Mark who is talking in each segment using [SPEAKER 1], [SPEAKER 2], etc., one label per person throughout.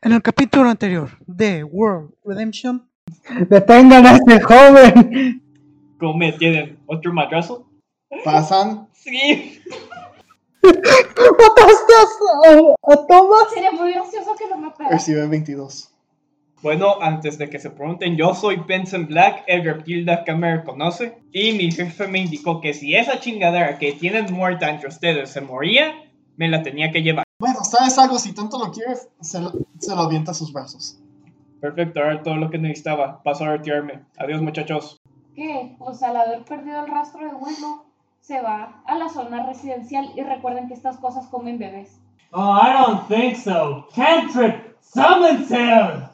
[SPEAKER 1] En el capítulo anterior de World Redemption,
[SPEAKER 2] ¡Detengan a este joven!
[SPEAKER 3] Cometen otro madrazo.
[SPEAKER 4] Pasan.
[SPEAKER 3] Sí.
[SPEAKER 2] ¿Mataste a, a Thomas?
[SPEAKER 5] Sería muy gracioso que lo matara.
[SPEAKER 4] Reciben 22.
[SPEAKER 3] Bueno, antes de que se pregunten, yo soy Benson Black, el reptil de que me reconoce. Y mi jefe me indicó que si esa chingadera que tienen muerta entre ustedes se moría, me la tenía que llevar.
[SPEAKER 4] Bueno, ¿sabes algo? Si tanto lo quieres, se lo, se lo avienta a sus brazos.
[SPEAKER 3] Perfecto, ahora todo lo que necesitaba. Paso a retirarme. Adiós, muchachos.
[SPEAKER 5] que, pues al haber perdido el rastro de Willow, se va a la zona residencial y recuerden que estas cosas comen bebés.
[SPEAKER 6] Oh, I don't think so. Cantrip, summons him.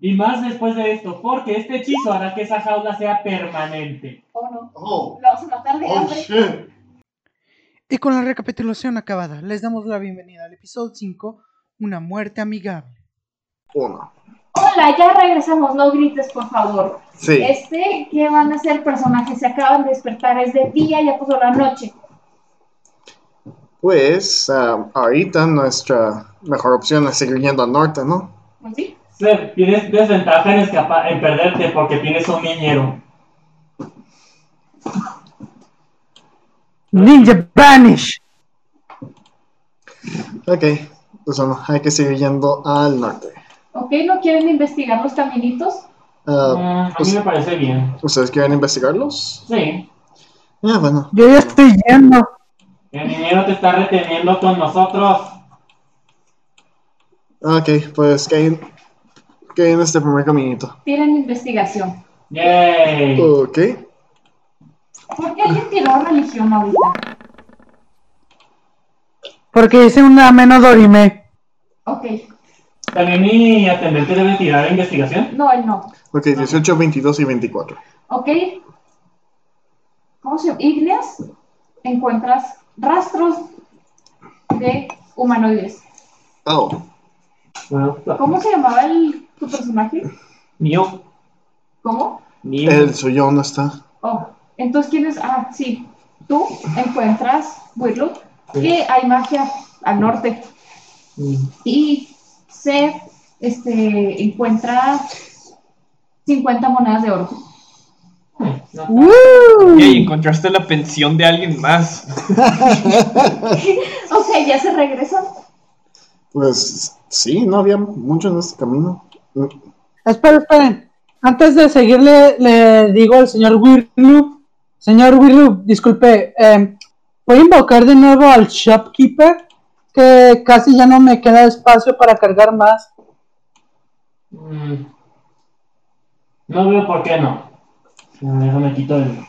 [SPEAKER 6] Y más después de esto, porque este hechizo hará que esa jaula sea permanente.
[SPEAKER 5] ¿O no?
[SPEAKER 4] Oh,
[SPEAKER 5] Lo vas a matar de
[SPEAKER 4] oh
[SPEAKER 5] hambre.
[SPEAKER 4] shit.
[SPEAKER 1] y con la recapitulación acabada, les damos la bienvenida al episodio 5, Una muerte amigable.
[SPEAKER 4] Uno.
[SPEAKER 5] Hola, ya regresamos, no grites, por favor.
[SPEAKER 4] Sí.
[SPEAKER 5] Este, ¿qué van a hacer personajes? Se acaban de despertar, es de día, ya puso la noche.
[SPEAKER 4] Pues ah, ahorita nuestra mejor opción es seguir yendo al norte, ¿no?
[SPEAKER 5] Pues sí,
[SPEAKER 6] Seth, tienes desventaja en, escapar, en perderte porque tienes un niñero.
[SPEAKER 2] Ninja Banish.
[SPEAKER 4] Ok, pues bueno, hay que seguir yendo al norte.
[SPEAKER 5] ¿ok? ¿No quieren investigar los caminitos?
[SPEAKER 4] Ah,
[SPEAKER 6] Mm, a mí
[SPEAKER 4] pues-
[SPEAKER 6] me parece bien.
[SPEAKER 4] ¿Ustedes quieren investigarlos?
[SPEAKER 6] Sí.
[SPEAKER 4] Ah, bueno.
[SPEAKER 2] Yo ya estoy yendo.
[SPEAKER 6] El niñero te está reteniendo con nosotros.
[SPEAKER 4] Ok, pues que hay, qué hay en este primer caminito.
[SPEAKER 5] Tienen investigación.
[SPEAKER 6] Yay.
[SPEAKER 4] Ok,
[SPEAKER 5] ¿Por qué alguien tiró religión ahorita?
[SPEAKER 2] Porque hice una menodorime.
[SPEAKER 5] Ok,
[SPEAKER 6] También mi atendente debe tirar investigación.
[SPEAKER 5] no, él no.
[SPEAKER 4] ok, 18, 22 y 24.
[SPEAKER 5] ¿Ok? ¿Cómo se llama? Igneas, encuentras rastros de humanoides.
[SPEAKER 4] Oh, Ah,
[SPEAKER 5] ¿Cómo se llamaba el, tu personaje?
[SPEAKER 3] Mío.
[SPEAKER 5] ¿Cómo?
[SPEAKER 3] Mío.
[SPEAKER 4] el suyo no está.
[SPEAKER 5] Oh, entonces, ¿quién es? Ah, sí. Tú encuentras, Willow, que hay magia al norte.
[SPEAKER 6] Mm.
[SPEAKER 5] Y se este, encuentra 50 monedas de oro.
[SPEAKER 2] ¡Woo!
[SPEAKER 3] Y encontraste la pensión de alguien más.
[SPEAKER 5] O sea, ya se regresan.
[SPEAKER 4] Pues sí, no había mucho en este camino. Mm,
[SPEAKER 2] Esperen, esperen. Antes de seguirle, le digo al señor Wirloop. Señor Wirloop, disculpe, eh, ¿puedo invocar de nuevo al shopkeeper? Que casi ya no me queda espacio para cargar más.
[SPEAKER 6] Mm. No veo por qué no. A ver, Déjame quito el,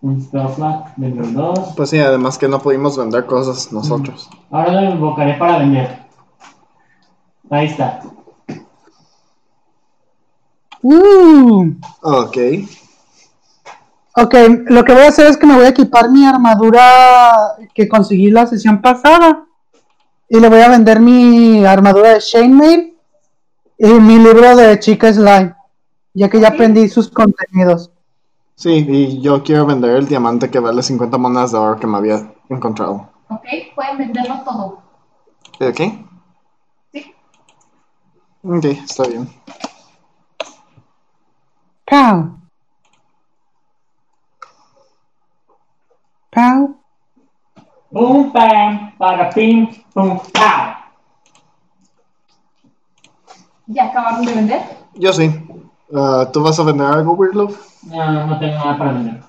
[SPEAKER 6] un spell slot de los dos.
[SPEAKER 4] Pues sí, además que no pudimos vender cosas nosotros.
[SPEAKER 6] Ahora lo invocaré para vender. Ahí está.
[SPEAKER 2] ¡Woo!
[SPEAKER 4] Ok,
[SPEAKER 2] Uh. Ok, lo que voy a hacer es que me voy a equipar mi armadura que conseguí la sesión pasada. Y le voy a vender mi armadura de Shamemail y mi libro de Chica Slime. Ya que ya
[SPEAKER 5] Ok.
[SPEAKER 2] aprendí sus contenidos.
[SPEAKER 4] sí, y yo quiero vender el diamante que vale 50 monedas de oro que me había encontrado.
[SPEAKER 5] Ok, pueden venderlo todo.
[SPEAKER 4] Ok.
[SPEAKER 5] Sí.
[SPEAKER 4] Ok, está bien.
[SPEAKER 2] Pow. Pow.
[SPEAKER 6] Boom, bam, para pim, pum, pa.
[SPEAKER 5] Ya acabaron de vender.
[SPEAKER 4] Yo sí. Ah, ¿Tú vas a vender algo, Weirdlove?
[SPEAKER 6] No, no tengo nada para vender.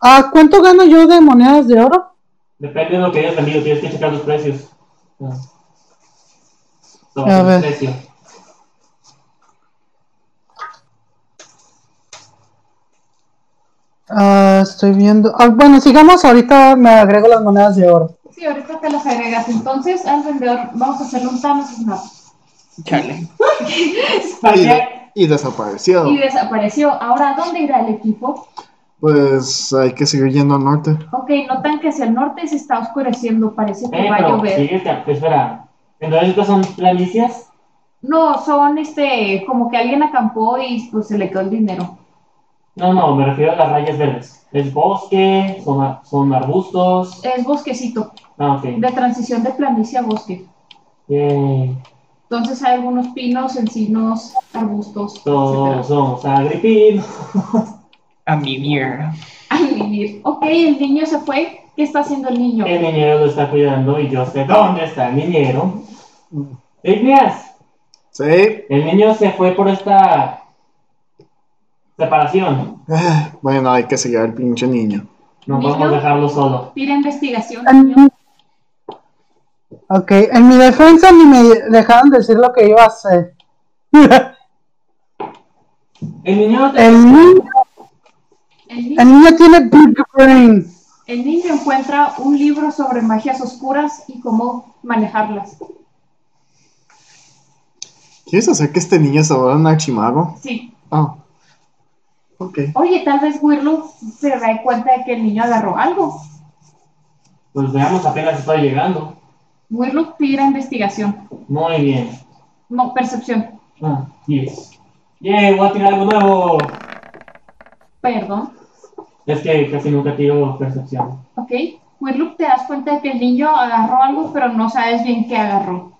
[SPEAKER 2] Ah, ¿Cuánto gano yo de monedas de oro?
[SPEAKER 6] Depende de lo que hayas vendido, tienes que checar los precios. Ah. Sobre
[SPEAKER 2] A
[SPEAKER 6] el
[SPEAKER 2] ver.
[SPEAKER 6] precio.
[SPEAKER 2] Ah, estoy viendo. Ah, bueno, sigamos. Ahorita me agrego las monedas de oro.
[SPEAKER 5] Sí, ahorita te las agregas. Entonces, al vendedor, vamos a hacerle un Thanos Snap.
[SPEAKER 3] Chale.
[SPEAKER 6] ¿Para
[SPEAKER 4] Y,
[SPEAKER 6] qué?
[SPEAKER 4] y desapareció.
[SPEAKER 5] Y desapareció. Ahora, ¿dónde irá el equipo?
[SPEAKER 4] Pues hay que seguir yendo al norte.
[SPEAKER 5] Ok, notan que hacia el norte se está oscureciendo. Parece que
[SPEAKER 6] Eh,
[SPEAKER 5] va a
[SPEAKER 6] pero
[SPEAKER 5] llover.
[SPEAKER 6] sigue el cap- espera. Entonces estas son planicias.
[SPEAKER 5] No, son este, como que alguien acampó y pues se le quedó el dinero.
[SPEAKER 6] No, no, me refiero a las rayas verdes. Es bosque, son, ar- son arbustos.
[SPEAKER 5] Es bosquecito,
[SPEAKER 6] Ah, ok.
[SPEAKER 5] de transición de planicie a bosque.
[SPEAKER 6] Yay.
[SPEAKER 5] Entonces hay algunos pinos, encinos, arbustos,
[SPEAKER 6] Todos
[SPEAKER 5] etc.
[SPEAKER 6] somos agripinos.
[SPEAKER 3] A mi mierda.
[SPEAKER 5] Al vivir. Ok, el niño se fue. ¿Qué está haciendo el niño?
[SPEAKER 6] El niñero lo está cuidando y yo sé dónde está el niñero. Igneas,
[SPEAKER 4] Sí.
[SPEAKER 6] el niño se fue por esta separación.
[SPEAKER 4] Ah, Bueno, hay que seguir al pinche niño.
[SPEAKER 6] No
[SPEAKER 5] ¿Niño?
[SPEAKER 6] podemos dejarlo solo.
[SPEAKER 5] Tira investigación, niño.
[SPEAKER 2] En- Ok, en mi defensa ni me dejaron decir lo que iba a hacer.
[SPEAKER 6] El niño te-
[SPEAKER 2] El niño,
[SPEAKER 5] El niño,
[SPEAKER 2] el niño tiene big brain.
[SPEAKER 5] el niño encuentra un libro sobre magias oscuras y cómo manejarlas.
[SPEAKER 4] ¿Quieres hacer que este niño se vuelva un archimago?
[SPEAKER 5] Sí.
[SPEAKER 4] Ah. Ok.
[SPEAKER 5] Oye, tal vez Wirlo se da cuenta de que el niño agarró algo.
[SPEAKER 6] Pues veamos, apenas estoy llegando.
[SPEAKER 5] Wirlo tira investigación.
[SPEAKER 6] Muy bien.
[SPEAKER 5] No, percepción.
[SPEAKER 6] Ah, yes. Yay, voy a tirar algo nuevo.
[SPEAKER 5] Perdón.
[SPEAKER 6] Es que casi nunca tiro percepción.
[SPEAKER 5] Ok. Wirlo, te das cuenta de que el niño agarró algo, pero no sabes bien qué agarró.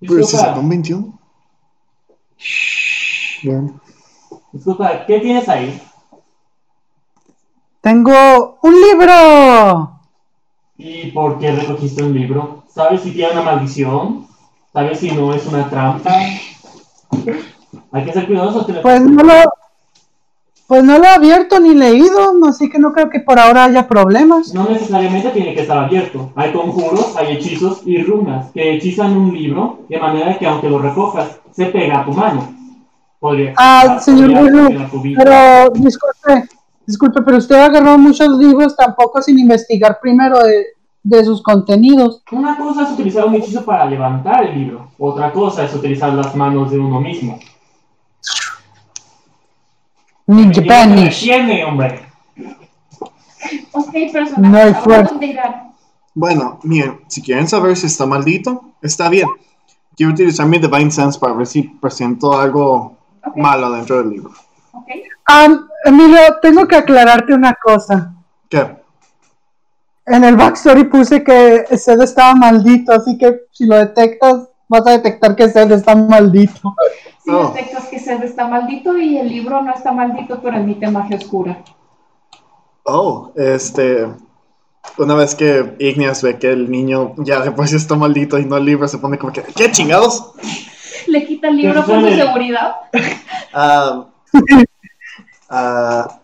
[SPEAKER 4] Pero se
[SPEAKER 6] Disculpa,
[SPEAKER 4] Pues, sacó un 21. Bien.
[SPEAKER 6] disculpa, ¿qué tienes ahí?
[SPEAKER 2] Tengo un libro.
[SPEAKER 6] ¿Y por qué recogiste un libro? ¿Sabes si tiene una maldición? ¿Sabes si no es una trampa? Hay que ser cuidadosos. que-
[SPEAKER 2] Pues no lo, pues no lo he abierto ni leído, así que no creo que por ahora haya problemas.
[SPEAKER 6] No necesariamente tiene que estar abierto. Hay conjuros, hay hechizos y runas que hechizan un libro de manera que aunque lo recojas, se pega a tu mano. Podría
[SPEAKER 2] Ah, señor
[SPEAKER 6] podría
[SPEAKER 2] Willow,
[SPEAKER 6] pegar a tu vida.
[SPEAKER 2] Pero disculpe, disculpe, pero usted agarró muchos libros tampoco sin investigar primero de, de sus contenidos.
[SPEAKER 6] Una cosa es utilizar un hechizo para levantar el libro. Otra cosa es utilizar las manos de uno mismo.
[SPEAKER 2] Ni Japanish.
[SPEAKER 6] tiene, hombre?
[SPEAKER 5] Ok, personaje.
[SPEAKER 2] No hay
[SPEAKER 5] ¿ahora
[SPEAKER 2] fuerza.
[SPEAKER 5] dónde irán?
[SPEAKER 4] Bueno, miren, si quieren saber si está maldito, está bien. Quiero utilizar mi Divine Sense para ver si presiento algo
[SPEAKER 5] Ok,
[SPEAKER 4] malo dentro del libro.
[SPEAKER 5] ok.
[SPEAKER 2] Ah, Emilio, tengo que aclararte una cosa.
[SPEAKER 4] ¿Qué?
[SPEAKER 2] En el backstory puse que Zed estaba maldito, así que si lo detectas, vas a detectar que Zed está maldito.
[SPEAKER 5] Si
[SPEAKER 4] Oh.
[SPEAKER 5] detectas que Sed está maldito y el libro no está maldito, pero emite magia oscura.
[SPEAKER 4] Oh, este. Una vez que Igneas ve que el niño ya después ya está maldito y no el libro, se pone como que, ¿qué chingados?
[SPEAKER 5] Le quita el libro por su
[SPEAKER 6] Suele.
[SPEAKER 5] seguridad.
[SPEAKER 4] Ah, ah,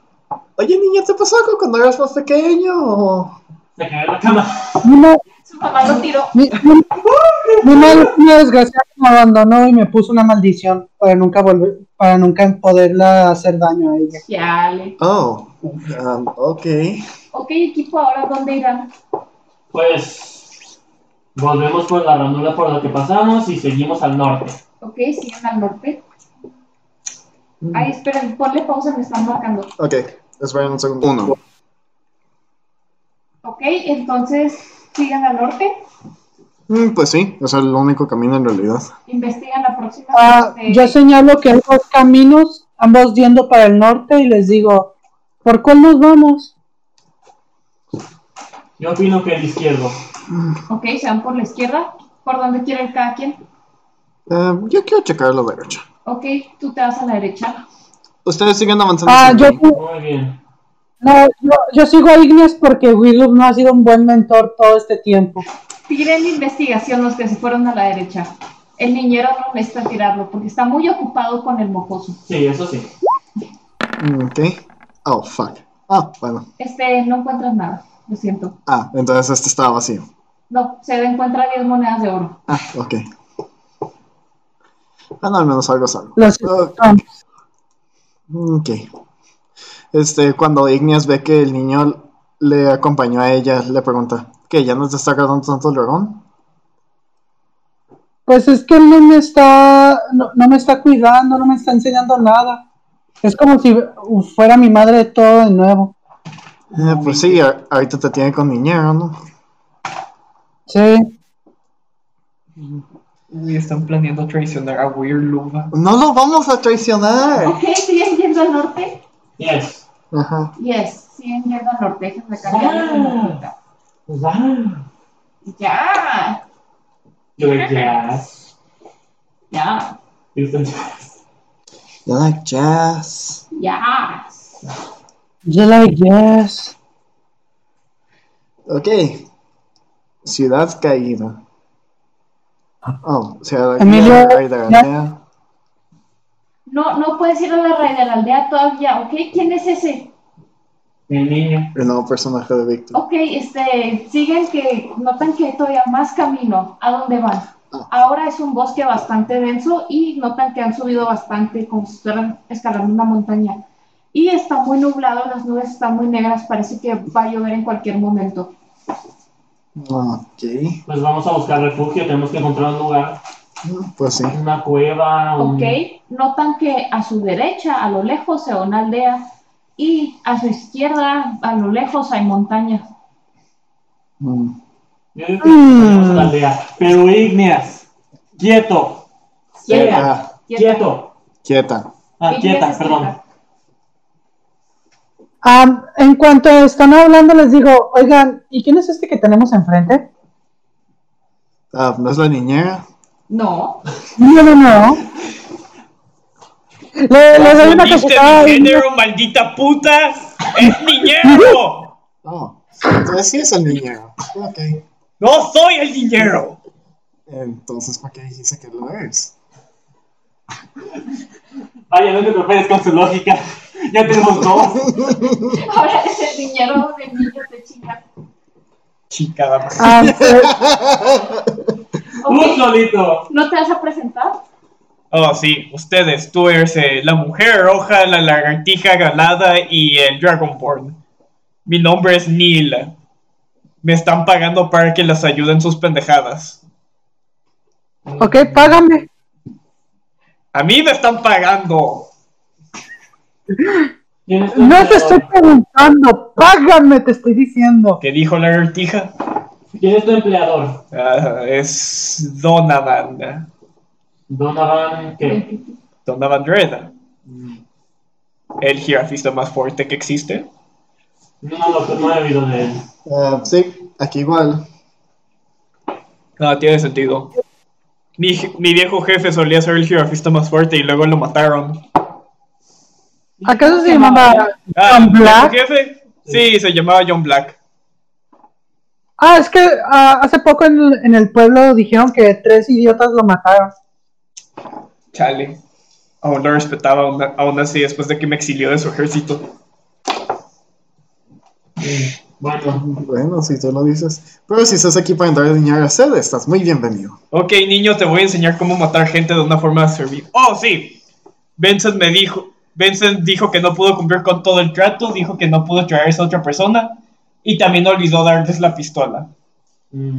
[SPEAKER 4] Oye, niño, ¿te pasó algo cuando eras más pequeño?
[SPEAKER 6] Se cayó en la cama.
[SPEAKER 2] Mi, ma-
[SPEAKER 5] Su mamá lo tiró.
[SPEAKER 2] mi, mi- mi madre, una desgraciada, me abandonó y me puso una maldición para nunca volver, para nunca poderla hacer daño a ella.
[SPEAKER 5] Chale.
[SPEAKER 4] Oh, um, ok.
[SPEAKER 5] Ok, equipo, ¿ahora dónde irán?
[SPEAKER 6] Pues volvemos por la ranura por la que pasamos y seguimos al norte.
[SPEAKER 5] Ok, siguen al norte. Ay, esperen, ponle pausa, me están marcando.
[SPEAKER 4] Ok, esperen un segundo. Uno.
[SPEAKER 5] Ok, entonces sigan al norte,
[SPEAKER 4] Mm, pues sí, es el único camino en realidad.
[SPEAKER 5] investigan la próxima.
[SPEAKER 2] Ah,
[SPEAKER 5] parte.
[SPEAKER 2] yo señalo que hay dos caminos, ambos yendo para el norte, y les digo, ¿por cuál nos vamos?
[SPEAKER 6] Yo opino que el izquierdo.
[SPEAKER 5] Ok, se van por la izquierda, por donde quiera ir cada quien.
[SPEAKER 4] Eh, yo quiero checar la derecha.
[SPEAKER 5] Ok, tú te vas a la derecha.
[SPEAKER 4] Ustedes siguen avanzando.
[SPEAKER 2] Ah,
[SPEAKER 4] sin
[SPEAKER 2] yo,
[SPEAKER 4] mí.
[SPEAKER 6] Muy bien.
[SPEAKER 2] no, yo, yo sigo a Igneas porque Willow no ha sido un buen mentor todo este tiempo.
[SPEAKER 5] Tiren investigación los que se fueron a la derecha. El niñero no necesita tirarlo porque está muy ocupado con el mocoso.
[SPEAKER 6] Sí, eso sí.
[SPEAKER 4] Mm, Ok. Oh, fuck. Ah, bueno.
[SPEAKER 5] Este, no encuentras nada, lo siento.
[SPEAKER 4] Ah, entonces este estaba vacío.
[SPEAKER 5] No, se encuentra 10 monedas de oro.
[SPEAKER 4] Ah, ok. Ah, no, al menos algo es algo.
[SPEAKER 2] Los-
[SPEAKER 4] Ah, ok. Este, cuando Igneas ve que el niño le acompañó a ella, le pregunta, ¿qué, ya no te está cargando tanto el dragón?
[SPEAKER 2] Pues es que él no me está, no, no me está cuidando, no me está enseñando nada. Es como si fuera mi madre todo de nuevo.
[SPEAKER 4] Eh, pues sí, a- ahorita te tiene con niñero, ¿no?
[SPEAKER 2] Sí.
[SPEAKER 3] Uy, están planeando traicionar a Weird Luba.
[SPEAKER 4] ¡No lo vamos a traicionar!
[SPEAKER 5] Ok, siguen yendo al norte.
[SPEAKER 6] Yes.
[SPEAKER 4] Ajá.
[SPEAKER 5] Yes, siguen yendo al norte,
[SPEAKER 2] Pues,
[SPEAKER 5] déjenme cargar la
[SPEAKER 6] Ah.
[SPEAKER 5] computadora.
[SPEAKER 6] Ah,
[SPEAKER 5] Ya.
[SPEAKER 6] You're jazz.
[SPEAKER 5] Ya,
[SPEAKER 6] It's a jazz.
[SPEAKER 4] You like jazz.
[SPEAKER 5] ya.
[SPEAKER 2] You like jazz.
[SPEAKER 4] Ok. Ciudad caída. Oh, ciudad
[SPEAKER 2] Emilio,
[SPEAKER 4] caída. Rey de la
[SPEAKER 2] ya-
[SPEAKER 4] Aldea.
[SPEAKER 5] No, no puedes ir a la red de la aldea todavía, ¿ok? ¿Quién es ese?
[SPEAKER 6] El niño.
[SPEAKER 4] El nuevo personaje de Víctor.
[SPEAKER 5] Ok, este, siguen que notan que hay todavía más camino. ¿A dónde van? Ahora es un bosque bastante denso y notan que han subido bastante como si estuvieran escalando una montaña. Y está muy nublado, las nubes están muy negras, parece que va a llover en cualquier momento.
[SPEAKER 4] Ok.
[SPEAKER 6] Pues vamos a buscar refugio, tenemos que encontrar un lugar,
[SPEAKER 4] Pues sí.
[SPEAKER 6] una cueva, un...
[SPEAKER 5] Ok, notan que a su derecha, a lo lejos, se ve una aldea y a su izquierda, a lo lejos, hay montañas.
[SPEAKER 4] Mm.
[SPEAKER 6] Yo digo que
[SPEAKER 2] Mm.
[SPEAKER 6] vamos a la aldea. Pero Igneas, quieto.
[SPEAKER 5] Quieta,
[SPEAKER 4] Ah,
[SPEAKER 6] Quieto.
[SPEAKER 4] quieta.
[SPEAKER 6] Ah,
[SPEAKER 5] Igneas
[SPEAKER 6] quieta,
[SPEAKER 5] es
[SPEAKER 6] perdón.
[SPEAKER 5] quieta.
[SPEAKER 2] Ah, en cuanto están hablando, les digo, oigan, ¿y quién es este que tenemos enfrente?
[SPEAKER 4] Ah, ¿No es la niñera?
[SPEAKER 5] No,
[SPEAKER 2] No, no, no. Le, le doy una
[SPEAKER 3] ¿Viste
[SPEAKER 2] cachetada.
[SPEAKER 3] mi
[SPEAKER 2] y-
[SPEAKER 3] género, maldita puta? ¡Es niñero!
[SPEAKER 4] Oh. Entonces sí es el niñero. Ok.
[SPEAKER 3] ¡No soy el niñero!
[SPEAKER 4] Entonces, ¿por qué dijiste que lo es?
[SPEAKER 6] Vaya, no te preocupes con su lógica. Ya tenemos dos.
[SPEAKER 5] ahora es el niñero del niño de chingas.
[SPEAKER 3] Chica, vamos.
[SPEAKER 2] Ah, eh,
[SPEAKER 6] Un
[SPEAKER 5] Ok,
[SPEAKER 6] solito.
[SPEAKER 5] ¿No te vas a presentar?
[SPEAKER 3] Oh, sí, ustedes, tú eres eh, la mujer roja, la lagartija galada y el Dragonborn. Mi nombre es Neil. Me están pagando para que las ayuden sus pendejadas.
[SPEAKER 2] ok, págame.
[SPEAKER 3] A mí me están pagando.
[SPEAKER 6] ¿Quién es tu
[SPEAKER 2] No te
[SPEAKER 6] entrenador?
[SPEAKER 2] estoy preguntando, págame, te estoy diciendo.
[SPEAKER 3] ¿Qué dijo la lagartija?
[SPEAKER 6] ¿Quién es tu empleador?
[SPEAKER 3] Ah, es Donavan. eh,
[SPEAKER 6] Donovan, ¿qué?
[SPEAKER 3] Donavan Dreda. El jirafista más fuerte que existe.
[SPEAKER 6] No, no, no he oído de él.
[SPEAKER 4] Ah, sí, aquí igual.
[SPEAKER 3] No, tiene sentido. Mi, je- mi viejo jefe solía ser el jirafista más fuerte y luego lo mataron.
[SPEAKER 2] ¿Acaso se llamaba
[SPEAKER 3] Ah,
[SPEAKER 2] John
[SPEAKER 3] ¿mi viejo
[SPEAKER 2] Black?
[SPEAKER 3] jefe? Sí, se llamaba John Black.
[SPEAKER 2] Ah, es que ah, hace poco en el, en el pueblo dijeron que tres idiotas lo mataron.
[SPEAKER 3] Chale. Aún lo respetaba, aún, aún así, después de que me exilió de su ejército.
[SPEAKER 6] Mm, Bueno,
[SPEAKER 4] Bueno, si tú lo dices. Pero si estás aquí para entrar a enseñar a sed, estás muy bienvenido.
[SPEAKER 3] Ok, niño, te voy a enseñar cómo matar gente de una forma servir. Oh, sí. Vincent me dijo. Vincent dijo que no pudo cumplir con todo el trato, dijo que no pudo traerse a otra persona y también olvidó darles la pistola.
[SPEAKER 6] mm,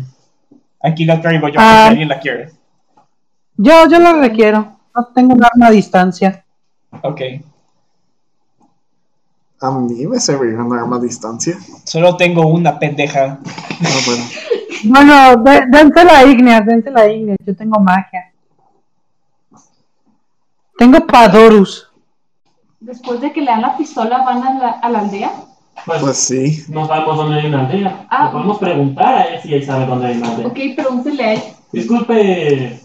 [SPEAKER 3] Aquí la traigo yo,
[SPEAKER 2] Ah.
[SPEAKER 3] si alguien la quiere.
[SPEAKER 2] Yo, yo lo requiero. No tengo un arma a distancia.
[SPEAKER 3] Ok.
[SPEAKER 4] A mí me serviría un arma a distancia.
[SPEAKER 3] Solo tengo una pendeja.
[SPEAKER 4] Ah, bueno.
[SPEAKER 2] Bueno, dé- dense la ignia, dense la ignia. Yo tengo magia. Tengo Padorus.
[SPEAKER 5] Después de que le dan la pistola, van a la, a la aldea.
[SPEAKER 6] pues,
[SPEAKER 4] Pues sí.
[SPEAKER 6] no sabemos dónde hay una aldea.
[SPEAKER 5] Ah.
[SPEAKER 6] Le podemos preguntar a él si él sabe dónde hay una aldea.
[SPEAKER 5] Ok, pregúntele a él.
[SPEAKER 6] Disculpe,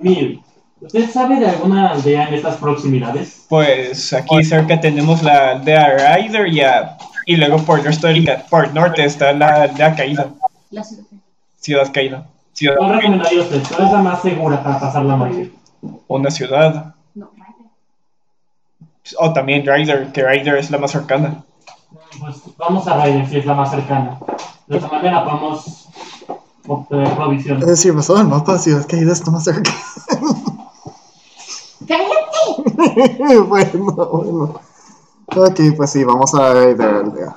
[SPEAKER 6] Mil, ¿usted sabe de alguna aldea en estas proximidades?
[SPEAKER 3] Pues aquí cerca tenemos la aldea Rider y, a- y luego por el resto del ca- por el norte está la aldea caída.
[SPEAKER 5] La situación.
[SPEAKER 3] Ciudad caída. Ciudad,
[SPEAKER 6] ¿Cuál recomendaría usted? ¿Cuál es la más segura para pasar la noche?
[SPEAKER 3] una ciudad.
[SPEAKER 5] No, vale.
[SPEAKER 3] O también Rider, que Rider es la más cercana.
[SPEAKER 6] Pues vamos a Raiden, si es la más cercana. De esta manera podemos obtener
[SPEAKER 4] Es
[SPEAKER 6] provisiones.
[SPEAKER 4] decir, basado en el mapa, Ciudad Caída está más cerca.
[SPEAKER 5] ¡Cállate!
[SPEAKER 4] bueno, bueno. Ok, pues sí, vamos a ver de aldea.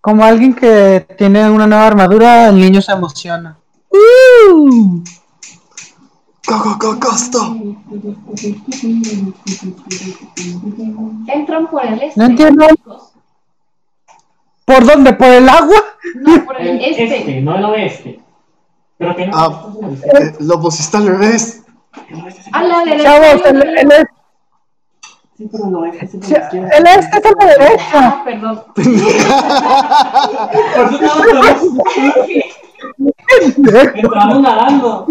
[SPEAKER 2] Como alguien que tiene una nueva armadura, el niño se emociona. ¡Uh!
[SPEAKER 4] ¡Go, go, go, costo!
[SPEAKER 5] Entran por el este.
[SPEAKER 2] No entiendo. ¿Por dónde? ¿Por el agua?
[SPEAKER 5] No, por el
[SPEAKER 6] El
[SPEAKER 5] este.
[SPEAKER 6] este, no el oeste. Pero que no.
[SPEAKER 4] Ah.
[SPEAKER 6] este
[SPEAKER 4] Eh, lo pusiste al revés.
[SPEAKER 5] A la derecha.
[SPEAKER 2] Chavos,
[SPEAKER 5] hay
[SPEAKER 2] el, este.
[SPEAKER 5] un
[SPEAKER 2] el,
[SPEAKER 5] río.
[SPEAKER 2] el,
[SPEAKER 6] Sí, pero el oeste es
[SPEAKER 2] el este es a la derecha.
[SPEAKER 5] Ah, perdón.
[SPEAKER 6] Por eso estamos Entraron nadando.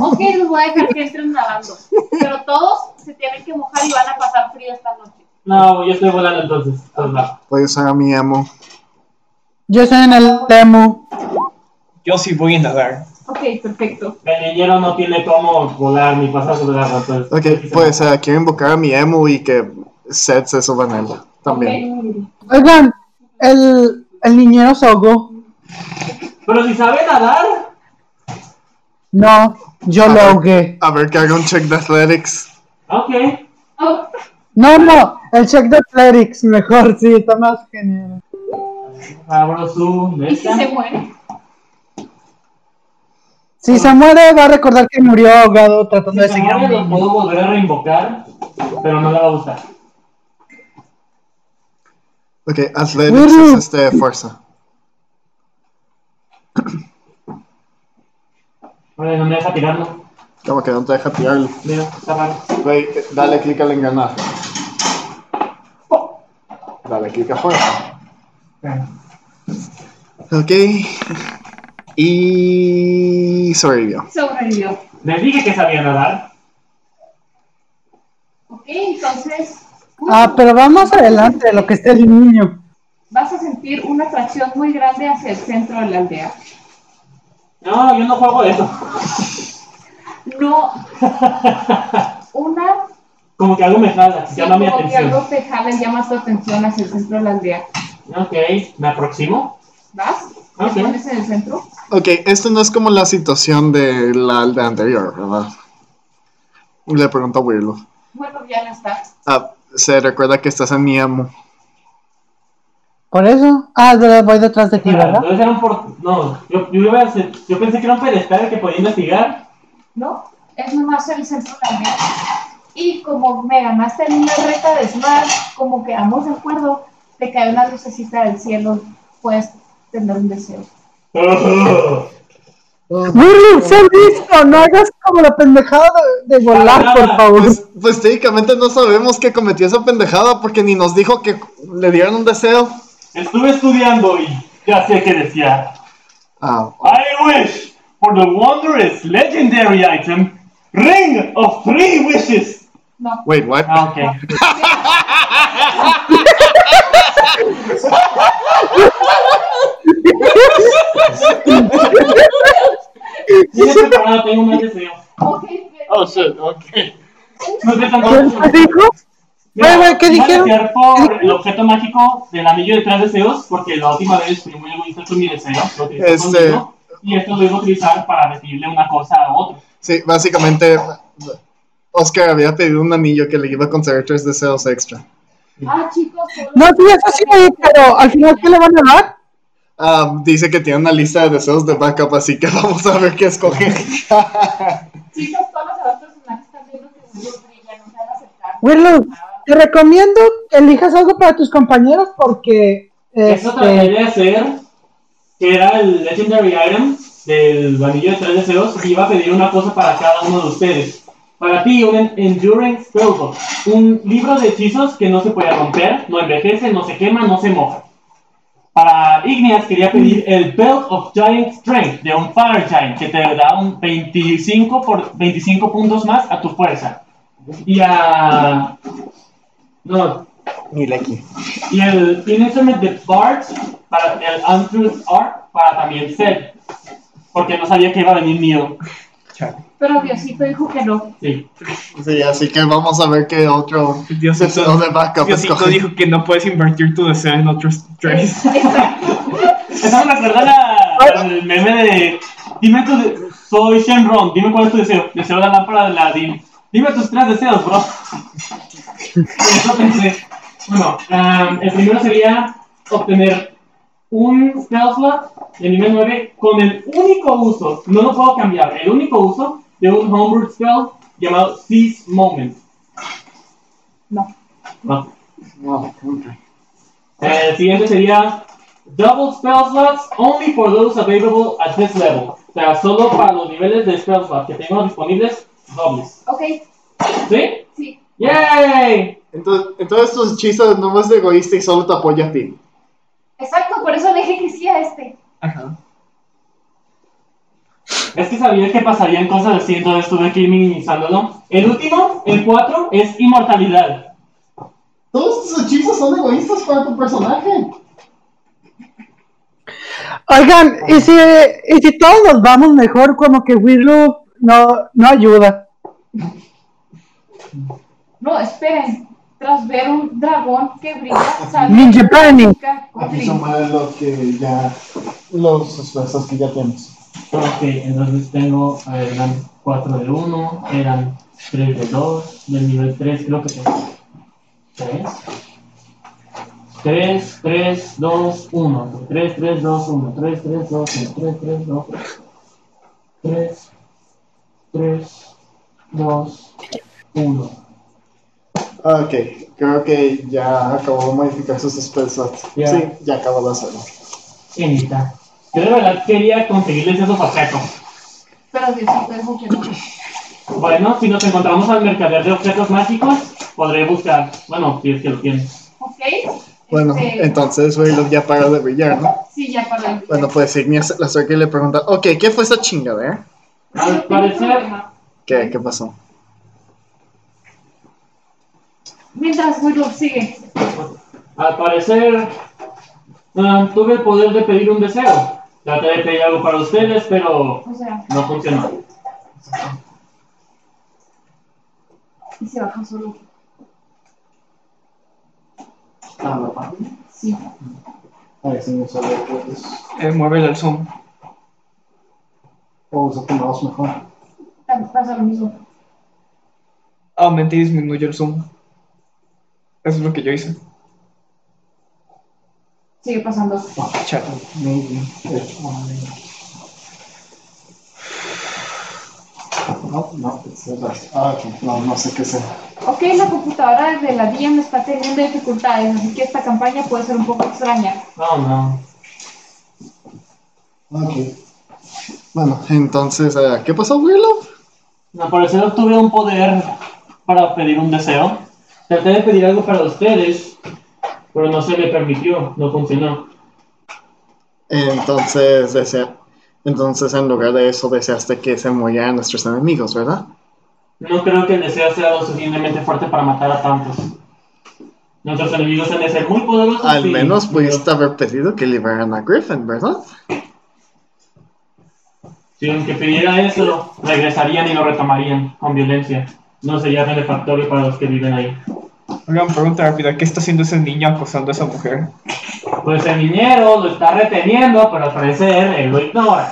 [SPEAKER 5] Ok, los voy a dejar que entren nadando. Pero todos se tienen que mojar y van a pasar frío esta noche.
[SPEAKER 6] No, yo estoy volando entonces. Pues va.
[SPEAKER 4] Voy a usar a mi amo.
[SPEAKER 2] Yo estoy en el demo.
[SPEAKER 3] Yo sí voy a nadar.
[SPEAKER 5] Ok, perfecto.
[SPEAKER 6] El niñero no tiene cómo volar ni pasar sobre el agua. entonces-
[SPEAKER 4] Ok, pues eh, quiero invocar a mi emo y que Seth se suba en él también.
[SPEAKER 5] Ok.
[SPEAKER 2] Oigan, el, el niñero se ahogó.
[SPEAKER 6] Pero si sabe nadar.
[SPEAKER 2] No, yo lo ahogué.
[SPEAKER 4] A ver que haga un check de athletics.
[SPEAKER 6] Ok.
[SPEAKER 5] Oh,
[SPEAKER 2] No, no, el check de Athletics mejor, sí, está más genial.
[SPEAKER 6] Abro su
[SPEAKER 5] ¿Y si
[SPEAKER 6] mesa.
[SPEAKER 5] se muere?
[SPEAKER 2] Si se muere, va a recordar que murió ahogado tratando de
[SPEAKER 6] Si
[SPEAKER 2] seguir a un
[SPEAKER 6] sabe, lo
[SPEAKER 2] niño.
[SPEAKER 6] puedo volver a reinvocar, pero no le va a gustar.
[SPEAKER 4] Ok, athletics
[SPEAKER 2] Ujú.
[SPEAKER 4] es este fuerza.
[SPEAKER 6] Ahora no me deja tirarlo.
[SPEAKER 4] Como que no te deja tirarlo.
[SPEAKER 6] Mira, está raro.
[SPEAKER 4] Güey, eh, dale clic al engranaje. Dale clic a fuerza. Ok. Y sobrevivió.
[SPEAKER 5] Sobrevivió.
[SPEAKER 6] Les dije que sabía nadar.
[SPEAKER 5] Ok, entonces. uh,
[SPEAKER 2] Ah, pero va más adelante de lo que esté el niño.
[SPEAKER 5] Vas a sentir una atracción muy grande hacia el centro de la aldea.
[SPEAKER 6] No, yo no juego eso.
[SPEAKER 5] No. Una.
[SPEAKER 6] Como que algo me jala,
[SPEAKER 5] sí,
[SPEAKER 6] llama mi
[SPEAKER 5] como que algo
[SPEAKER 6] atención.
[SPEAKER 5] te jala y llama tu atención hacia el centro de la aldea.
[SPEAKER 6] Ok, me aproximo.
[SPEAKER 5] ¿Vas? ¿Te
[SPEAKER 6] Ok.
[SPEAKER 5] pones en el centro?
[SPEAKER 4] Ok, esto no es como la situación de la de anterior, ¿verdad? Le pregunto a Weirdo.
[SPEAKER 5] Bueno, ya no estás.
[SPEAKER 4] Ah, se recuerda que estás en mi amo.
[SPEAKER 2] Por eso. Ah, yo voy detrás de ti,
[SPEAKER 6] Espera,
[SPEAKER 2] ¿verdad?
[SPEAKER 6] entonces era un por... No, yo, yo, iba a hacer- yo pensé que era un pedestal que podía investigar.
[SPEAKER 5] ¿no? Es nomás el centro de la aldea. Y como me ganaste en una reta de Smash, como quedamos de acuerdo, te cae una lucecita del cielo, puedes tener un deseo.
[SPEAKER 2] Burro, sé listo, no hagas como la pendejada de, de volar, por favor.
[SPEAKER 4] Pues, pues técnicamente no sabemos que cometió esa pendejada porque ni nos dijo que le dieron un deseo.
[SPEAKER 6] Estuve estudiando y ya sé qué decía.
[SPEAKER 4] Ah,
[SPEAKER 6] I wish for the wondrous legendary item Ring of Three Wishes.
[SPEAKER 5] No,
[SPEAKER 4] wait, what?
[SPEAKER 6] Ah, ok. Yo preparado, tengo más deseo.
[SPEAKER 5] ok, pero-
[SPEAKER 4] shit, ok.
[SPEAKER 6] No sé tanto.
[SPEAKER 2] ¿Qué dijo? Pues, Güey, güey, ¿qué
[SPEAKER 6] Voy a
[SPEAKER 2] dijeron?
[SPEAKER 6] desear por el objeto mágico del anillo de tres deseos, porque la última vez fui muy egoísta con mi deseo, lo utilicé
[SPEAKER 4] Este-
[SPEAKER 6] conmigo, y esto lo iba a utilizar para decirle una cosa a otro.
[SPEAKER 4] Sí, básicamente Oscar había pedido un anillo que le iba a conceder tres deseos extra.
[SPEAKER 5] Ah, chicos, solo-
[SPEAKER 2] No, sí, eso sí, pero al final, ¿qué le van a dar?
[SPEAKER 4] Ah, dice que tiene una lista de deseos de backup, así que vamos a ver qué escoger.
[SPEAKER 5] chicos, todos los demás personajes están viendo que mundo brilla, no se van a aceptar.
[SPEAKER 2] Wirlu, te recomiendo que elijas algo para tus compañeros porque.
[SPEAKER 6] Eso traté
[SPEAKER 2] Este,
[SPEAKER 6] de hacer, que era el Legendary Item del anillo de tres deseos, y iba a pedir una cosa para cada uno de ustedes. Para ti, un en- Enduring Spellbook, un libro de hechizos que no se puede romper, no envejece, no se quema, no se moja. Para Igneas quería pedir el Belt of Giant Strength de un Fire Giant, que te da un 25, por, 25 puntos más a tu fuerza. Y a... No,
[SPEAKER 4] Ni Lecky.
[SPEAKER 6] y el Pin Instrument de Bart para el Untruth Art para también Seth. Porque no sabía que iba a venir mío.
[SPEAKER 3] Chale.
[SPEAKER 5] Pero Diosito dijo que no.
[SPEAKER 6] Sí.
[SPEAKER 4] Sí, así que vamos a ver qué otro deseo
[SPEAKER 3] Diosito,
[SPEAKER 4] de backup
[SPEAKER 3] Diosito
[SPEAKER 4] escoger.
[SPEAKER 3] dijo que no puedes invertir tu deseo en otros tres.
[SPEAKER 6] Eso me recuerda la- al meme de. Dime tu. de- Soy Shenron, dime cuál es tu deseo. Deseo la lámpara de la Dime tus tres deseos, bro. Eso pensé. Bueno, am, el primero sería obtener un spell slot de nivel 9 con el único uso, no lo puedo cambiar, el único uso de un homebrew spell llamado Seize Moment.
[SPEAKER 5] No.
[SPEAKER 6] No.
[SPEAKER 4] No, ok.
[SPEAKER 6] Eh, El siguiente sería Double Spell Slots only for those available at this level. O sea, solo para los niveles de Spell Slots que tengo disponibles dobles.
[SPEAKER 5] Ok,
[SPEAKER 6] ¿Sí?
[SPEAKER 5] sí.
[SPEAKER 6] ¡Yay!
[SPEAKER 4] Entonces, entonces tus hechizos no es egoísta y solo te apoya a ti.
[SPEAKER 5] Exacto, por eso le dije que sí a este.
[SPEAKER 3] Ajá.
[SPEAKER 6] Es que sabía que pasarían cosas así, entonces tuve que ir minimizándolo. El último, el 4, es inmortalidad.
[SPEAKER 4] Todos tus hechizos son egoístas para tu personaje.
[SPEAKER 2] Oigan, y si, y si todos nos vamos mejor, como que Wirlo no, no ayuda.
[SPEAKER 5] No, esperen. Tras ver un dragón que brilla, sale
[SPEAKER 2] Ah, Ninja Panic.
[SPEAKER 4] Aquí son más los que ya. Los esfuerzos que ya tenemos.
[SPEAKER 6] Ok, entonces tengo, a ver, eran 4 de 1, eran 3 de 2, del nivel 3 creo que tengo 3. 3, 3, 2, 1, 3, 3, 2, 1, 3, 3, 2, 1, 3, 3, 2, 3, 3, 2, 1.
[SPEAKER 4] Ah, Ok, creo que ya acabó de modificar sus spell slots.
[SPEAKER 6] Ya.
[SPEAKER 4] Sí, ya acabó de hacerlo.
[SPEAKER 6] Genita. Yo de verdad quería conseguirles esos objetos.
[SPEAKER 5] Pero Diosito dijo que no.
[SPEAKER 6] Bueno, si nos encontramos al mercader de objetos mágicos, podré buscar. Bueno, si es que lo tienen.
[SPEAKER 5] ¿Ok?
[SPEAKER 4] Bueno,
[SPEAKER 5] Este,
[SPEAKER 4] entonces Waylon ya paró de brillar, ¿no?
[SPEAKER 5] Sí, ya para
[SPEAKER 4] Bueno, pues Ignia se la acerca y le pregunta, ok, ¿qué fue esa chingadera?
[SPEAKER 6] Al parecer,
[SPEAKER 4] ¿Qué, qué pasó?
[SPEAKER 5] Mientras Willow sigue.
[SPEAKER 6] Al parecer, ah, tuve el poder de pedir un deseo. Traté de pedir algo para ustedes, pero
[SPEAKER 5] O sea,
[SPEAKER 6] no funcionó.
[SPEAKER 5] y se baja solo.
[SPEAKER 4] Ah, papá.
[SPEAKER 5] Sí.
[SPEAKER 4] A ver si me sale pues,
[SPEAKER 3] Eh, muévele el zoom.
[SPEAKER 4] o usa tu mouse mejor.
[SPEAKER 5] También pasa lo mismo.
[SPEAKER 3] Aumente y Ah, disminuye el zoom. Eso es lo que yo hice.
[SPEAKER 5] Sigue pasando.
[SPEAKER 3] Chato.
[SPEAKER 4] Maybe. Eh, No, no, es verdad. Ah, ok, no, no sé qué sea.
[SPEAKER 5] Ok, la computadora de la DM está teniendo dificultades, así que esta campaña puede ser un poco extraña.
[SPEAKER 6] No, no.
[SPEAKER 4] Ok. Bueno, entonces, eh, ¿qué pasó, Willow?
[SPEAKER 6] Al parecer obtuve un poder para pedir un deseo. Traté de pedir algo para ustedes, pero no se me permitió, no funcionó.
[SPEAKER 4] Entonces, desea... entonces, en lugar de eso, deseaste que se murieran nuestros enemigos, ¿verdad?
[SPEAKER 6] No creo que el deseo sea lo suficientemente fuerte para matar a tantos. Nuestros enemigos han de ser muy poderosos.
[SPEAKER 4] Al
[SPEAKER 6] y-
[SPEAKER 4] menos pudiste haber pedido que liberaran a Griffin, ¿verdad?
[SPEAKER 6] Si aunque pidiera eso, regresarían y lo retomarían con violencia. No sería benefactorio para los que viven ahí.
[SPEAKER 3] Una pregunta rápida. ¿Qué está haciendo ese niño acosando a esa mujer?
[SPEAKER 6] Pues el niñero lo está reteniendo, pero al parecer él lo ignora.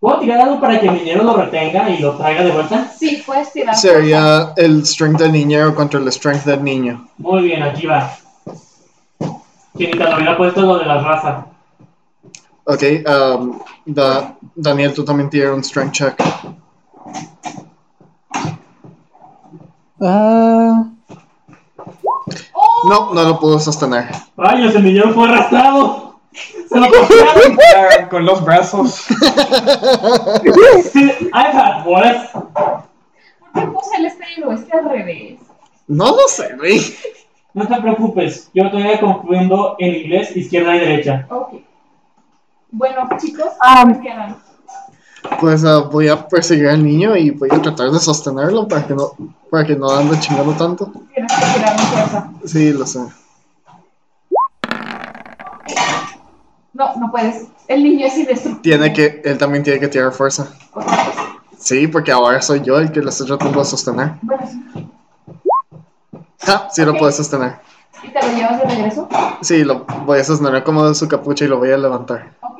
[SPEAKER 6] ¿Puedo tirar algo para que el niñero lo retenga y lo traiga de vuelta?
[SPEAKER 5] Sí, puedes tirar.
[SPEAKER 4] Sería el strength del niñero contra el strength del niño.
[SPEAKER 6] Muy bien, aquí va. Que ni te lo hubiera puesto lo de la raza.
[SPEAKER 4] Ok, um, da- Daniel, tú también tienes un strength check.
[SPEAKER 2] Ah,
[SPEAKER 4] No, no lo puedo sostener.
[SPEAKER 6] ¡Rayos, el niñero fue arrastrado! ¡Se lo copiaron!
[SPEAKER 3] Ah, Con los brazos.
[SPEAKER 6] ¡I've had worse!
[SPEAKER 5] ¿Por qué puse el este y el oeste al revés?
[SPEAKER 4] No lo sé, güey.
[SPEAKER 6] No te preocupes, yo todavía confundo en inglés izquierda y derecha.
[SPEAKER 5] Ok. Bueno, chicos,
[SPEAKER 2] Ah.
[SPEAKER 5] ¿qué harán?
[SPEAKER 4] Pues ah, voy a perseguir al niño y voy a tratar de sostenerlo para que no, para que no ande chingando tanto.
[SPEAKER 5] Tienes que tirar una fuerza.
[SPEAKER 4] Sí, lo sé.
[SPEAKER 5] No, no puedes. El niño es indestructible.
[SPEAKER 4] Tiene que, él también tiene que tirar fuerza.
[SPEAKER 5] Otra vez.
[SPEAKER 4] Sí, porque ahora soy yo el que lo estoy tratando de sostener.
[SPEAKER 5] Bueno, sí.
[SPEAKER 4] Ja, sí lo
[SPEAKER 5] Ok.
[SPEAKER 4] puedo sostener.
[SPEAKER 5] ¿Y te lo llevas de regreso?
[SPEAKER 4] Sí, lo voy a sostener como de su capucha y lo voy a levantar.
[SPEAKER 5] Ok.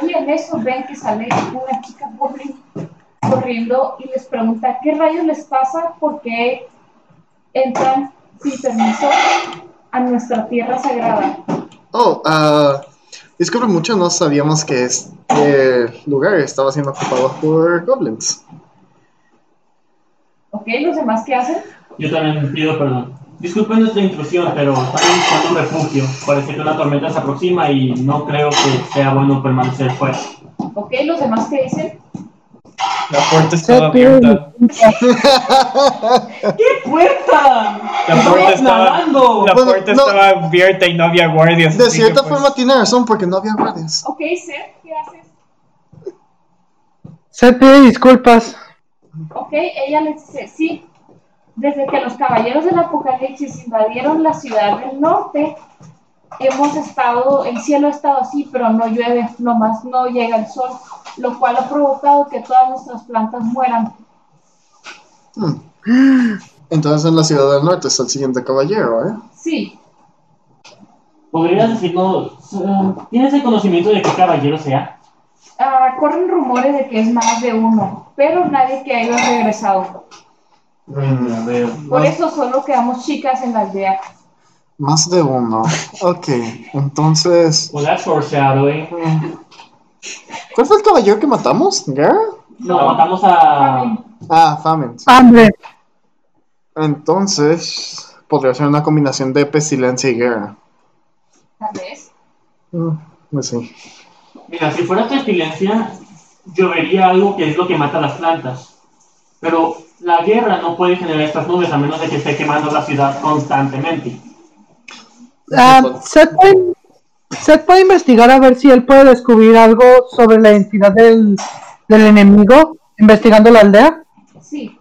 [SPEAKER 5] Y en eso ven que sale una chica goblin corriendo y les pregunta qué rayos les pasa porque entran sin permiso a nuestra tierra sagrada.
[SPEAKER 4] Oh, ah, disculpe mucho, no sabíamos que este lugar estaba siendo ocupado por goblins.
[SPEAKER 5] ¿Ok? ¿Los demás qué hacen?
[SPEAKER 6] Yo también pido perdón. Disculpen nuestra intrusión, pero estamos buscando un refugio. Parece que una tormenta se aproxima y no creo que sea bueno permanecer fuera.
[SPEAKER 5] ¿Ok? ¿Los demás qué dicen?
[SPEAKER 3] La puerta
[SPEAKER 2] se
[SPEAKER 3] estaba
[SPEAKER 2] pide
[SPEAKER 3] abierta.
[SPEAKER 2] disculpas.
[SPEAKER 6] ¡Qué puerta!
[SPEAKER 3] La puerta
[SPEAKER 6] Estamos
[SPEAKER 3] estaba,
[SPEAKER 6] nadando!
[SPEAKER 3] la
[SPEAKER 4] Bueno,
[SPEAKER 3] puerta
[SPEAKER 4] no.
[SPEAKER 3] estaba abierta y no había guardias.
[SPEAKER 4] De
[SPEAKER 3] así que,
[SPEAKER 4] cierta
[SPEAKER 3] pues,
[SPEAKER 4] forma tiene razón porque no había guardias.
[SPEAKER 5] ¿Ok? ¿Seth? ¿Qué haces?
[SPEAKER 2] Se pide disculpas.
[SPEAKER 5] Ok, ella les dice, sí, desde que los caballeros del Apocalipsis invadieron la ciudad del norte, hemos estado, el cielo ha estado así, pero no llueve, nomás no llega el sol, lo cual ha provocado que todas nuestras plantas mueran.
[SPEAKER 4] Hmm. Entonces en la ciudad del norte está el siguiente caballero, ¿eh?
[SPEAKER 5] Sí,
[SPEAKER 6] ¿Podrías decirnos, eh, tienes el conocimiento de qué caballero sea?
[SPEAKER 5] ah, corren rumores de que es más de uno, pero nadie que haya regresado.
[SPEAKER 6] Mm, A ver,
[SPEAKER 5] Por eso solo quedamos chicas en la aldea.
[SPEAKER 4] Más de uno. Ok, entonces...
[SPEAKER 6] Well, that's foreshadowing.
[SPEAKER 4] mm. ¿Cuál fue el caballero que matamos? ¿Gara?
[SPEAKER 6] No, matamos a...
[SPEAKER 4] Ah, Famine.
[SPEAKER 2] Hambre.
[SPEAKER 4] Entonces, podría ser una combinación de pestilencia y guerra.
[SPEAKER 5] Tal vez.
[SPEAKER 4] Mm, pues sí.
[SPEAKER 6] Mira, si fuera pestilencia, llovería algo que es lo que mata las plantas. Pero la guerra no puede generar estas nubes a menos de que esté quemando la ciudad constantemente.
[SPEAKER 2] Ah, Seth, puede, Seth puede investigar a ver si él puede descubrir algo sobre la identidad del, del enemigo, investigando la aldea.
[SPEAKER 5] Sí.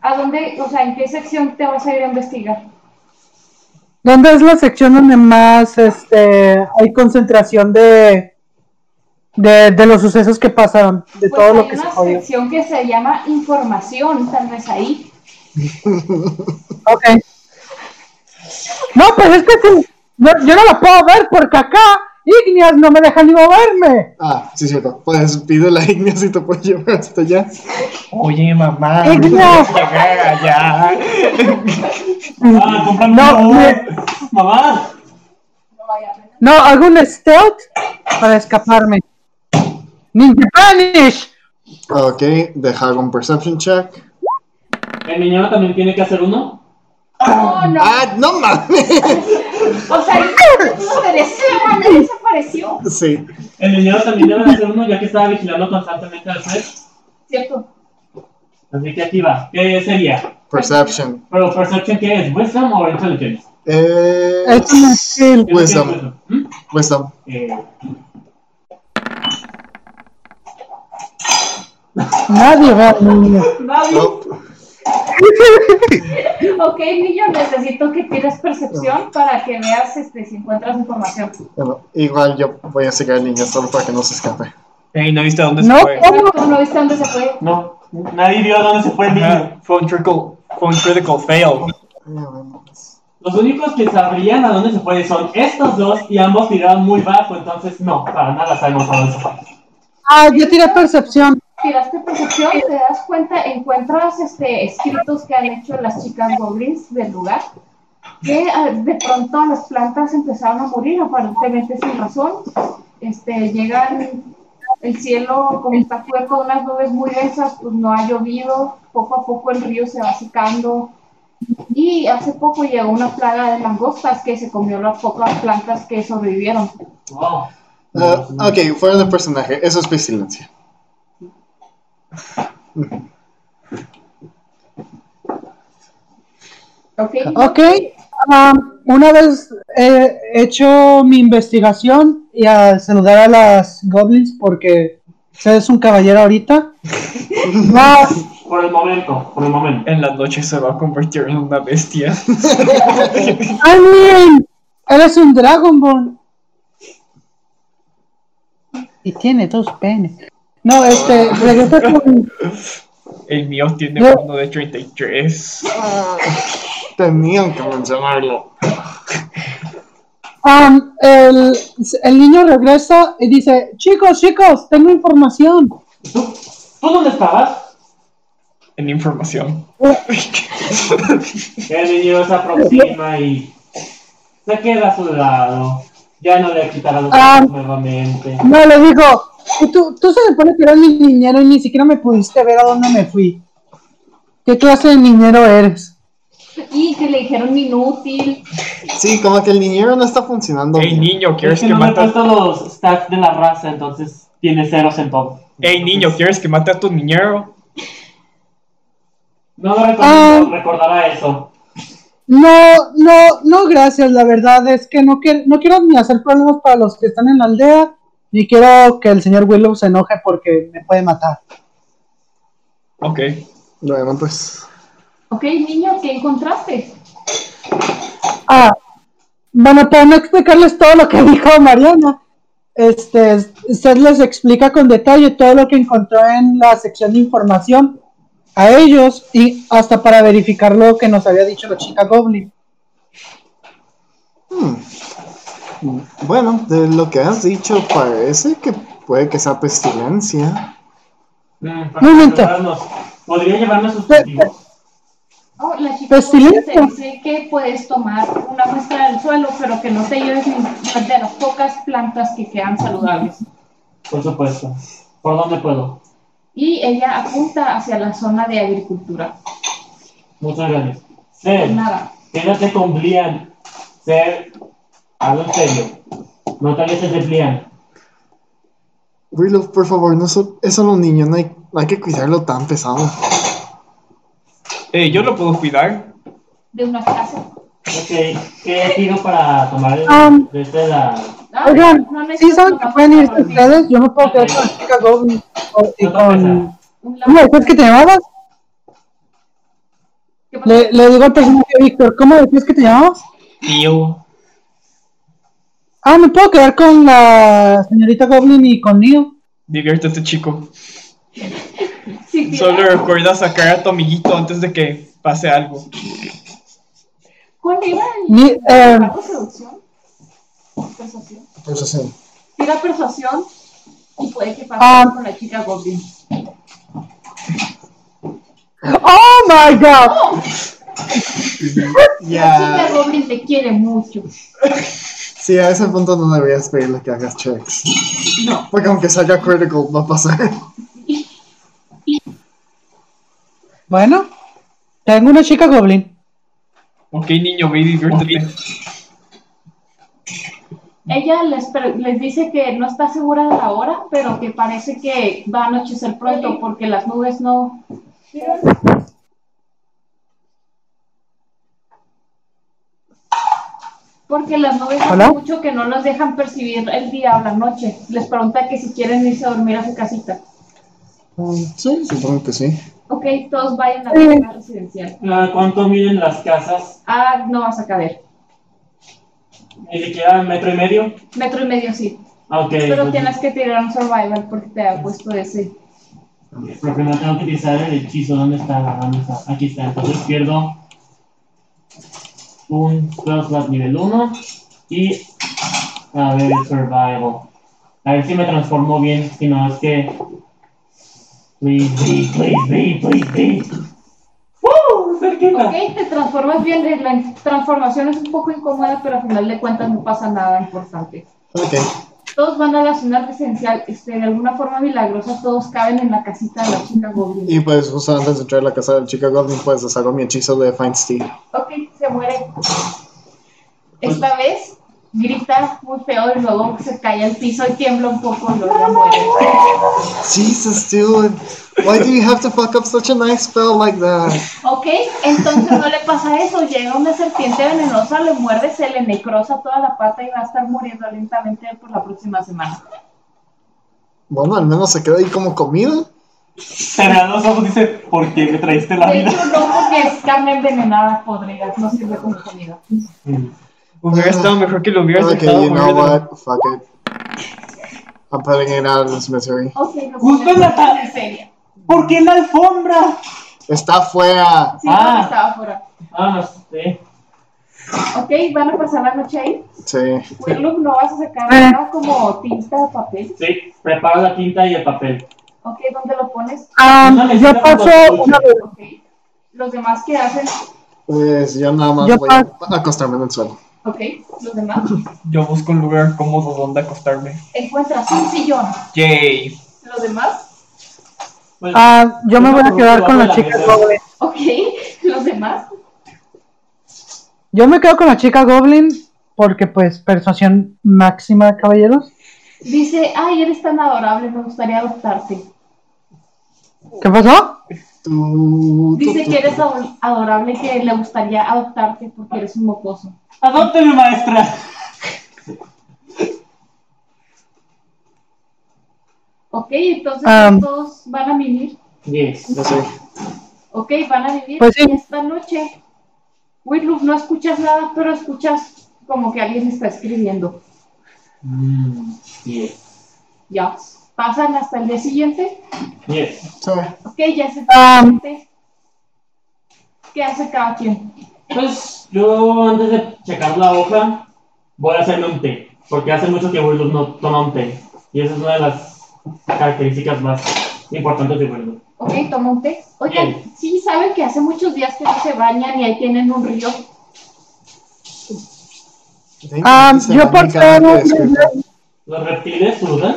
[SPEAKER 5] ¿A dónde, o sea, en qué sección te vas a ir a investigar?
[SPEAKER 2] ¿Dónde es la sección donde más este, hay concentración de, de, de los sucesos que pasaron? De
[SPEAKER 5] Pues
[SPEAKER 2] todo
[SPEAKER 5] hay
[SPEAKER 2] lo que se
[SPEAKER 5] una
[SPEAKER 2] jodió.
[SPEAKER 5] sección que se llama información, tal vez ahí.
[SPEAKER 2] Ok. No, pues es que sí, no, yo no la puedo ver porque acá Igneas no me deja ni moverme.
[SPEAKER 4] Ah, sí, cierto. Pues pide la ignia si te puede llevar hasta allá.
[SPEAKER 3] Oye, mamá.
[SPEAKER 2] Igneas.
[SPEAKER 3] Ya.
[SPEAKER 6] Ah, compran
[SPEAKER 2] Mm.
[SPEAKER 6] un
[SPEAKER 2] No,
[SPEAKER 6] robot.
[SPEAKER 2] me-
[SPEAKER 6] mamá.
[SPEAKER 5] No vaya-
[SPEAKER 2] No, hago un stealth para escaparme. Ninja Panish.
[SPEAKER 4] Ok, deja un perception check.
[SPEAKER 6] El niño también tiene que hacer uno.
[SPEAKER 5] No, no.
[SPEAKER 4] ¡Ah, no mames!
[SPEAKER 5] O sea, desapareció, nadie desapareció.
[SPEAKER 4] Sí.
[SPEAKER 6] El niño también debe de hacer uno ya que estaba vigilando constantemente al ser.
[SPEAKER 5] ¿Cierto?
[SPEAKER 6] Así que aquí va. ¿Qué sería?
[SPEAKER 4] Perception.
[SPEAKER 6] Pero perception qué es? Wisdom o intelligence?
[SPEAKER 4] Es...
[SPEAKER 2] Es un skill.
[SPEAKER 6] ¿Qué es lo que es
[SPEAKER 4] Wisdom.
[SPEAKER 6] ¿Mm?
[SPEAKER 4] Wisdom.
[SPEAKER 6] Eh,
[SPEAKER 2] Nadie ve al niño.
[SPEAKER 4] Nope.
[SPEAKER 5] Ok, niño, necesito que tires percepción para que veas este, si encuentras información.
[SPEAKER 4] Bueno, igual yo voy a seguir al niño solo para que no se escape.
[SPEAKER 3] Ey, no viste dónde
[SPEAKER 2] No,
[SPEAKER 3] se fue.
[SPEAKER 2] ¿cómo?
[SPEAKER 5] ¿Tú no viste dónde se fue?
[SPEAKER 6] no, nadie vio a dónde se fue el niño.
[SPEAKER 3] Ajá, Fue un critical, fue un critical fail.
[SPEAKER 4] Ah,
[SPEAKER 6] Los únicos que sabrían a dónde se fue son estos dos y ambos tiraron muy bajo, entonces no, para nada sabemos a dónde se fue.
[SPEAKER 2] Ah, yo tiré percepción.
[SPEAKER 5] Tiraste percepción, te das cuenta, encuentras este, escritos que han hecho las chicas goblins del lugar, que ah, de pronto las plantas empezaron a morir, aparentemente sin razón. Este, llegan el cielo como está cubierto de unas nubes muy densas, pues no ha llovido, poco a poco el río se va secando. Y hace poco llegó una plaga de langostas que se comió las pocas plantas que sobrevivieron.
[SPEAKER 6] Wow.
[SPEAKER 4] Ah, ok, fuera del personaje. Eso es pestilencia.
[SPEAKER 5] ¿Ok?
[SPEAKER 2] Ok. am, una vez eh, hecho mi investigación y a saludar a las goblins porque usted es un caballero ahorita. Ah, Va-
[SPEAKER 6] Por el momento, por el momento.
[SPEAKER 3] En la noche se va a convertir en una bestia.
[SPEAKER 2] I mean, eres un Dragonborn. Y tiene dos penes. No, este, regresa con.
[SPEAKER 3] El mío tiene
[SPEAKER 2] No.
[SPEAKER 3] uno de 33.
[SPEAKER 4] Tenían que mencionarlo.
[SPEAKER 2] am, ah, el, el niño regresa y dice: Chicos, chicos, tengo información.
[SPEAKER 6] ¿Tú, ¿Tú dónde estabas?
[SPEAKER 3] En información.
[SPEAKER 6] El niño se aproxima y se queda a su lado. Ya no le quitará los
[SPEAKER 2] Ah.
[SPEAKER 6] ojos nuevamente.
[SPEAKER 2] No, le digo, tú, tú se supone que eras mi niñero y ni siquiera me pudiste ver a dónde me fui. ¿Qué clase de niñero eres?
[SPEAKER 5] Y que le dijeron inútil,
[SPEAKER 4] Sí, como que el niñero no está funcionando.
[SPEAKER 3] Ey,
[SPEAKER 4] bien.
[SPEAKER 3] niño, ¿quieres
[SPEAKER 6] Es
[SPEAKER 3] que,
[SPEAKER 6] que no le he
[SPEAKER 3] mate a...
[SPEAKER 6] puesto los stats de la raza, entonces tiene ceros en todo.
[SPEAKER 3] Ey, niño, ¿quieres que mate a tu niñero?
[SPEAKER 6] No lo recomiendo,
[SPEAKER 2] Ah.
[SPEAKER 6] recordará eso.
[SPEAKER 2] No, no, no, gracias. La verdad es que no, quie- no quiero ni hacer problemas para los que están en la aldea, Y quiero que el señor Willow se enoje porque me puede matar.
[SPEAKER 3] Ok.
[SPEAKER 4] Bueno, pues.
[SPEAKER 5] Ok, niño, ¿qué encontraste?
[SPEAKER 2] Ah, bueno, para no explicarles todo lo que dijo Mariana, este, Seth les explica con detalle todo lo que encontró en la sección de información a ellos y hasta para verificar lo que nos había dicho la chica Goblin.
[SPEAKER 4] Hmm. Bueno, de lo que has dicho parece que puede que sea pestilencia.
[SPEAKER 6] Mm, para
[SPEAKER 2] Momento.
[SPEAKER 6] llevarnos. Podría llevarme sus
[SPEAKER 2] Pe-
[SPEAKER 6] testigos.
[SPEAKER 5] Oh, la chica
[SPEAKER 2] Pues sí,
[SPEAKER 5] bonita te
[SPEAKER 2] listo.
[SPEAKER 5] dice que puedes tomar una muestra del suelo, pero que no te lleves ni ni de las pocas plantas que quedan saludables.
[SPEAKER 6] Por supuesto. ¿Por dónde puedo?
[SPEAKER 5] Y ella apunta hacia la zona de agricultura.
[SPEAKER 6] Muchas gracias.
[SPEAKER 5] Pues
[SPEAKER 6] Ser,
[SPEAKER 5] nada.
[SPEAKER 6] quédate con Blian. Ser, hablo en serio. No te alejes de Blian.
[SPEAKER 4] Willow, por favor, no so- es solo un niño, no hay, no hay que cuidarlo tan pesado.
[SPEAKER 3] Eh, yo lo puedo cuidar.
[SPEAKER 5] de una casa.
[SPEAKER 6] Ok, ¿qué tiro para tomar el,
[SPEAKER 2] Um,
[SPEAKER 6] desde la...
[SPEAKER 5] Ah,
[SPEAKER 2] Oigan,
[SPEAKER 5] no
[SPEAKER 2] si
[SPEAKER 5] necesito
[SPEAKER 2] saben que
[SPEAKER 5] tomar
[SPEAKER 2] pueden
[SPEAKER 5] una
[SPEAKER 2] ir
[SPEAKER 5] reunión.
[SPEAKER 2] ustedes, yo me puedo quedar con la chica Goblin. o- y
[SPEAKER 6] No te
[SPEAKER 2] con...
[SPEAKER 5] Un
[SPEAKER 2] ¿Cómo
[SPEAKER 5] lado.
[SPEAKER 2] decías que te llamabas?
[SPEAKER 5] ¿Qué pasa?
[SPEAKER 2] Le, le digo al personaje Víctor, ¿cómo decías que te llamabas?
[SPEAKER 3] Tío.
[SPEAKER 2] Ah, me puedo quedar con la señorita Goblin y con Neo.
[SPEAKER 3] Diviértete, chico.
[SPEAKER 5] Sí, sí,
[SPEAKER 3] Solo
[SPEAKER 5] ah,
[SPEAKER 3] recuerda sacar a tu amiguito antes de que pase algo.
[SPEAKER 5] ¿Cuál era el
[SPEAKER 2] Ni- eh,
[SPEAKER 5] ¿Era seducción? Persuasión.
[SPEAKER 4] Pues así.
[SPEAKER 5] Tira persuasión y puede que pase
[SPEAKER 2] Ah.
[SPEAKER 5] con la chica Goblin.
[SPEAKER 2] ¡Oh, my God!
[SPEAKER 5] La chica
[SPEAKER 4] Ya.
[SPEAKER 5] Goblin te quiere mucho.
[SPEAKER 4] Sí, a ese punto no deberías pedirle que hagas checks.
[SPEAKER 5] No.
[SPEAKER 4] Porque aunque salga critical, va a pasar.
[SPEAKER 2] Bueno, tengo una chica Goblin.
[SPEAKER 3] Ok, niño, ve y diviértete.
[SPEAKER 5] Ella les, pre- les dice que no está segura de la hora, pero que parece que va a anochecer pronto porque las nubes no. Porque las nubes hace
[SPEAKER 2] ¿Hola?
[SPEAKER 5] mucho que no los dejan percibir el día o la noche. Les pregunta que si quieren irse a dormir a su casita.
[SPEAKER 4] Sí, supongo que sí.
[SPEAKER 5] Ok, todos vayan a la casa residencial.
[SPEAKER 6] Ah, ¿Cuánto miden las casas?
[SPEAKER 5] Ah, no vas a caber.
[SPEAKER 6] Ni siquiera metro y medio.
[SPEAKER 5] Metro y medio sí.
[SPEAKER 6] Ah, Ok.
[SPEAKER 5] Pero
[SPEAKER 6] pues,
[SPEAKER 5] tienes que tirar un survival porque te ha puesto ese.
[SPEAKER 6] Pero primero tengo que utilizar el hechizo. ¿Dónde está? ¿Dónde está? Aquí está. Entonces pierdo un plus más nivel 1 y a ver survival. A ver si me transformo bien. Si no, es que. Please, please, please, please, please, please. ¡Woo! Cerquita.
[SPEAKER 5] Ok, te transformas bien, eh, la transformación es un poco incómoda, pero al final de cuentas no pasa nada importante.
[SPEAKER 4] Ok.
[SPEAKER 5] Todos van a la zona residencial, este, de alguna forma milagrosa, todos caben en la casita de la chica Goblin.
[SPEAKER 4] Y pues justo antes de entrar a la casa del chica Goblin, pues deshago mi hechizo de Find Steel.
[SPEAKER 5] Ok, se muere. Esta vez grita muy feo y luego se cae al piso y tiembla un poco y luego ya muere.
[SPEAKER 4] Jesus, dude. Why do you have to fuck up such a nice spell like that?
[SPEAKER 5] Ok, entonces no le pasa eso, llega una serpiente venenosa, le muerde, se le necrosa toda la pata y va a estar muriendo lentamente por la próxima semana.
[SPEAKER 4] Bueno, al menos se queda ahí como comida.
[SPEAKER 6] Cerrar los ojos dice: ¿Por qué me traíste la
[SPEAKER 5] De
[SPEAKER 6] vida?
[SPEAKER 5] hecho, no, porque es carne envenenada podrida, no sirve como comida.
[SPEAKER 6] Mm.
[SPEAKER 3] Hubiera estado mejor que lo hubieras
[SPEAKER 4] Okay,
[SPEAKER 3] dejado
[SPEAKER 4] Ah. you know
[SPEAKER 3] morir de-
[SPEAKER 4] what? Fuck it. I'm putting it out of this misery.
[SPEAKER 5] Ok, no pues,
[SPEAKER 6] Justo en la tarde.
[SPEAKER 5] seria.
[SPEAKER 6] ¿Por qué la alfombra?
[SPEAKER 4] Está fuera.
[SPEAKER 5] Sí,
[SPEAKER 6] Ah.
[SPEAKER 5] porque estaba fuera.
[SPEAKER 6] Vámonos, Ah, sí.
[SPEAKER 5] Ok, van a pasar la noche ahí.
[SPEAKER 4] Sí.
[SPEAKER 5] Willow, no vas a sacar
[SPEAKER 6] Ah.
[SPEAKER 5] nada como tinta de papel.
[SPEAKER 6] Sí, preparo la tinta y el papel.
[SPEAKER 5] Ok, ¿dónde lo pones?
[SPEAKER 2] Ah, yo paso una vez.
[SPEAKER 5] Ok. Los demás que hacen.
[SPEAKER 4] Pues yo nada más
[SPEAKER 2] Yo
[SPEAKER 4] voy a acostarme en el suelo.
[SPEAKER 5] Ok, los demás.
[SPEAKER 3] Yo busco un lugar cómodo donde acostarme.
[SPEAKER 5] Encuentras un sillón.
[SPEAKER 3] Yay.
[SPEAKER 5] Los demás.
[SPEAKER 6] Pues,
[SPEAKER 2] Ah, yo me voy a quedar con la chica Goblin.
[SPEAKER 5] Ok, los demás.
[SPEAKER 2] Yo me quedo con la chica Goblin porque, pues, persuasión máxima, caballeros.
[SPEAKER 5] Dice, ay, eres tan adorable, me gustaría adoptarte.
[SPEAKER 2] ¿Qué pasó?
[SPEAKER 4] Tú, tú,
[SPEAKER 5] Dice
[SPEAKER 4] tú.
[SPEAKER 5] que eres ado- adorable, que le gustaría adoptarte porque eres un mocoso.
[SPEAKER 6] Adópteme, maestra.
[SPEAKER 5] Ok, entonces
[SPEAKER 2] Am.
[SPEAKER 5] todos van a vivir.
[SPEAKER 6] Yes.
[SPEAKER 4] No sé.
[SPEAKER 5] Ok, van a vivir.
[SPEAKER 2] Pues sí.
[SPEAKER 5] Y esta noche, Whitloop, no escuchas nada, pero escuchas como que alguien está escribiendo.
[SPEAKER 6] Mm, yes.
[SPEAKER 5] Ya. Pasan hasta el día siguiente.
[SPEAKER 6] Yes.
[SPEAKER 4] Sabe.
[SPEAKER 5] Ok, ya se
[SPEAKER 2] Am.
[SPEAKER 5] ¿Qué hace cada quien?
[SPEAKER 6] Pues yo antes de checar la hoja voy a hacerme un té, porque hace mucho que Willow no toma un té. Y esa es una de las características más importantes de Willow.
[SPEAKER 5] Ok, toma un té. Oigan,
[SPEAKER 6] Bien.
[SPEAKER 5] sí, saben que hace muchos días que no se bañan y ahí tienen un río.
[SPEAKER 2] Ah,
[SPEAKER 4] Se
[SPEAKER 2] yo
[SPEAKER 4] baña
[SPEAKER 2] por
[SPEAKER 4] cada
[SPEAKER 2] ser
[SPEAKER 4] vez
[SPEAKER 2] un
[SPEAKER 4] que despierta.
[SPEAKER 6] ¿Los reptiles sudan?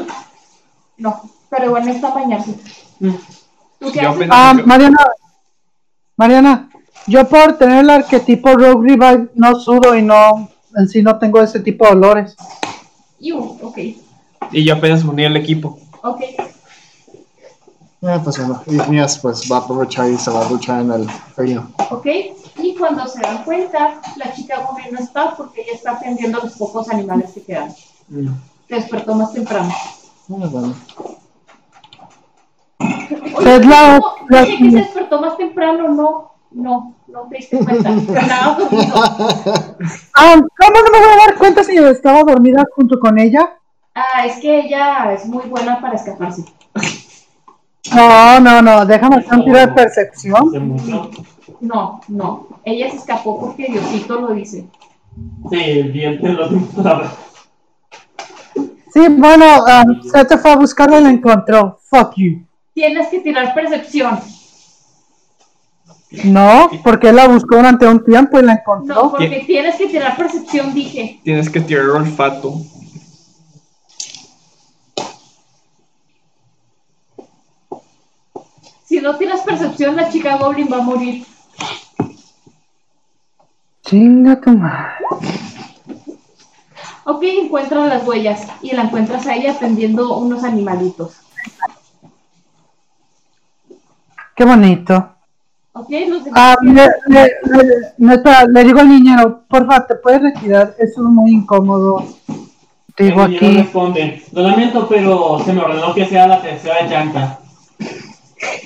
[SPEAKER 5] No, pero igual necesita bañarse.
[SPEAKER 6] Mm.
[SPEAKER 5] ¿Tú qué
[SPEAKER 3] Yo
[SPEAKER 5] haces?
[SPEAKER 3] pensé-
[SPEAKER 2] Ah, Mariana, Mariana, yo por tener el arquetipo Rogue Revive no sudo y no, en sí no tengo ese tipo de olores.
[SPEAKER 5] Iu, ok,
[SPEAKER 3] Y yo apenas me uní al equipo.
[SPEAKER 5] ok.
[SPEAKER 4] Eh, pues bueno, Igneas pues va a aprovechar y se va a duchar en el río.
[SPEAKER 5] ¿ok? Y cuando se dan cuenta, la chica Gumi no está porque ella está atendiendo a los pocos animales que quedan.
[SPEAKER 6] Mm.
[SPEAKER 5] Se despertó más temprano.
[SPEAKER 4] Eh, bueno.
[SPEAKER 2] Es la-
[SPEAKER 5] no,
[SPEAKER 2] la-
[SPEAKER 5] dije que se despertó más temprano, no, no, no te diste cuenta. Estaba dormido.
[SPEAKER 2] Ah, ¿Cómo no me voy a dar cuenta si yo estaba dormida junto con ella?
[SPEAKER 5] Ah, es que ella es muy buena para escaparse.
[SPEAKER 2] No, no, no, déjame hacer un tiro de percepción.
[SPEAKER 6] ¿Se mucho?
[SPEAKER 5] No, no. Ella se escapó porque Diosito lo dice.
[SPEAKER 6] Sí, el diente lo
[SPEAKER 2] Sí, bueno, ah, se te fue a buscarla y la encontró. Fuck you.
[SPEAKER 5] Tienes que tirar percepción.
[SPEAKER 2] No, porque él la buscó durante un tiempo y la encontró.
[SPEAKER 5] No, porque tienes que tirar percepción, dije.
[SPEAKER 3] Tienes que tirar olfato.
[SPEAKER 5] Si no tiras percepción, la chica Goblin va a morir.
[SPEAKER 2] Chinga tu madre.
[SPEAKER 5] Ok, encuentras las huellas y la encuentras a ella atendiendo unos animalitos.
[SPEAKER 2] Qué bonito.
[SPEAKER 5] Ok, los
[SPEAKER 2] Ah,
[SPEAKER 5] demás.
[SPEAKER 2] le, le- le- no, espera, le digo al niñero, porfa, te puedes retirar, eso es muy incómodo. Digo
[SPEAKER 6] El niño
[SPEAKER 2] aquí.
[SPEAKER 6] responde, lo lamento, pero se me ordenó que sea la tercera llanta.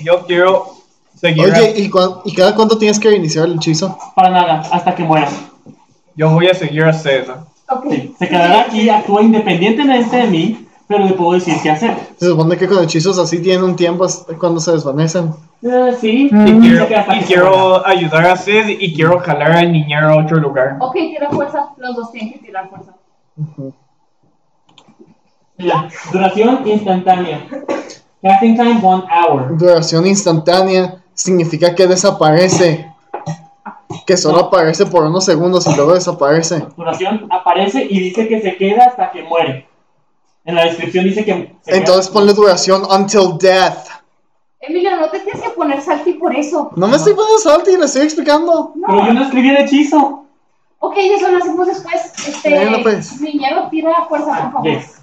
[SPEAKER 3] Yo quiero seguir.
[SPEAKER 4] Oye, ¿y, cua- ¿y cada cuánto tienes que reiniciar el hechizo?
[SPEAKER 6] Para nada, hasta que muera.
[SPEAKER 3] a- yo voy a seguir a Seda.
[SPEAKER 5] Ok.
[SPEAKER 6] Sí, Se quedará aquí, actúa independientemente de mí, pero le puedo decir qué hacer.
[SPEAKER 4] Se supone que con hechizos así tienen un tiempo hasta cuando se desvanecen.
[SPEAKER 6] Eh, sí,
[SPEAKER 3] Y
[SPEAKER 2] Mm.
[SPEAKER 3] quiero,
[SPEAKER 6] se queda hasta
[SPEAKER 3] y
[SPEAKER 6] que muera.
[SPEAKER 3] quiero ayudar a Sed y quiero jalar al niñero a otro lugar.
[SPEAKER 5] Ok, tira fuerza. Los dos tienen que tirar fuerza.
[SPEAKER 4] Ujú.
[SPEAKER 6] Mira, Duración instantánea. Casting time one hour.
[SPEAKER 4] Duración instantánea significa que desaparece. Que solo aparece por unos segundos y luego desaparece.
[SPEAKER 6] Duración aparece y dice que se queda hasta que muere. En la descripción dice que se
[SPEAKER 4] Entonces
[SPEAKER 6] queda.
[SPEAKER 4] ponle duración until death.
[SPEAKER 5] Emilio, no te tienes que poner salty por eso.
[SPEAKER 4] No me estoy poniendo salty, le estoy explicando.
[SPEAKER 6] Pero yo
[SPEAKER 5] No.
[SPEAKER 6] no escribí el hechizo.
[SPEAKER 5] Ok, eso lo hacemos después. Este,
[SPEAKER 4] Bueno, pues.
[SPEAKER 5] niñero, tira fuerza, por favor.
[SPEAKER 6] Yes.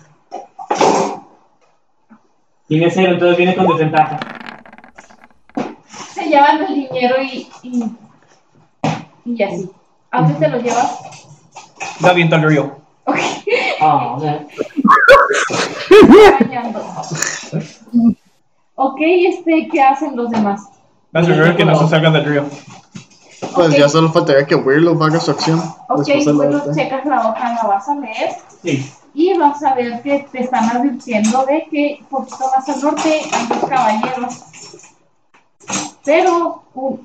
[SPEAKER 6] Tiene cero, entonces viene con desventaja.
[SPEAKER 5] Se llevan el niñero y, y, y así. ¿A dónde te lo llevas?
[SPEAKER 3] Da viento al río.
[SPEAKER 5] Ok,
[SPEAKER 6] Ah, ok.
[SPEAKER 5] bañando. Ok, este, ¿qué hacen los demás?
[SPEAKER 3] Va a asegurar que no se salga del río.
[SPEAKER 4] Pues
[SPEAKER 5] Ok.
[SPEAKER 4] ya solo faltaría que Weirdo haga su acción.
[SPEAKER 6] Pues,
[SPEAKER 5] Ok,
[SPEAKER 4] después de la
[SPEAKER 5] bueno,
[SPEAKER 4] otra.
[SPEAKER 5] checas la hoja, la vas a leer
[SPEAKER 6] Sí.
[SPEAKER 5] y vas a ver que te están advirtiendo de que un poquito más al norte hay dos caballeros. Pero u-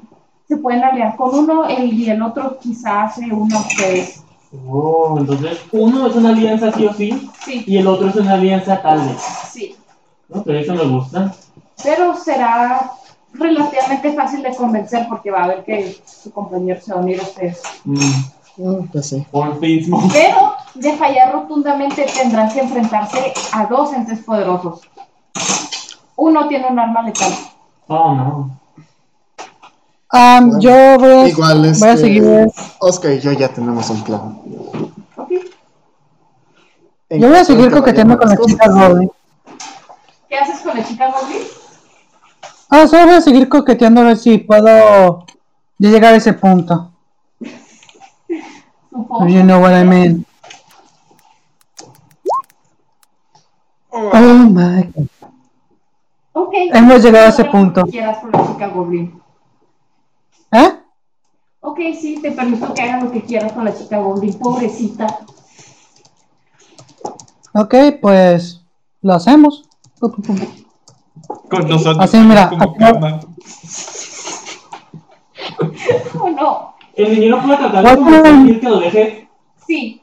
[SPEAKER 5] se pueden aliar con uno el- y el otro quizás se una a ustedes.
[SPEAKER 6] Oh, entonces uno es una alianza sí o sí
[SPEAKER 5] Sí,
[SPEAKER 6] y el otro es una alianza tal vez.
[SPEAKER 5] sí.
[SPEAKER 6] ¿no? Pero eso me gusta.
[SPEAKER 5] Pero será relativamente fácil de convencer porque va a ver que su compañero se va a unir a ustedes.
[SPEAKER 6] Mm,
[SPEAKER 4] Mm, pues sí.
[SPEAKER 6] por fin.
[SPEAKER 5] Pero de fallar rotundamente tendrán que enfrentarse a dos entes poderosos. Uno tiene un arma letal.
[SPEAKER 6] Oh, no.
[SPEAKER 2] Ah, yo voy a,
[SPEAKER 4] Igual es.
[SPEAKER 2] voy a seguir.
[SPEAKER 4] Oscar y yo ya tenemos un plan.
[SPEAKER 5] Ok.
[SPEAKER 2] Yo voy a seguir coqueteando con la chica Goblin.
[SPEAKER 5] ¿Qué haces con la chica Goblin?
[SPEAKER 2] Ah, solo voy a seguir coqueteando a ver si puedo ya llegar a ese punto.
[SPEAKER 5] Supongo.
[SPEAKER 2] If you know what I mean. Oh my god.
[SPEAKER 5] Ok.
[SPEAKER 2] Hemos llegado a ese
[SPEAKER 5] Ahora,
[SPEAKER 2] punto.
[SPEAKER 5] Quieras por la chica Goblin.
[SPEAKER 2] ¿Eh?
[SPEAKER 5] Ok, sí, te permito que hagas lo que quieras con la chica Goblin, pobrecita.
[SPEAKER 2] Ok, pues lo hacemos. Pu, pu, pu.
[SPEAKER 3] Con nosotros.
[SPEAKER 2] Así, mira,
[SPEAKER 3] como
[SPEAKER 2] acá-
[SPEAKER 3] cama.
[SPEAKER 5] ¿O Oh, no?
[SPEAKER 6] El niño puede tratar de
[SPEAKER 2] Guau.
[SPEAKER 6] convencer que lo deje.
[SPEAKER 5] Sí,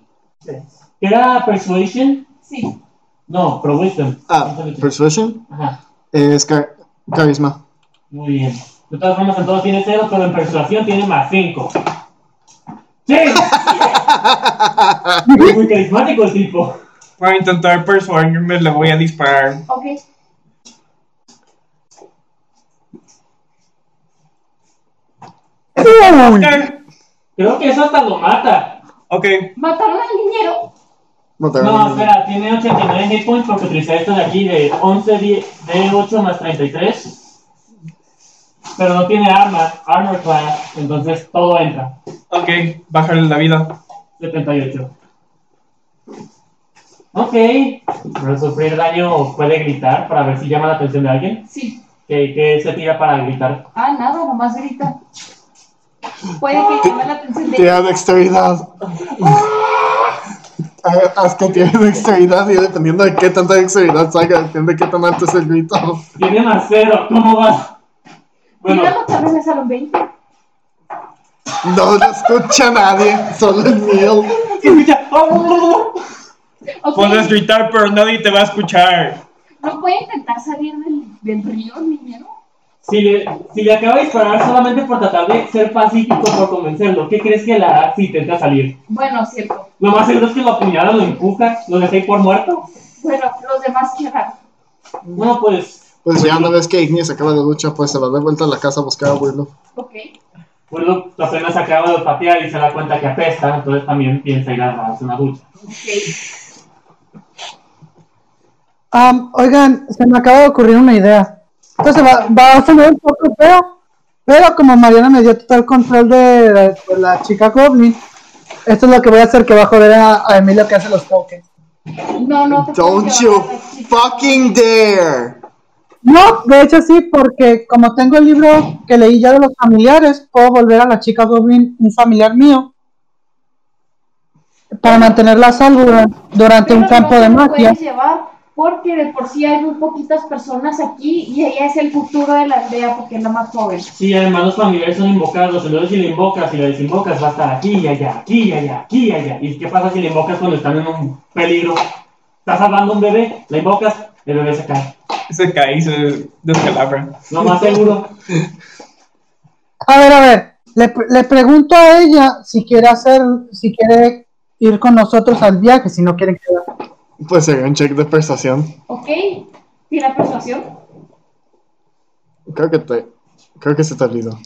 [SPEAKER 6] ¿Era Persuasion?
[SPEAKER 5] sí.
[SPEAKER 6] No, Pro Wisdom.
[SPEAKER 4] Ah, Persuasion
[SPEAKER 6] Ajá,
[SPEAKER 4] Eh, es car- carisma.
[SPEAKER 6] muy bien. De todas formas, en todo tiene cero, pero en persuasión tiene más 5. ¡Sí! Es muy carismático el tipo.
[SPEAKER 3] Para intentar persuadirme, le voy a disparar.
[SPEAKER 5] Ok.
[SPEAKER 2] Uy.
[SPEAKER 6] Creo que eso hasta lo mata.
[SPEAKER 3] Eh, Ok,
[SPEAKER 5] Mataron al niñero.
[SPEAKER 4] Matar a
[SPEAKER 6] No,
[SPEAKER 4] un-
[SPEAKER 6] espera, tiene 89 hit points porque utiliza esto de aquí de 11 die- de 8 más 33. Pero no tiene arma, armor class, entonces todo entra.
[SPEAKER 3] ok, bájale la vida.
[SPEAKER 6] 78. Ok. Pero sufrir daño puede gritar para ver si llama la atención de alguien.
[SPEAKER 5] Sí.
[SPEAKER 6] ¿Qué, qué se tira para gritar?
[SPEAKER 5] Ah, nada, nomás grita. Puede que llame la atención de
[SPEAKER 4] Tira dexteridad. Ah, Haz que tienes dexteridad y dependiendo de qué tanta dexteridad salga, depende de qué tan alto es el grito.
[SPEAKER 6] Tiene más cero, ¿cómo va? Bueno,
[SPEAKER 5] Míralo también en salón 20.
[SPEAKER 4] No lo escucha nadie, solo el mío.
[SPEAKER 5] Ok.
[SPEAKER 4] Pues
[SPEAKER 3] Puedes gritar, pero nadie te va a escuchar.
[SPEAKER 5] ¿No puede intentar salir del, del río el niñero?
[SPEAKER 6] si le, si le acaba de disparar solamente por tratar de ser pacífico, por convencerlo, ¿qué crees que le hará si intenta salir?
[SPEAKER 5] Bueno, cierto.
[SPEAKER 6] Lo más seguro es que lo apuñala, lo empuja, lo deja ir por muerto.
[SPEAKER 5] Bueno, los demás quedan.
[SPEAKER 6] No, pues,
[SPEAKER 4] Pues ya una vez que Ignis acaba la lucha, pues se va de vuelta a la casa a buscar a Willow.
[SPEAKER 5] Ok.
[SPEAKER 6] bueno, pues apenas acaba de patear y se da cuenta que apesta, entonces también piensa ir a darse una ducha.
[SPEAKER 5] Ok.
[SPEAKER 2] Am, Um, oigan, se me acaba de ocurrir una idea. Entonces va, va a sonar un poco feo, pero como Mariana me dio total control de, de la chica Goblin, esto es lo que voy a hacer, que va a joder a, a Emilio que hace los tokens.
[SPEAKER 5] No, no te
[SPEAKER 4] Don't
[SPEAKER 5] puedes
[SPEAKER 4] you
[SPEAKER 5] llevar a la chica.
[SPEAKER 4] fucking dare!
[SPEAKER 2] No, de hecho sí, porque como tengo el libro que leí ya de los familiares, puedo volver a la chica Goblin, un familiar mío, para mantenerla a salvo durante, durante
[SPEAKER 5] Pero
[SPEAKER 2] un campo
[SPEAKER 5] no te
[SPEAKER 2] de
[SPEAKER 5] lo
[SPEAKER 2] magia.
[SPEAKER 5] puedes llevar porque de por sí hay muy poquitas personas aquí y ella es el futuro de la aldea porque es la más joven.
[SPEAKER 6] Sí, además los familiares son invocados, entonces si le invocas y le desinvocas va a estar aquí y allá, aquí y allá, aquí y allá. ¿Y qué pasa si le invocas cuando están en un peligro? Estás salvando a un bebé, la invocas, el bebé se cae.
[SPEAKER 3] Se cae y se descalabra.
[SPEAKER 6] Lo más seguro.
[SPEAKER 2] A ver, a ver, le, le pregunto a ella si quiere hacer, si quiere ir con nosotros al viaje, si no quiere quedar.
[SPEAKER 4] Pues sería un check de prestación.
[SPEAKER 5] ¿Ok? ¿Tira persuasión?
[SPEAKER 4] Creo que te. Creo que se te olvidó.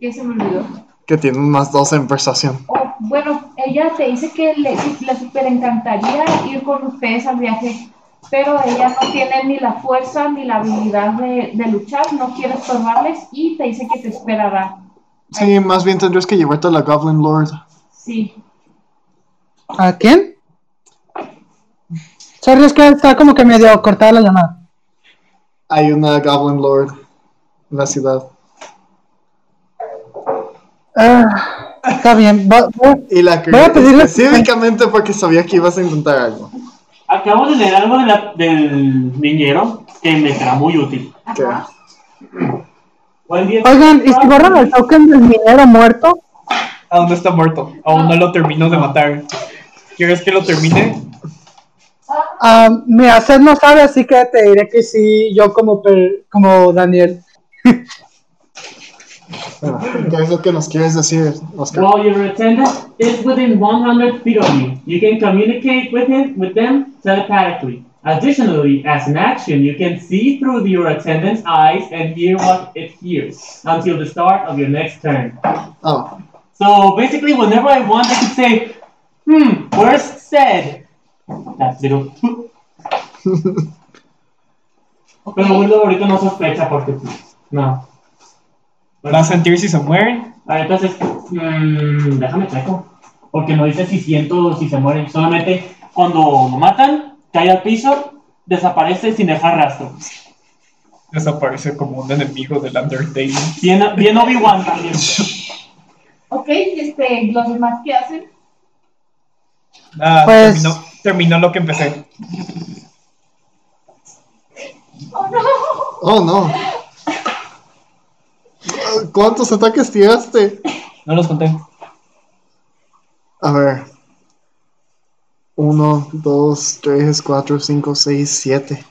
[SPEAKER 5] Ya se me olvidó.
[SPEAKER 4] Que tiene un más 12 en prestación.
[SPEAKER 5] Oh, bueno, ella te dice que le, le super encantaría ir con ustedes al viaje, pero ella no tiene ni la fuerza ni la habilidad de, de luchar, no quiere estorbarles y te dice que te esperará.
[SPEAKER 4] Sí, más bien tendrías que llevarte a la Goblin Lord.
[SPEAKER 5] Sí.
[SPEAKER 2] ¿A quién? Sorry, es que está como que medio cortada la llamada.
[SPEAKER 4] Hay una Goblin Lord en la ciudad.
[SPEAKER 2] Ah, está bien, va- va-
[SPEAKER 4] Y la
[SPEAKER 2] Voy a
[SPEAKER 4] creí
[SPEAKER 2] pedirle-
[SPEAKER 4] específicamente porque sabía que ibas a intentar algo.
[SPEAKER 6] Acabo de leer algo de la- del niñero que me será muy útil.
[SPEAKER 5] Ajá.
[SPEAKER 6] Buen día.
[SPEAKER 2] Oigan, ¿y si borran el token del minero muerto?
[SPEAKER 3] Aún no está muerto. Aún no lo termino de matar. ¿Quieres que lo termine?
[SPEAKER 2] Ah, mi hacer no sabe, así que te diré que sí, yo como, per- como Daniel.
[SPEAKER 4] Bueno, ¿Qué es lo que nos quieres decir, Oscar?
[SPEAKER 6] While your attendant is within 100 feet of you, you can communicate with him with them telepathically. Additionally, as an action, you can see through your attendant's eyes and hear what it hears until the start of your next turn.
[SPEAKER 4] Oh,
[SPEAKER 6] So basically, whenever I want, I can say, "Hmm, worst said." That little. Pero Willow ahorita no sospecha porque no.
[SPEAKER 3] ¿Va a sentir si se mueren?
[SPEAKER 6] Ah, entonces, mm, déjame checo. Porque no dice si siento o si se mueren. Solamente cuando lo matan, cae al piso, desaparece sin dejar rastro.
[SPEAKER 3] desaparece como un enemigo del Undertale.
[SPEAKER 6] Bien, bien Obi-Wan también.
[SPEAKER 5] Ok, este, los demás, ¿qué hacen?
[SPEAKER 3] Ah,
[SPEAKER 2] Pues-
[SPEAKER 3] terminó, terminó lo que empecé.
[SPEAKER 5] ¡Oh, no!
[SPEAKER 4] Oh, no. ¿Cuántos ataques tiraste?
[SPEAKER 3] No los conté.
[SPEAKER 4] A ver. 1, 2, 3, 4, 5, 6, 7.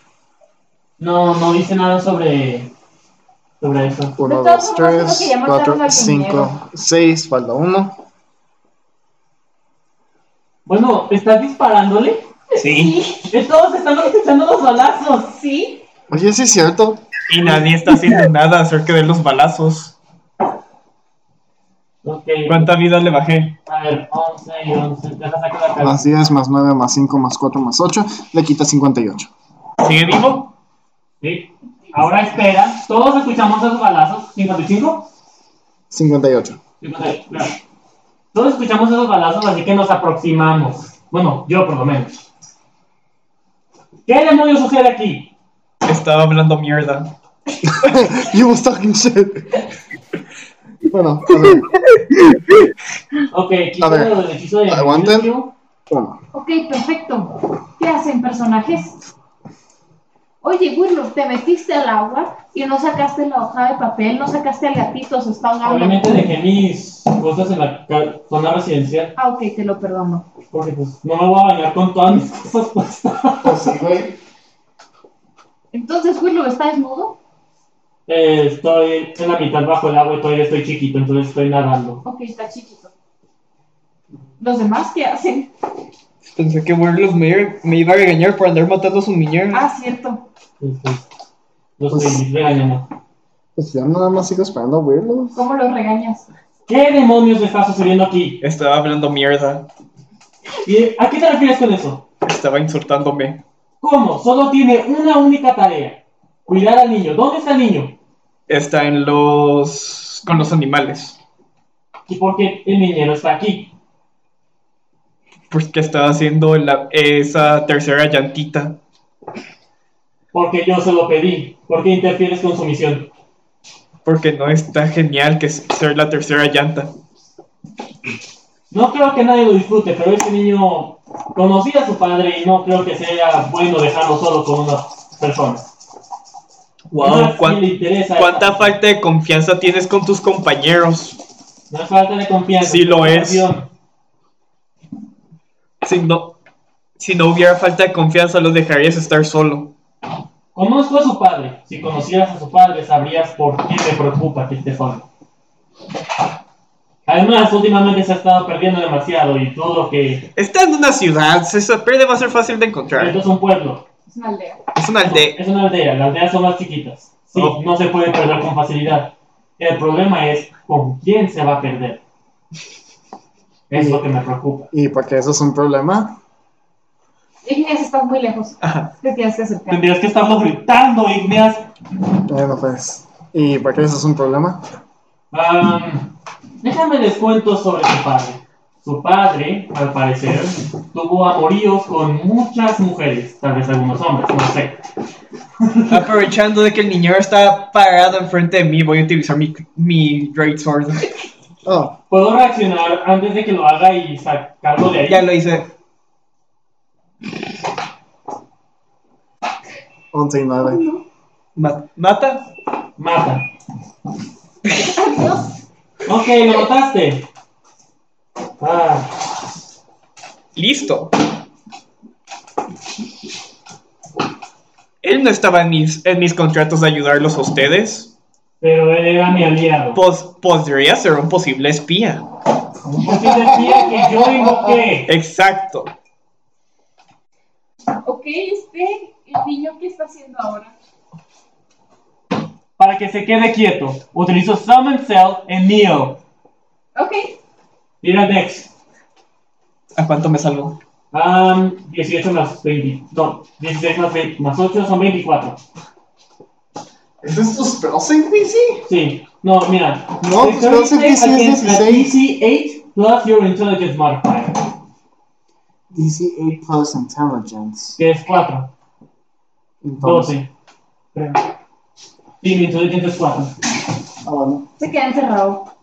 [SPEAKER 6] No, no dice nada sobre, sobre eso.
[SPEAKER 4] 1, 2,
[SPEAKER 5] todas formas, creo que
[SPEAKER 4] 3,
[SPEAKER 5] ya matamos
[SPEAKER 4] 4,
[SPEAKER 5] al
[SPEAKER 4] 5, 6. Falta 1.
[SPEAKER 6] Bueno, ¿estás disparándole?
[SPEAKER 3] Sí.
[SPEAKER 6] Todos están escuchando los balazos.
[SPEAKER 5] ¿Sí?
[SPEAKER 4] Oye, sí es cierto.
[SPEAKER 3] Y nadie está haciendo nada acerca de los balazos.
[SPEAKER 6] Ok.
[SPEAKER 3] ¿Cuánta vida le bajé?
[SPEAKER 6] A ver, 11 y 11. Ya la saco la cara.
[SPEAKER 4] Más 10, más 9, más 5, más 4, más 8. Le quita 58.
[SPEAKER 3] ¿Sigue vivo?
[SPEAKER 6] Sí. Ahora espera. Todos escuchamos esos balazos. 55.
[SPEAKER 4] 58.
[SPEAKER 6] 56, claro. Todos escuchamos esos balazos, así que nos aproximamos. Bueno, yo por lo menos. ¿Qué demonios sucede aquí?
[SPEAKER 3] Estaba hablando mierda.
[SPEAKER 4] you was talking shit. bueno, a ver.
[SPEAKER 6] Ok, quito
[SPEAKER 4] A ver,
[SPEAKER 6] el hechizo de.
[SPEAKER 4] aguanten. Uno.
[SPEAKER 5] Ok, perfecto. ¿Qué hacen, personajes? Oye, Willow, te metiste al agua y no sacaste la hoja de papel, no sacaste al gatito, se está ahogando.
[SPEAKER 6] Obviamente dejé mis cosas en la ca- zona residencial,
[SPEAKER 5] Ah, ok, te lo perdono.
[SPEAKER 6] porque pues no me voy a bañar con todas mis cosas puestas.
[SPEAKER 5] Entonces, Willow, ¿está desnudo?
[SPEAKER 6] Eh, estoy en la mitad bajo el agua y todavía estoy chiquito, entonces estoy nadando.
[SPEAKER 5] Ok, está chiquito. ¿Los demás qué hacen?
[SPEAKER 3] Pensé que Warlock me, me iba a regañar por andar matando a su niñera.
[SPEAKER 5] Ah, cierto.
[SPEAKER 6] Entonces, los estoy regañando.
[SPEAKER 4] Pues ya nada más sigo esperando a Weirdos.
[SPEAKER 5] ¿Cómo los regañas?
[SPEAKER 6] ¿Qué demonios está sucediendo aquí?
[SPEAKER 3] Estaba hablando mierda.
[SPEAKER 6] ¿Y a qué te refieres con eso?
[SPEAKER 3] Estaba insultándome.
[SPEAKER 6] ¿Cómo? Solo tiene una única tarea. Cuidar al niño. ¿Dónde está el niño?
[SPEAKER 3] Está en los... con los animales.
[SPEAKER 6] ¿Y por qué el niñero está aquí?
[SPEAKER 3] Porque estaba haciendo la- esa tercera llantita.
[SPEAKER 6] Porque yo se lo pedí. ¿Por qué interfieres con su misión?
[SPEAKER 3] Porque no está genial que s- ser la tercera llanta.
[SPEAKER 6] No creo que nadie lo disfrute, pero ese niño conocía a su padre y no creo que sea bueno dejarlo solo con una persona.
[SPEAKER 3] Wow,
[SPEAKER 6] Más si le
[SPEAKER 3] cuán-
[SPEAKER 6] interesa
[SPEAKER 3] cuánta falta de confianza tienes con tus compañeros.
[SPEAKER 6] No es falta de confianza.
[SPEAKER 3] Sí lo es.
[SPEAKER 6] Pasión.
[SPEAKER 3] Si no, si no hubiera falta de confianza, los dejarías estar solo.
[SPEAKER 6] Conozco a su padre. Si conocieras a su padre, sabrías por qué me preocupa que esté solo. Además, últimamente se ha estado perdiendo demasiado y todo lo que...
[SPEAKER 3] Está en una ciudad, se se pierde, va a ser fácil de encontrar.
[SPEAKER 6] Esto es un pueblo.
[SPEAKER 5] Es una aldea.
[SPEAKER 3] Es una aldea.
[SPEAKER 6] Es una aldea. Las aldeas son más chiquitas. Sí,
[SPEAKER 3] Oh.
[SPEAKER 6] no se puede perder con facilidad. El problema es con quién se va a perder. Es lo que me preocupa.
[SPEAKER 4] Y porque eso es un problema.
[SPEAKER 5] Ignis, estás muy lejos.
[SPEAKER 3] Ajá.
[SPEAKER 5] Te tienes que acercar.
[SPEAKER 6] Tendrías que estarlo gritando, Igneas.
[SPEAKER 4] Bueno, pues. Y porque eso es un problema.
[SPEAKER 6] Am, déjame les cuento sobre su padre. Su padre, al parecer, tuvo amoríos con muchas mujeres, tal vez algunos hombres, no sé.
[SPEAKER 3] Aprovechando de que el niñero está parado enfrente de mí, voy a utilizar mi, mi Great Sword.
[SPEAKER 4] Oh,
[SPEAKER 6] ¿Puedo reaccionar antes de que lo haga y sacarlo de ahí?
[SPEAKER 3] Ya lo hice.
[SPEAKER 4] 11 y 9.
[SPEAKER 3] Ma- ¿Mata?
[SPEAKER 6] Mata.
[SPEAKER 5] Adiós.
[SPEAKER 6] Ok, lo mataste. Ah,
[SPEAKER 3] Listo. Él no estaba en mis, en mis contratos de ayudarlos a ustedes.
[SPEAKER 6] pero él era mi aliado.
[SPEAKER 3] Pos- podría ser un posible espía.
[SPEAKER 6] Porque decía que yo invoqué.
[SPEAKER 3] Exacto.
[SPEAKER 5] Ok, este, el niño, ¿qué está haciendo ahora?
[SPEAKER 6] Para que se quede quieto, utilizo Summon Cell en Neo.
[SPEAKER 5] Ok,
[SPEAKER 6] Mira Dex.
[SPEAKER 3] ¿A cuánto me salvó?
[SPEAKER 6] Am, 18 más 20. No, 16 más, 20, más 8 son 24.
[SPEAKER 4] ¿Es esto spell save DC?
[SPEAKER 6] Sí. No, mira.
[SPEAKER 4] No, pues no sé qué sí es 16.
[SPEAKER 6] DC 8 plus your intelligence modifier,
[SPEAKER 4] DC 8 plus intelligence.
[SPEAKER 6] que es 4.
[SPEAKER 4] Entonces,
[SPEAKER 6] 12. creo. Sí, 1804.
[SPEAKER 4] Ah, bueno.
[SPEAKER 5] Se queda encerrado.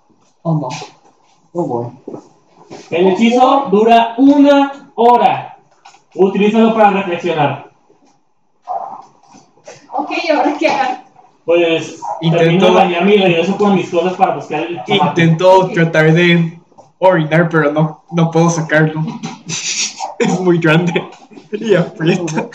[SPEAKER 7] Oh, no.
[SPEAKER 4] Oh, boy.
[SPEAKER 6] El hechizo dura una hora. Utilízalo para reflexionar.
[SPEAKER 5] Ok, ¿y ahora qué hagan?
[SPEAKER 6] Pues
[SPEAKER 3] Intentó-
[SPEAKER 6] termino de bañarme y regreso con mis cosas para buscar el zapato.
[SPEAKER 3] Intento tratar de orinar, pero no, no puedo sacarlo. Es muy grande y aprieta.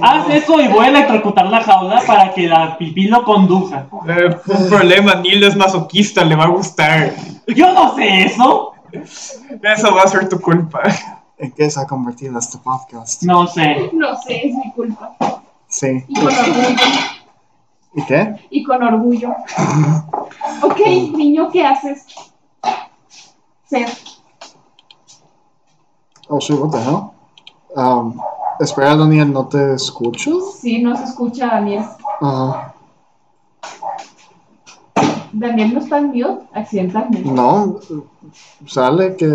[SPEAKER 6] Haz eso y voy a electrocutar la jaula para que la pipí lo conduja.
[SPEAKER 3] Eh, un problema, Neil es masoquista, le va a gustar.
[SPEAKER 6] Yo no sé eso.
[SPEAKER 3] Eso va a ser tu culpa.
[SPEAKER 4] ¿En qué se ha convertido este podcast?
[SPEAKER 6] No sé.
[SPEAKER 5] No sé, es mi culpa.
[SPEAKER 4] Sí.
[SPEAKER 5] Y con orgullo.
[SPEAKER 4] ¿Y qué?
[SPEAKER 5] Y con orgullo. Ok, niño, ¿qué haces? Ser.
[SPEAKER 4] Oh, shit, what the hell? Um, espera, Daniel, ¿no te escucho?
[SPEAKER 5] Sí, no se escucha a Daniel.
[SPEAKER 4] Ah,
[SPEAKER 5] Daniel no está en mute, accidentalmente.
[SPEAKER 4] no, sale que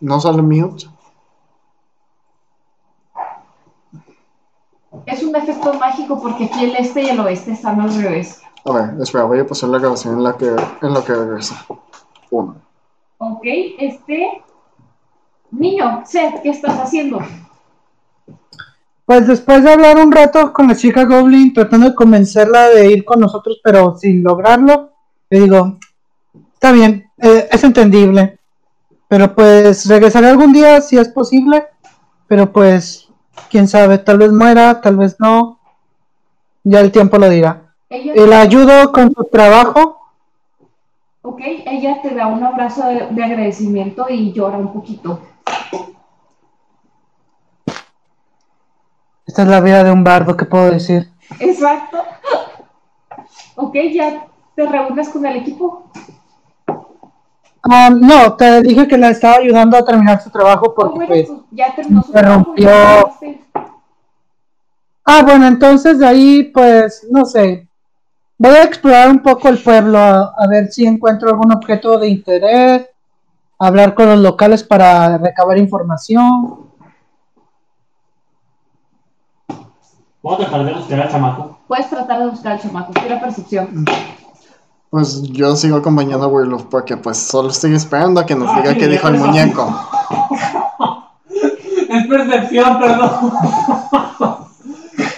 [SPEAKER 4] no sale mute.
[SPEAKER 5] Es un efecto mágico porque aquí el este y el oeste están al revés.
[SPEAKER 4] A ver, espera, voy a pasar la grabación en la que, en lo que regresa. Uno.
[SPEAKER 5] Ok, este. Niño, Seth, ¿qué estás haciendo?
[SPEAKER 2] Pues después de hablar un rato con la chica Goblin, tratando de convencerla de ir con nosotros, pero sin lograrlo, le digo, está bien, eh, es entendible, pero pues regresaré algún día si es posible, pero pues, quién sabe, tal vez muera, tal vez no, ya el tiempo lo dirá.
[SPEAKER 5] Ella,
[SPEAKER 2] Y la ayudo con su trabajo,
[SPEAKER 5] ok, ella te da un abrazo de, de agradecimiento y llora un poquito.
[SPEAKER 2] esta es la vida de un bardo, ¿qué puedo decir?
[SPEAKER 5] Exacto. Ok, ya te reúnes con el equipo.
[SPEAKER 2] Ah, no, te dije que la estaba ayudando a terminar su trabajo
[SPEAKER 5] Oh,
[SPEAKER 2] porque
[SPEAKER 5] bueno,
[SPEAKER 2] pues...
[SPEAKER 5] pues ya terminó su
[SPEAKER 2] se
[SPEAKER 5] trabajo
[SPEAKER 2] rompió.
[SPEAKER 5] y ya acabaste.
[SPEAKER 2] Ah, bueno, entonces de ahí, pues, no sé. Voy a explorar un poco el pueblo, a, a ver si encuentro algún objeto de interés, hablar con los locales para recabar información.
[SPEAKER 6] Voy a tratar de buscar al chamaco.
[SPEAKER 5] Puedes tratar de buscar al chamaco, tira
[SPEAKER 2] Mm.
[SPEAKER 5] percepción.
[SPEAKER 4] Pues yo sigo acompañando a Wirloof porque pues solo estoy esperando a que nos
[SPEAKER 6] Ah,
[SPEAKER 4] diga
[SPEAKER 6] sí,
[SPEAKER 4] qué
[SPEAKER 6] ya
[SPEAKER 4] dijo el
[SPEAKER 6] empezó.
[SPEAKER 4] muñeco.
[SPEAKER 6] Es percepción, perdón.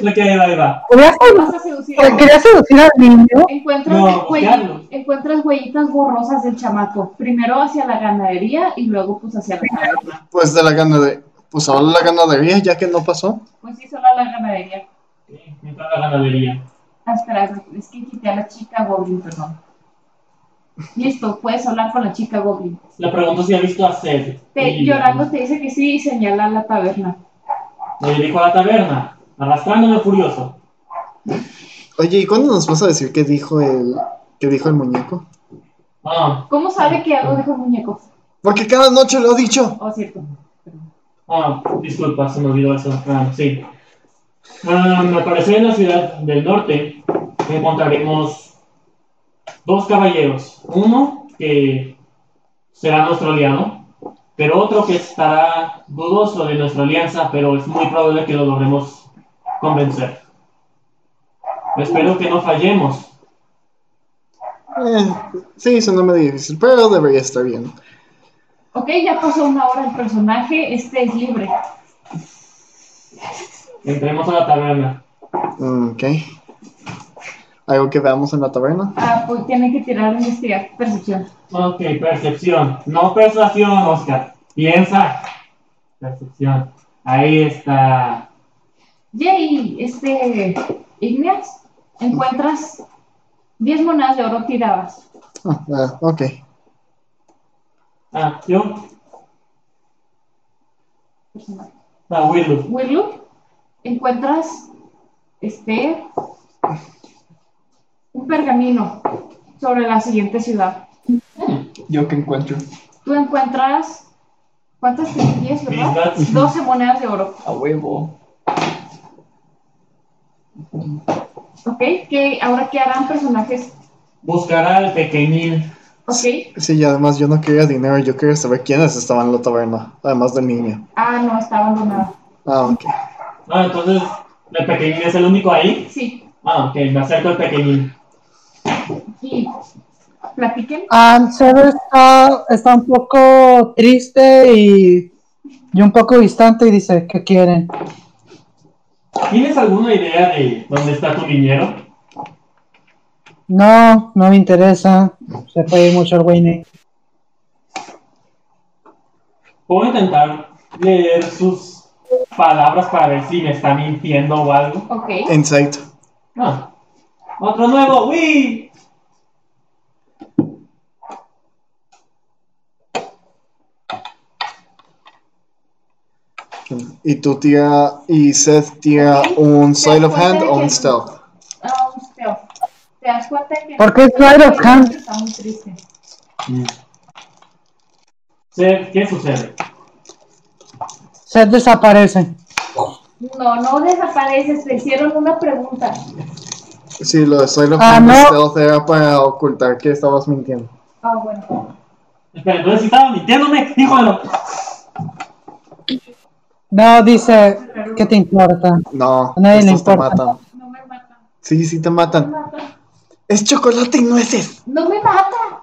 [SPEAKER 6] Lo que ahí va, ahí va.
[SPEAKER 2] Quería
[SPEAKER 5] Vas a
[SPEAKER 2] seducir,
[SPEAKER 5] seducir.
[SPEAKER 2] quería seducir al niño.
[SPEAKER 5] Encuentras,
[SPEAKER 6] No,
[SPEAKER 5] huell-
[SPEAKER 6] ya.
[SPEAKER 5] encuentras huellitas borrosas del chamaco, primero hacia la ganadería y luego pues hacia la caverna.
[SPEAKER 4] Pues de la ganadería, pues solo la ganadería ya que no pasó.
[SPEAKER 5] Pues sí, solo a la ganadería.
[SPEAKER 6] Sí, mientras la ganadería.
[SPEAKER 5] Ah, espera, es que quité a la chica Goblin, perdón. Listo, puedes hablar con la chica Goblin.
[SPEAKER 6] Le pregunto si ha visto a Seth.
[SPEAKER 5] Te-
[SPEAKER 6] Y-
[SPEAKER 5] llorando te dice que sí y señala la taberna.
[SPEAKER 6] Me dirijo a la taberna, arrastrándome furioso.
[SPEAKER 4] Oye, ¿y cuándo nos vas a decir qué dijo el, qué dijo el muñeco?
[SPEAKER 6] Ah,
[SPEAKER 5] ¿Cómo sabe que algo dejó el muñeco?
[SPEAKER 4] Porque cada noche lo ha dicho.
[SPEAKER 5] Oh, cierto.
[SPEAKER 6] ah, disculpa, se me olvidó eso. Ah, sí. Ah, al parecer en la ciudad del norte encontraremos dos caballeros. Uno que será nuestro aliado, pero otro que estará dudoso de nuestra alianza, pero es muy probable que lo logremos convencer. Espero que no fallemos.
[SPEAKER 4] Eh, sí, suena medio difícil, pero debería estar bien.
[SPEAKER 5] Ok, ya pasó una hora el personaje, este es libre.
[SPEAKER 6] Entremos a la taberna.
[SPEAKER 4] Mm, ok. ¿Algo que veamos en la taberna?
[SPEAKER 5] Ah, pues tienen que tirar investigar, percepción.
[SPEAKER 6] Ok, percepción. No persuasión, Oscar. Piensa. Percepción. Ahí está.
[SPEAKER 5] Yay, este, Igneas, encuentras 10 monedas de oro tiradas.
[SPEAKER 4] Ah, ah, ok.
[SPEAKER 6] Ah, yo. Ah, Willow.
[SPEAKER 5] Willow, encuentras, este, un pergamino sobre la siguiente ciudad.
[SPEAKER 3] Yo que encuentro.
[SPEAKER 5] Tú encuentras, ¿cuántas? 10, ¿verdad?
[SPEAKER 6] Mis
[SPEAKER 5] 12 monedas de oro.
[SPEAKER 7] A huevo.
[SPEAKER 5] Ok, que ahora qué harán personajes,
[SPEAKER 6] Buscará al pequeñín.
[SPEAKER 5] ok.
[SPEAKER 4] Sí, y además yo no quería dinero, yo quería saber quiénes estaban en la taberna, además del niño.
[SPEAKER 5] Ah, no, está abandonada.
[SPEAKER 4] Ah, ok.
[SPEAKER 6] Ah, entonces, el pequeñín es el único ahí.
[SPEAKER 5] Sí,
[SPEAKER 6] Ah, ok, me acerco al pequeñín.
[SPEAKER 5] Y platiquen.
[SPEAKER 2] Ah, Sever está, está un poco triste y, y un poco distante y dice, ¿qué quieren?
[SPEAKER 6] ¿Tienes alguna idea de dónde está tu dinero?
[SPEAKER 2] No, no me interesa. Se puede ir mucho el Wayne.
[SPEAKER 6] Puedo intentar leer sus palabras para ver si me está mintiendo o algo.
[SPEAKER 5] Ok.
[SPEAKER 4] Insight.
[SPEAKER 6] Ah, otro nuevo, ¡Wii!
[SPEAKER 4] Y tú tira, y Seth tira un sleight of hand o un stealth.
[SPEAKER 5] Ah, un stealth. Te das cuenta que.
[SPEAKER 2] ¿Por qué sleight of hand?
[SPEAKER 5] Está muy triste.
[SPEAKER 6] Seth, ¿Qué sucede?
[SPEAKER 2] Se desaparece.
[SPEAKER 5] No, no desapareces. Te hicieron una pregunta.
[SPEAKER 4] Sí, lo de sleight of
[SPEAKER 2] Ah,
[SPEAKER 4] hand y
[SPEAKER 2] no.
[SPEAKER 4] stealth era para ocultar que estabas mintiendo.
[SPEAKER 5] Ah, bueno.
[SPEAKER 6] Espera, entonces si estaba mintiéndome, hijo de lo...
[SPEAKER 2] No, dice, ¿qué te importa?
[SPEAKER 4] No,
[SPEAKER 2] A nadie le
[SPEAKER 4] estos te
[SPEAKER 2] importa.
[SPEAKER 4] matan.
[SPEAKER 5] No me mata.
[SPEAKER 4] Sí, sí te
[SPEAKER 5] No
[SPEAKER 4] matan.
[SPEAKER 5] me mata.
[SPEAKER 4] Es chocolate y nueces.
[SPEAKER 5] No me mata.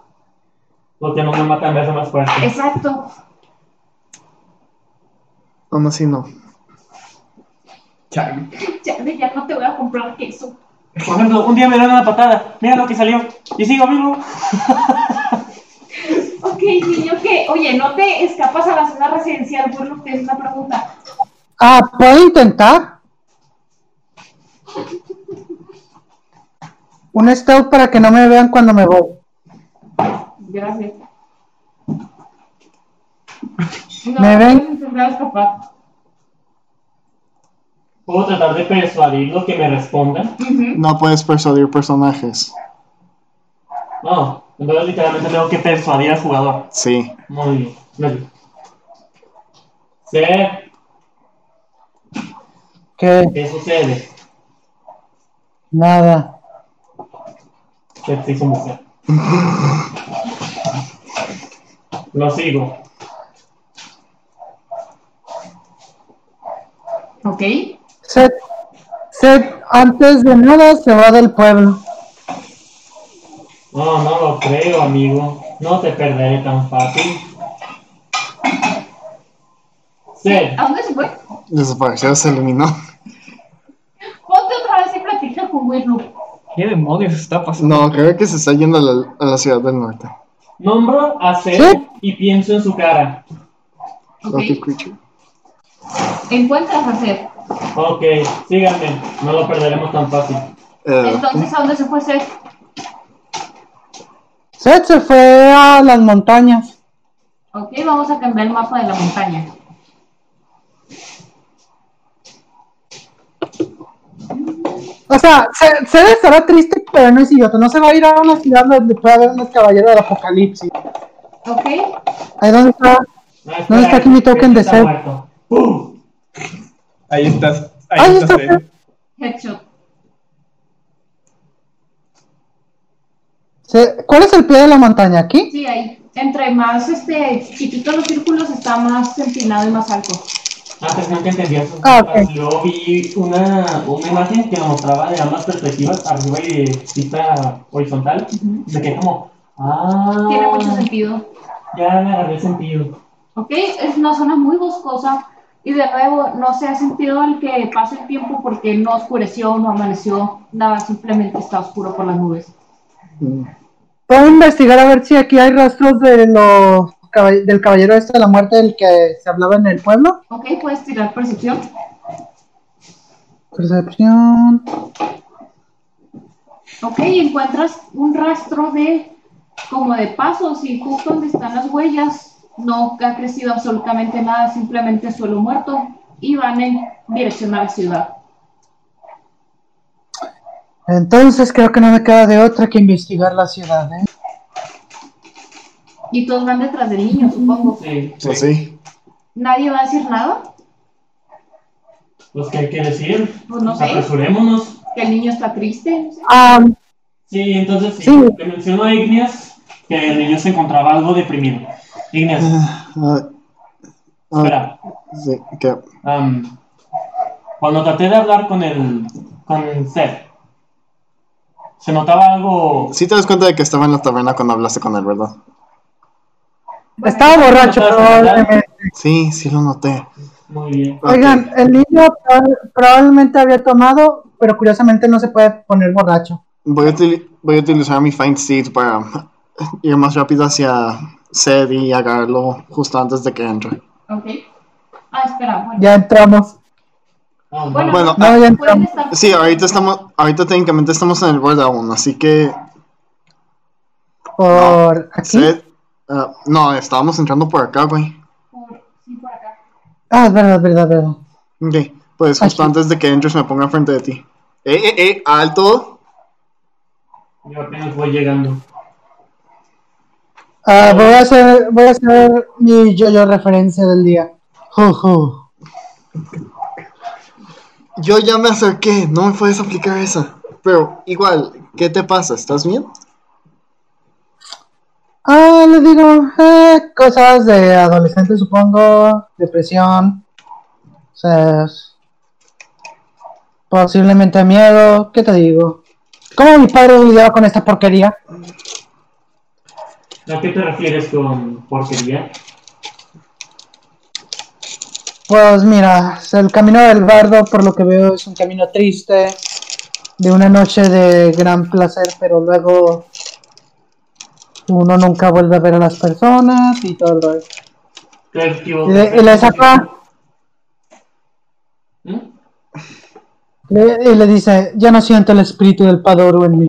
[SPEAKER 6] Porque no me matan, me hace más fuerte.
[SPEAKER 5] Exacto.
[SPEAKER 4] Aún así no.
[SPEAKER 3] Chale.
[SPEAKER 5] Chale, ya no te voy a comprar queso.
[SPEAKER 6] Por ejemplo, un día me dan una patada, mira lo que salió, y sigo vivo.
[SPEAKER 5] Ok, niño, que. Oye, no te escapas a la zona residencial. Bueno, te es una pregunta.
[SPEAKER 2] Ah, ¿puedo intentar? Un stealth para que no me vean cuando me voy.
[SPEAKER 5] Gracias. No,
[SPEAKER 2] ¿Me ven?
[SPEAKER 5] puedes intentar escapar.
[SPEAKER 6] Puedo tratar de persuadirlo que me respondan.
[SPEAKER 2] ¿Mm?
[SPEAKER 5] Ujú.
[SPEAKER 4] No puedes persuadir personajes.
[SPEAKER 6] No, entonces literalmente tengo que persuadir al jugador.
[SPEAKER 4] Sí.
[SPEAKER 6] Muy bien. muy bien. Seth,
[SPEAKER 2] Que
[SPEAKER 6] ¿qué sucede?
[SPEAKER 2] nada.
[SPEAKER 6] Seth se hizo mujer. Lo sigo.
[SPEAKER 5] Ok.
[SPEAKER 2] Seth, Seth, antes de nada se va del pueblo.
[SPEAKER 6] No, no lo creo, amigo. No te perderé tan fácil. Seth,
[SPEAKER 5] ¿A dónde se fue?
[SPEAKER 4] Desapareció, se eliminó.
[SPEAKER 5] Ponte otra vez y platica con Willow.
[SPEAKER 3] ¿Qué demonios está pasando?
[SPEAKER 4] No, creo que se está yendo a la, a la ciudad del norte.
[SPEAKER 6] nombro a Seth
[SPEAKER 2] ¿Sí?
[SPEAKER 6] y pienso en su cara.
[SPEAKER 5] Ok.
[SPEAKER 4] Lucky creature.
[SPEAKER 5] Encuentras a Seth.
[SPEAKER 6] Ok, síganme. No lo perderemos tan fácil.
[SPEAKER 4] Eh,
[SPEAKER 5] Entonces, ¿a dónde se fue Seth?
[SPEAKER 2] Seth se fue a las montañas.
[SPEAKER 5] Ok, vamos a cambiar el mapa de la montaña.
[SPEAKER 2] O sea, Seth, Seth estará triste, pero no es idiota. No se va a ir a una ciudad donde pueda haber unos caballeros del apocalipsis.
[SPEAKER 5] Ok.
[SPEAKER 2] Ahí donde está.
[SPEAKER 6] No, espera,
[SPEAKER 2] está aquí mi token de
[SPEAKER 6] está
[SPEAKER 2] Seth?
[SPEAKER 6] muerto. ¡Pum!
[SPEAKER 3] Ahí estás.
[SPEAKER 2] Ahí
[SPEAKER 3] Ahí
[SPEAKER 2] está.
[SPEAKER 3] estás. eh. Seth.
[SPEAKER 5] Headshot.
[SPEAKER 2] Se- ¿Cuál es el pie de la montaña? ¿Aquí?
[SPEAKER 5] Sí, ahí. Entre más este, chiquitos los círculos, está más empinado y más alto.
[SPEAKER 6] Antes nunca entendía eso.
[SPEAKER 2] Ah, ok.
[SPEAKER 6] Luego vi una, una imagen que lo mostraba de ambas perspectivas, arriba y de vista horizontal.
[SPEAKER 5] Ujú.
[SPEAKER 6] Me quedé como, ah,
[SPEAKER 5] Tiene mucho sentido.
[SPEAKER 6] ya le agarré sentido.
[SPEAKER 5] Ok, es una zona muy boscosa. Y de nuevo, no se ha sentido el que pase el tiempo porque no oscureció, no amaneció, nada, simplemente está oscuro por las nubes.
[SPEAKER 4] mm,
[SPEAKER 2] Puedo investigar a ver si aquí hay rastros de los caball- del caballero este de la muerte del que se hablaba en el pueblo.
[SPEAKER 5] Ok, puedes tirar percepción.
[SPEAKER 2] Percepción.
[SPEAKER 5] Ok, encuentras un rastro de como de pasos y justo donde están las huellas no ha crecido absolutamente nada, simplemente suelo muerto y van en dirección a la ciudad.
[SPEAKER 2] Entonces creo que no me queda de otra que investigar la ciudad. ¿eh?
[SPEAKER 5] Y todos van detrás del niño, supongo.
[SPEAKER 6] Sí,
[SPEAKER 4] pues sí.
[SPEAKER 5] ¿Nadie va a decir nada?
[SPEAKER 6] pues que hay que decir.
[SPEAKER 5] Pues no sé.
[SPEAKER 6] Apresurémonos.
[SPEAKER 5] ¿Que el niño está triste? No sé.
[SPEAKER 2] Ah,
[SPEAKER 6] Sí, entonces sí.
[SPEAKER 2] Sí.
[SPEAKER 6] Le menciono a Igneas que el niño se encontraba algo deprimido. Igneas,
[SPEAKER 4] Ah, ah,
[SPEAKER 6] espera.
[SPEAKER 4] sí, que-
[SPEAKER 6] Am, cuando traté de hablar con el con Seth, Se notaba algo.
[SPEAKER 4] Sí te das cuenta de que estaba en la taberna cuando hablaste con él, ¿verdad?
[SPEAKER 2] Estaba borracho,
[SPEAKER 6] no, no, no,
[SPEAKER 2] probablemente.
[SPEAKER 4] Sí, sí lo noté.
[SPEAKER 6] Muy bien.
[SPEAKER 2] Oigan, el niño proba- probablemente había tomado, pero curiosamente no se puede poner borracho.
[SPEAKER 4] Voy a, utili- voy a utilizar mi Find Seed para ir más rápido hacia Sed y agarrarlo justo antes de que entre.
[SPEAKER 5] Ok. Ah, espera, bueno.
[SPEAKER 2] Ya entramos.
[SPEAKER 6] Ah,
[SPEAKER 5] Bueno,
[SPEAKER 4] Bueno,
[SPEAKER 2] No, ya
[SPEAKER 5] pueden
[SPEAKER 2] entramos.
[SPEAKER 5] estar-
[SPEAKER 4] Sí, ahorita estamos, ahorita técnicamente estamos en el borde aún, así que
[SPEAKER 2] Por aquí.
[SPEAKER 4] Sed, ah, no, estábamos entrando por acá, güey.
[SPEAKER 5] por- sí, por acá.
[SPEAKER 2] Ah, es verdad, es verdad, es verdad.
[SPEAKER 4] Ok, pues justo
[SPEAKER 2] Aquí.
[SPEAKER 4] antes de que entres me ponga frente de ti. Eh, eh, eh, alto.
[SPEAKER 6] Yo apenas voy llegando.
[SPEAKER 2] Ah, voy a hacer, voy a hacer mi yo-yo referencia del día. Ju, ju.
[SPEAKER 4] Yo ya me acerqué, no me puedes aplicar esa. Pero igual, ¿qué te pasa? ¿Estás bien?
[SPEAKER 2] Ah, le digo, eh, cosas de adolescente, supongo, depresión, o sea, es- posiblemente miedo, ¿qué te digo? ¿Cómo mi padre lidiaba con esta porquería?
[SPEAKER 6] ¿A qué te refieres con porquería?
[SPEAKER 2] Pues mira, es el camino del bardo, por lo que veo, es un camino triste, de una noche de gran placer, pero luego uno nunca vuelve a ver a las personas y todo lo
[SPEAKER 6] ¿Crees que
[SPEAKER 2] Y le, y le saca,
[SPEAKER 6] ¿Mm?
[SPEAKER 2] le- y le dice, ya no siento el espíritu del Padoru en mí.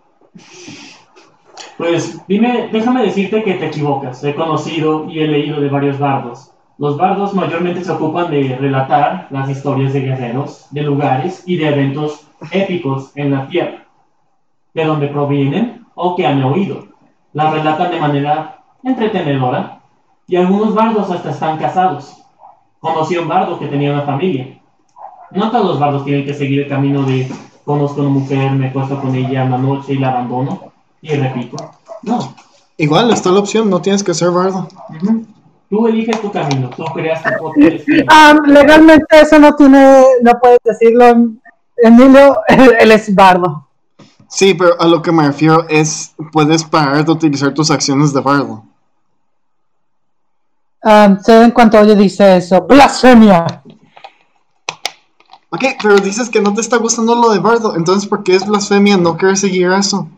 [SPEAKER 6] Pues dime, déjame decirte que te equivocas. He conocido y he leído de varios bardos. Los bardos mayormente se ocupan de relatar las historias de guerreros, de lugares y de eventos épicos en la tierra, de donde provienen o que han oído. Las relatan de manera entretenedora y algunos bardos hasta están casados. Conocí a un bardo que tenía una familia. No todos los bardos tienen que seguir el camino de conozco a una mujer, me acuesto con ella una noche y la abandono y repito. No,
[SPEAKER 4] Igual, está la opción, no tienes que ser bardo.
[SPEAKER 6] Ujú. Tú eliges tu camino, tú creas tu propio destino.
[SPEAKER 2] Ah, legalmente eso no tiene, no puedes decirlo, Emilio, él, él es bardo.
[SPEAKER 4] Sí, pero a lo que me refiero es, puedes parar de utilizar tus acciones de bardo.
[SPEAKER 2] Ah, se en cuanto oye dice eso, blasfemia.
[SPEAKER 4] Ok, pero dices que no te está gustando lo de bardo, entonces ¿por qué es blasfemia no querer seguir eso?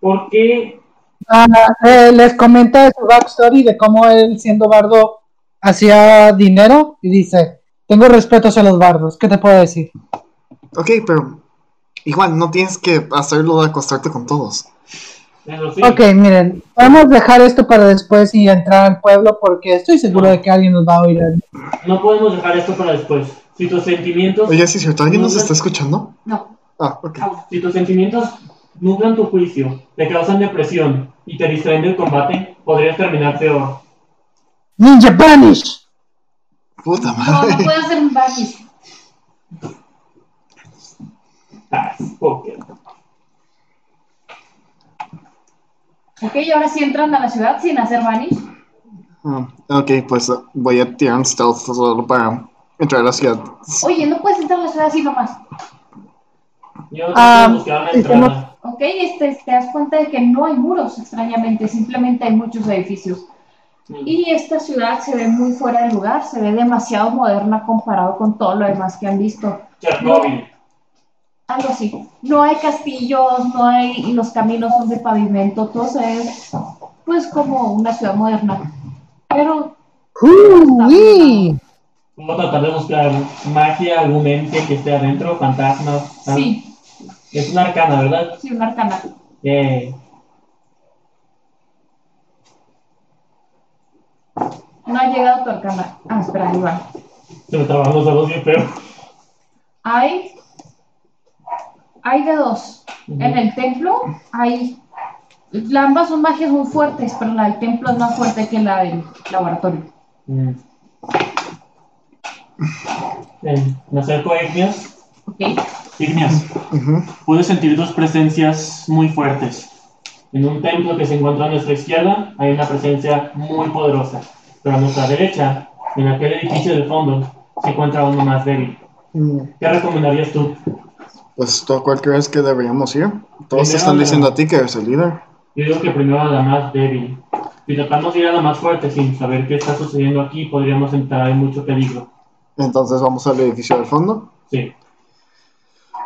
[SPEAKER 6] ¿Por qué?
[SPEAKER 2] Ah, eh, les comenta su backstory de cómo él siendo bardo hacía dinero y dice, tengo respeto hacia los bardos, ¿qué te puedo decir?
[SPEAKER 4] Ok, pero igual no tienes que hacerlo de acostarte con todos.
[SPEAKER 6] Eso sí,
[SPEAKER 2] Ok, miren, vamos a dejar esto para después y entrar al pueblo porque estoy seguro de que alguien nos va a oír.
[SPEAKER 6] no podemos dejar esto para después. Si tus sentimientos,
[SPEAKER 4] Oye, si es cierto, ¿alguien nos está escuchando?
[SPEAKER 5] No,
[SPEAKER 4] Ah, ok.
[SPEAKER 5] aún.
[SPEAKER 6] si tus sentimientos nublan tu juicio, te causan depresión y te distraen del combate, podrías terminar peor.
[SPEAKER 2] Ninja Banish.
[SPEAKER 4] Puta
[SPEAKER 5] No, no
[SPEAKER 4] madre.
[SPEAKER 5] puede hacer un barniz.
[SPEAKER 6] Ah, ok.
[SPEAKER 5] Ok, y ahora sí entran a la ciudad sin hacer barniz.
[SPEAKER 4] Ah, ok, pues ah, voy a tirar un stealth solo para entrar a la ciudad.
[SPEAKER 5] Oye, no puedes entrar a la ciudad así nomás.
[SPEAKER 6] Yo tengo
[SPEAKER 2] Ah,
[SPEAKER 6] que buscar una
[SPEAKER 2] hicimos-
[SPEAKER 6] entrada.
[SPEAKER 5] Ok, este, te das cuenta de que no hay muros, extrañamente, simplemente hay muchos edificios.
[SPEAKER 6] Mm.
[SPEAKER 5] Y esta ciudad se ve muy fuera de lugar, se ve demasiado moderna comparado con todo lo demás que han visto.
[SPEAKER 6] Chernobyl.
[SPEAKER 5] Algo así. No hay castillos, no hay, y los caminos son de pavimento, todo se ve, pues como una ciudad moderna. Pero
[SPEAKER 2] Uy.
[SPEAKER 6] Puedo tratar de buscar magia, algún ente que esté adentro, fantasmas. tal.
[SPEAKER 5] sí,
[SPEAKER 6] Es una arcana, ¿verdad?
[SPEAKER 5] sí, una arcana.
[SPEAKER 6] Eh,
[SPEAKER 5] No ha llegado tu arcana. Ah, espera, ahí va.
[SPEAKER 6] se me trabajan los dedos bien feo.
[SPEAKER 5] Hay, hay de dos.
[SPEAKER 6] Ujú.
[SPEAKER 5] En el templo hay, la- ambas son magias muy fuertes, pero la del templo es más fuerte que la del laboratorio.
[SPEAKER 6] Mm. Eh, me acerco a Igneas.
[SPEAKER 5] ¿Ok?
[SPEAKER 6] Igneas,
[SPEAKER 4] Ujú.
[SPEAKER 6] puedes sentir dos presencias muy fuertes. En un templo que se encuentra a nuestra izquierda hay una presencia muy poderosa, pero a nuestra derecha, en aquel edificio del fondo, se encuentra uno más débil.
[SPEAKER 4] Mm,
[SPEAKER 6] ¿Qué recomendarías tú?
[SPEAKER 4] Pues tú, ¿cuál crees que deberíamos ir? Todos te
[SPEAKER 6] Primero
[SPEAKER 4] están
[SPEAKER 6] la-
[SPEAKER 4] diciendo a ti que eres el líder.
[SPEAKER 6] Yo digo que primero a la más débil. Si tratamos de ir a la más fuerte sin saber qué está sucediendo aquí, podríamos entrar en mucho peligro.
[SPEAKER 4] Entonces vamos al edificio del fondo.
[SPEAKER 6] Sí,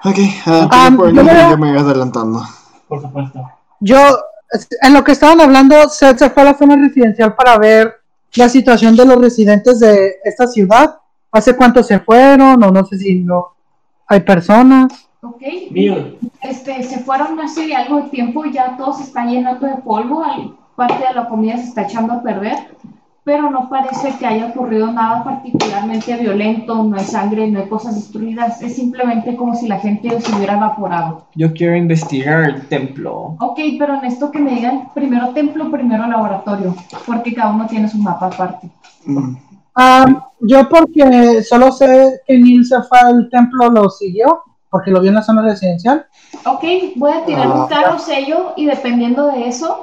[SPEAKER 4] Ok, ah, tú
[SPEAKER 2] Ah,
[SPEAKER 4] ve por
[SPEAKER 2] yo
[SPEAKER 4] allí,
[SPEAKER 2] veo-
[SPEAKER 4] yo me voy adelantando.
[SPEAKER 6] por supuesto.
[SPEAKER 2] Yo, en lo que estaban hablando, Seth se fue a la zona residencial para ver la situación de los residentes de esta ciudad. ¿Hace cuánto se fueron? O no sé si no hay personas.
[SPEAKER 5] Ok.
[SPEAKER 6] Neil,
[SPEAKER 5] Este, se fueron hace algo de tiempo, ya todo se está llenando de polvo, al- parte de la comida se está echando a perder, pero no parece que haya ocurrido nada particularmente violento, no hay sangre, no hay cosas destruidas, es simplemente como si la gente se hubiera evaporado.
[SPEAKER 3] Yo quiero investigar el templo.
[SPEAKER 5] Ok, pero en esto que me digan primero templo, primero laboratorio, porque cada uno tiene su mapa aparte.
[SPEAKER 4] Mm,
[SPEAKER 2] Ah, yo porque solo sé que Neil se fue al templo, lo siguió, porque lo vio en la zona residencial.
[SPEAKER 5] Ok, voy a tirar
[SPEAKER 4] Ah.
[SPEAKER 5] un tarot sello y dependiendo de eso,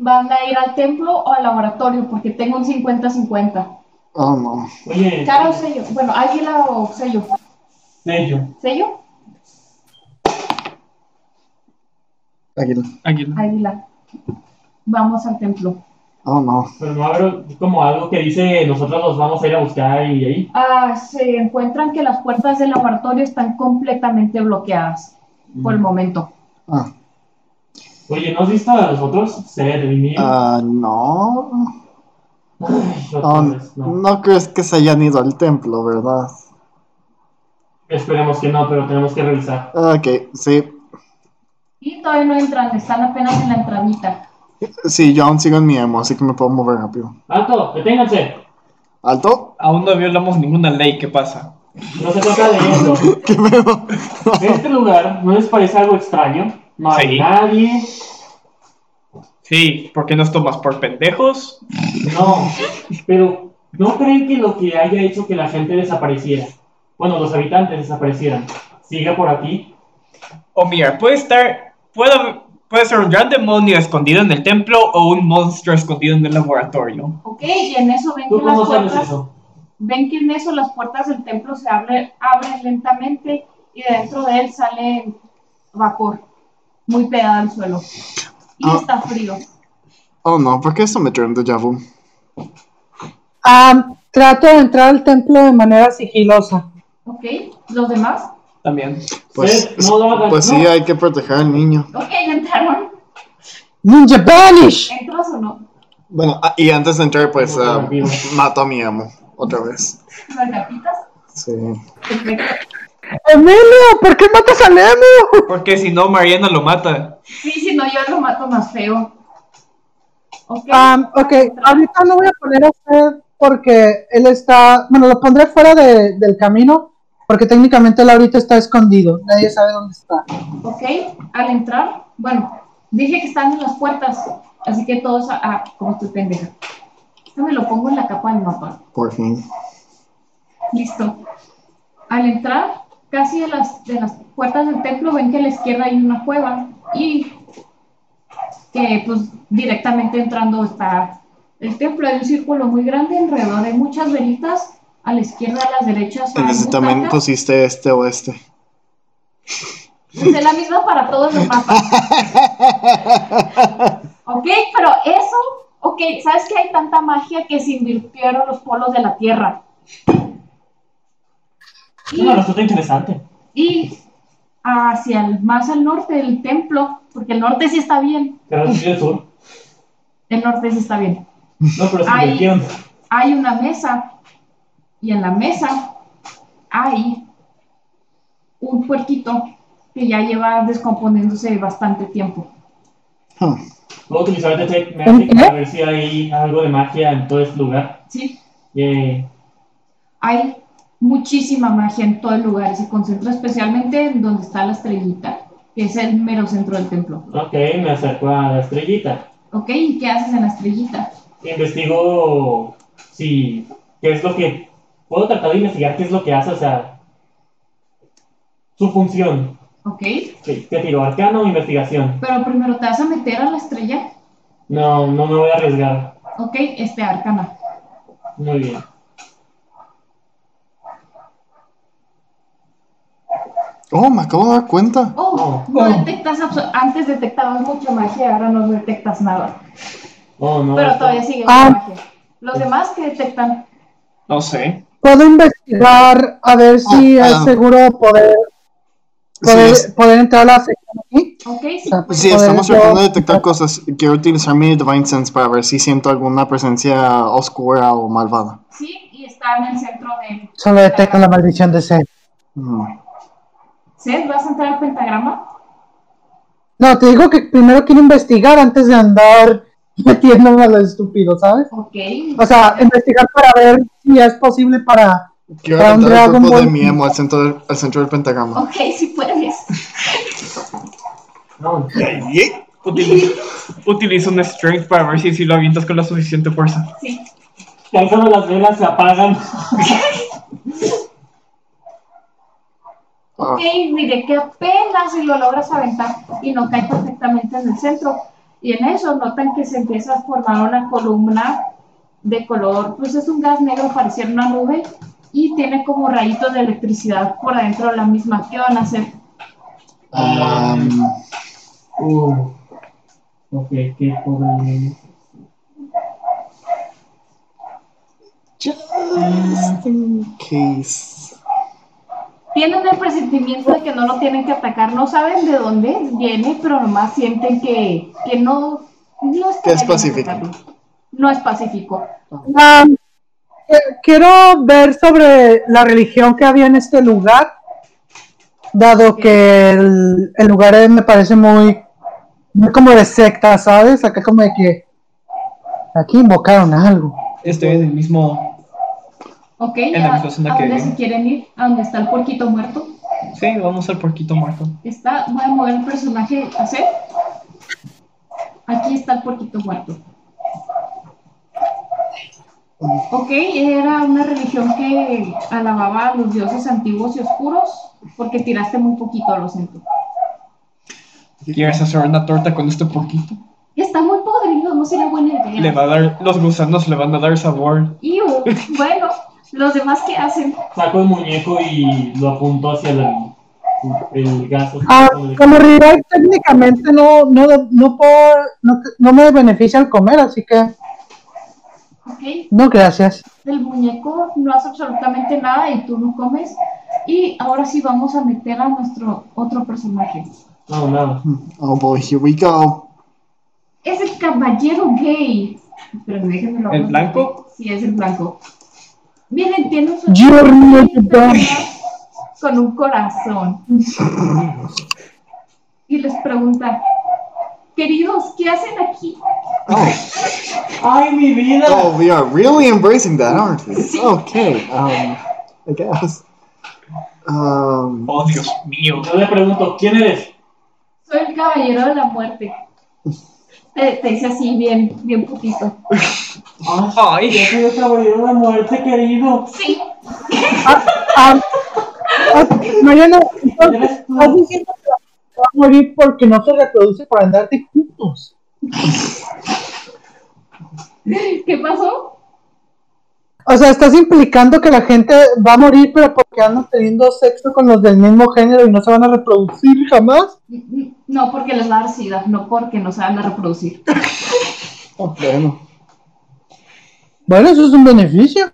[SPEAKER 5] van a ir al templo o al laboratorio, porque tengo un 50-50.
[SPEAKER 4] Oh, no.
[SPEAKER 6] oye,
[SPEAKER 5] Cara o sello. Bueno, águila o sello.
[SPEAKER 6] Neyo,
[SPEAKER 5] ¿Sello?
[SPEAKER 4] Águila.
[SPEAKER 3] Aquí.
[SPEAKER 5] Águila. Vamos al templo.
[SPEAKER 4] Oh, no.
[SPEAKER 6] pero no habrá como algo que dice nosotros los vamos a ir a buscar y ahí.
[SPEAKER 5] Ah, se encuentran que las puertas del laboratorio están completamente bloqueadas por el momento.
[SPEAKER 4] Ah,
[SPEAKER 6] Oye, ¿no has visto a los otros? Ser, Neil.
[SPEAKER 4] ah, no.
[SPEAKER 6] Ay, otra
[SPEAKER 4] Oh,
[SPEAKER 6] vez, no.
[SPEAKER 4] no crees que se hayan ido al templo, ¿verdad?
[SPEAKER 6] Esperemos que no, pero tenemos que revisar.
[SPEAKER 4] Ah, Ok, sí.
[SPEAKER 5] Y todavía no entran, están apenas en la entradita.
[SPEAKER 4] Sí, yo aún sigo en mi emo, así que me puedo mover rápido.
[SPEAKER 6] ¡Alto! ¡Deténganse!
[SPEAKER 4] ¿Alto?
[SPEAKER 3] Aún no violamos ninguna ley, ¿qué pasa?
[SPEAKER 6] No se trata de eso.
[SPEAKER 4] ¿Qué veo?
[SPEAKER 6] Este lugar, ¿no les parece algo extraño? No hay
[SPEAKER 3] Sí.
[SPEAKER 6] nadie.
[SPEAKER 3] Sí, ¿por qué nos tomas por pendejos?
[SPEAKER 6] No, pero ¿no creen que lo que haya hecho que la gente desapareciera? Bueno, los habitantes desaparecieran. Siga por aquí.
[SPEAKER 3] O Oh, mira, puede estar. Puede, puede ser un gran demonio escondido en el templo o un monstruo escondido en el laboratorio.
[SPEAKER 5] Ok, y en eso ven
[SPEAKER 6] ¿Tú
[SPEAKER 5] que las
[SPEAKER 6] cómo sabes
[SPEAKER 5] puertas,
[SPEAKER 6] eso?
[SPEAKER 5] ven que en eso las puertas del templo se abren, abren lentamente y de dentro de él sale vapor, muy pegado al suelo. Y
[SPEAKER 4] Ah.
[SPEAKER 5] está frío.
[SPEAKER 4] Oh, no, ¿por qué eso me trae un déjà vu?
[SPEAKER 2] Ah, trato de entrar al templo de manera sigilosa.
[SPEAKER 5] Ok, los demás.
[SPEAKER 3] También.
[SPEAKER 4] Pues,
[SPEAKER 6] Seth, no lo hagas,
[SPEAKER 4] pues
[SPEAKER 6] no.
[SPEAKER 4] sí, hay que proteger al niño.
[SPEAKER 5] Ok, entraron.
[SPEAKER 2] ¡Ninja Banish!
[SPEAKER 5] ¿Entras o no?
[SPEAKER 4] Bueno, ah, y antes de entrar, pues ah,
[SPEAKER 6] Vivo.
[SPEAKER 4] mato a mi emo otra vez.
[SPEAKER 5] ¿Lo decapitas?
[SPEAKER 4] Sí.
[SPEAKER 5] Perfecto.
[SPEAKER 2] ¡Emilio! ¿Por qué matas a Nemo?
[SPEAKER 3] Porque si no, Mariana lo mata.
[SPEAKER 5] Sí, si no, yo lo mato más feo. Ok.
[SPEAKER 2] Um, ok, ahorita no voy a poner a Seth porque él está, bueno, lo pondré fuera de- del camino porque técnicamente él ahorita está escondido, nadie sabe dónde está.
[SPEAKER 5] Ok, al entrar, bueno, dije que están en las puertas, así que todos. a- Ah, como estoy pendeja. Esto me lo pongo en la capa del mapa.
[SPEAKER 4] Por fin.
[SPEAKER 5] Listo. Al entrar, casi de las, de las puertas del templo, ven que a la izquierda hay una cueva y que pues directamente entrando está el templo. Hay un círculo muy grande alrededor de muchas velitas. A la izquierda, a las derechas. hay
[SPEAKER 4] En ese también
[SPEAKER 5] butacas.
[SPEAKER 4] pusiste este o este.
[SPEAKER 5] Pues es la misma para todos los mapas. Ok, pero eso, ok, ¿sabes que hay tanta magia que se invirtieron los polos de la Tierra? Y,
[SPEAKER 6] No, resulta interesante.
[SPEAKER 5] y hacia el, más al norte del templo, porque el norte sí está bien,
[SPEAKER 6] Pero es el sur.
[SPEAKER 5] el norte sí está bien.
[SPEAKER 6] No, pero se
[SPEAKER 5] Ay.
[SPEAKER 6] invirtieron.
[SPEAKER 5] Hay una mesa y en la mesa hay un puerquito que ya lleva descomponiéndose bastante tiempo.
[SPEAKER 4] Huh.
[SPEAKER 6] Voy a utilizar Detect
[SPEAKER 2] ¿Un
[SPEAKER 6] Magic
[SPEAKER 2] qué?
[SPEAKER 6] para ver si hay algo de magia en todo este lugar.
[SPEAKER 5] Sí,
[SPEAKER 6] Eh,
[SPEAKER 5] hay muchísima magia en todo el lugar. Se concentra especialmente en donde está la estrellita, que es el mero centro del templo.
[SPEAKER 6] ok, me acerco a la estrellita.
[SPEAKER 5] ¿Ok? ¿Y qué haces en la estrellita?
[SPEAKER 6] Investigo si... ¿Qué es lo que... Puedo tratar de investigar qué es lo que hace, o sea... Su función.
[SPEAKER 5] ¿Ok?
[SPEAKER 6] Sí, te tiro arcano o investigación.
[SPEAKER 5] Pero primero te vas a meter a la estrella.
[SPEAKER 6] No, no me voy a arriesgar.
[SPEAKER 5] ¿Ok? Este arcana.
[SPEAKER 6] Muy bien.
[SPEAKER 4] Oh, me acabo de dar cuenta.
[SPEAKER 5] Oh, no detectas abso- Antes detectabas mucha magia, ahora no detectas nada.
[SPEAKER 6] Oh, no.
[SPEAKER 5] Pero todavía sigue
[SPEAKER 2] Ah.
[SPEAKER 5] la magia. Los demás que detectan.
[SPEAKER 3] No sé.
[SPEAKER 2] Puedo investigar a ver si
[SPEAKER 4] Oh,
[SPEAKER 2] es
[SPEAKER 4] ah.
[SPEAKER 2] seguro poder,
[SPEAKER 4] Sí,
[SPEAKER 2] poder,
[SPEAKER 4] es-
[SPEAKER 2] poder entrar a la sección aquí.
[SPEAKER 5] Ok, sí.
[SPEAKER 2] Ah,
[SPEAKER 4] sí,
[SPEAKER 2] Poder
[SPEAKER 4] estamos
[SPEAKER 2] yo-
[SPEAKER 4] tratando de detectar cosas. Quiero utilizar mi Divine Sense para ver si siento alguna presencia oscura o malvada.
[SPEAKER 5] Sí, y está en el centro del.
[SPEAKER 2] Solo detecto la maldición de Seth.
[SPEAKER 4] Mm.
[SPEAKER 5] ¿Sí? ¿Vas a entrar al pentagrama?
[SPEAKER 2] No, te digo que primero quiero investigar antes de andar metiéndome a lo estúpido, ¿sabes?
[SPEAKER 5] Ok.
[SPEAKER 2] O sea, investigar para ver si es posible para...
[SPEAKER 4] Quiero
[SPEAKER 2] Para un
[SPEAKER 4] aventar el
[SPEAKER 2] Dragon
[SPEAKER 4] cuerpo de
[SPEAKER 2] Ball.
[SPEAKER 4] mi emo al centro del, al centro del pentagrama.
[SPEAKER 5] Ok, sí puedes.
[SPEAKER 6] No.
[SPEAKER 3] Utiliza, utiliza un strength para ver si, si lo avientas con la suficiente fuerza.
[SPEAKER 5] Sí.
[SPEAKER 6] Ya solo las velas se apagan.
[SPEAKER 4] Ah,
[SPEAKER 5] Ok, diré que apenas si lo logras aventar y no cae perfectamente en el centro. Y en eso notan que se empieza a formar una columna de color, pues es un gas negro, pareciera una nube, y tiene como rayitos de electricidad por adentro de la misma. ¿Qué van a hacer?
[SPEAKER 4] um,
[SPEAKER 6] Uh. Ok, qué pobre niño.
[SPEAKER 4] just in Um, case.
[SPEAKER 5] Tienen el presentimiento de que no lo tienen que atacar, no saben de dónde viene, pero nomás sienten que, que no, no
[SPEAKER 4] Que es
[SPEAKER 5] estaría bien
[SPEAKER 4] pacífico.
[SPEAKER 5] atacarlo. No es pacífico.
[SPEAKER 2] Ah, eh, quiero ver sobre la religión que había en este lugar, dado que el, el lugar eh, me parece muy, muy como de secta, ¿sabes? Acá como de que aquí invocaron algo.
[SPEAKER 3] Estoy en el mismo.
[SPEAKER 5] Ok,
[SPEAKER 3] En la
[SPEAKER 5] ¿a,
[SPEAKER 3] misma zona
[SPEAKER 5] a
[SPEAKER 3] que
[SPEAKER 5] dónde
[SPEAKER 3] viene.
[SPEAKER 5] se quieren ir? ¿A dónde está el porquito muerto?
[SPEAKER 3] Sí, vamos al porquito muerto.
[SPEAKER 5] Está, voy a mover el personaje a hacer. Aquí está el porquito muerto. Ok, era una religión que alababa a los dioses antiguos y oscuros, porque tiraste muy poquito, lo siento.
[SPEAKER 3] ¿Quieres hacer una torta con este porquito?
[SPEAKER 5] Está muy podrido, no sería buena
[SPEAKER 3] Le
[SPEAKER 5] idea.
[SPEAKER 3] va a dar. Los gusanos le van a dar sabor.
[SPEAKER 5] Y uh, bueno, los demás que hacen,
[SPEAKER 6] Saco el muñeco y lo apunto hacia la- el gas.
[SPEAKER 2] Ah,
[SPEAKER 6] oscuro.
[SPEAKER 2] como rival técnicamente no, no, no, puedo, no, no me beneficia el comer, así que
[SPEAKER 5] ok,
[SPEAKER 2] no, gracias.
[SPEAKER 5] del muñeco no hace absolutamente nada y tú no comes. Y ahora sí vamos a meter a nuestro otro personaje.
[SPEAKER 6] No, nada.
[SPEAKER 4] Oh boy, here we go.
[SPEAKER 5] Es el caballero gay. Pero déjenme lo
[SPEAKER 3] ¿El blanco?
[SPEAKER 5] Sí, es el blanco. Miren, tiene un
[SPEAKER 2] Yo no puedo.
[SPEAKER 5] con un corazón. Y les pregunta, queridos, ¿qué hacen aquí?
[SPEAKER 4] Oh,
[SPEAKER 6] ¡Ay, mi vida!
[SPEAKER 4] oh, we are really embracing that, aren't we? Okay, um, I guess. Um,
[SPEAKER 3] Oh, Dios mío.
[SPEAKER 6] Yo le pregunto, ¿quién eres?
[SPEAKER 5] Soy el caballero de la muerte. Te, te dice así, bien, bien putito.
[SPEAKER 3] Ay.
[SPEAKER 6] Yo soy el caballero de la muerte, querido.
[SPEAKER 5] Sí,
[SPEAKER 2] Ah, ah, Mariana, ¿estás
[SPEAKER 6] Eres tú.
[SPEAKER 2] estás diciendo que va a morir porque no se reproduce por andarte juntos?
[SPEAKER 5] ¿qué pasó?
[SPEAKER 2] O sea, estás implicando que la gente va a morir, pero porque andan teniendo sexo con los del mismo género y no se van a reproducir jamás.
[SPEAKER 5] No porque les va a dar sida, no porque no se van a reproducir.
[SPEAKER 4] oh, bueno.
[SPEAKER 2] Bueno, eso es un beneficio.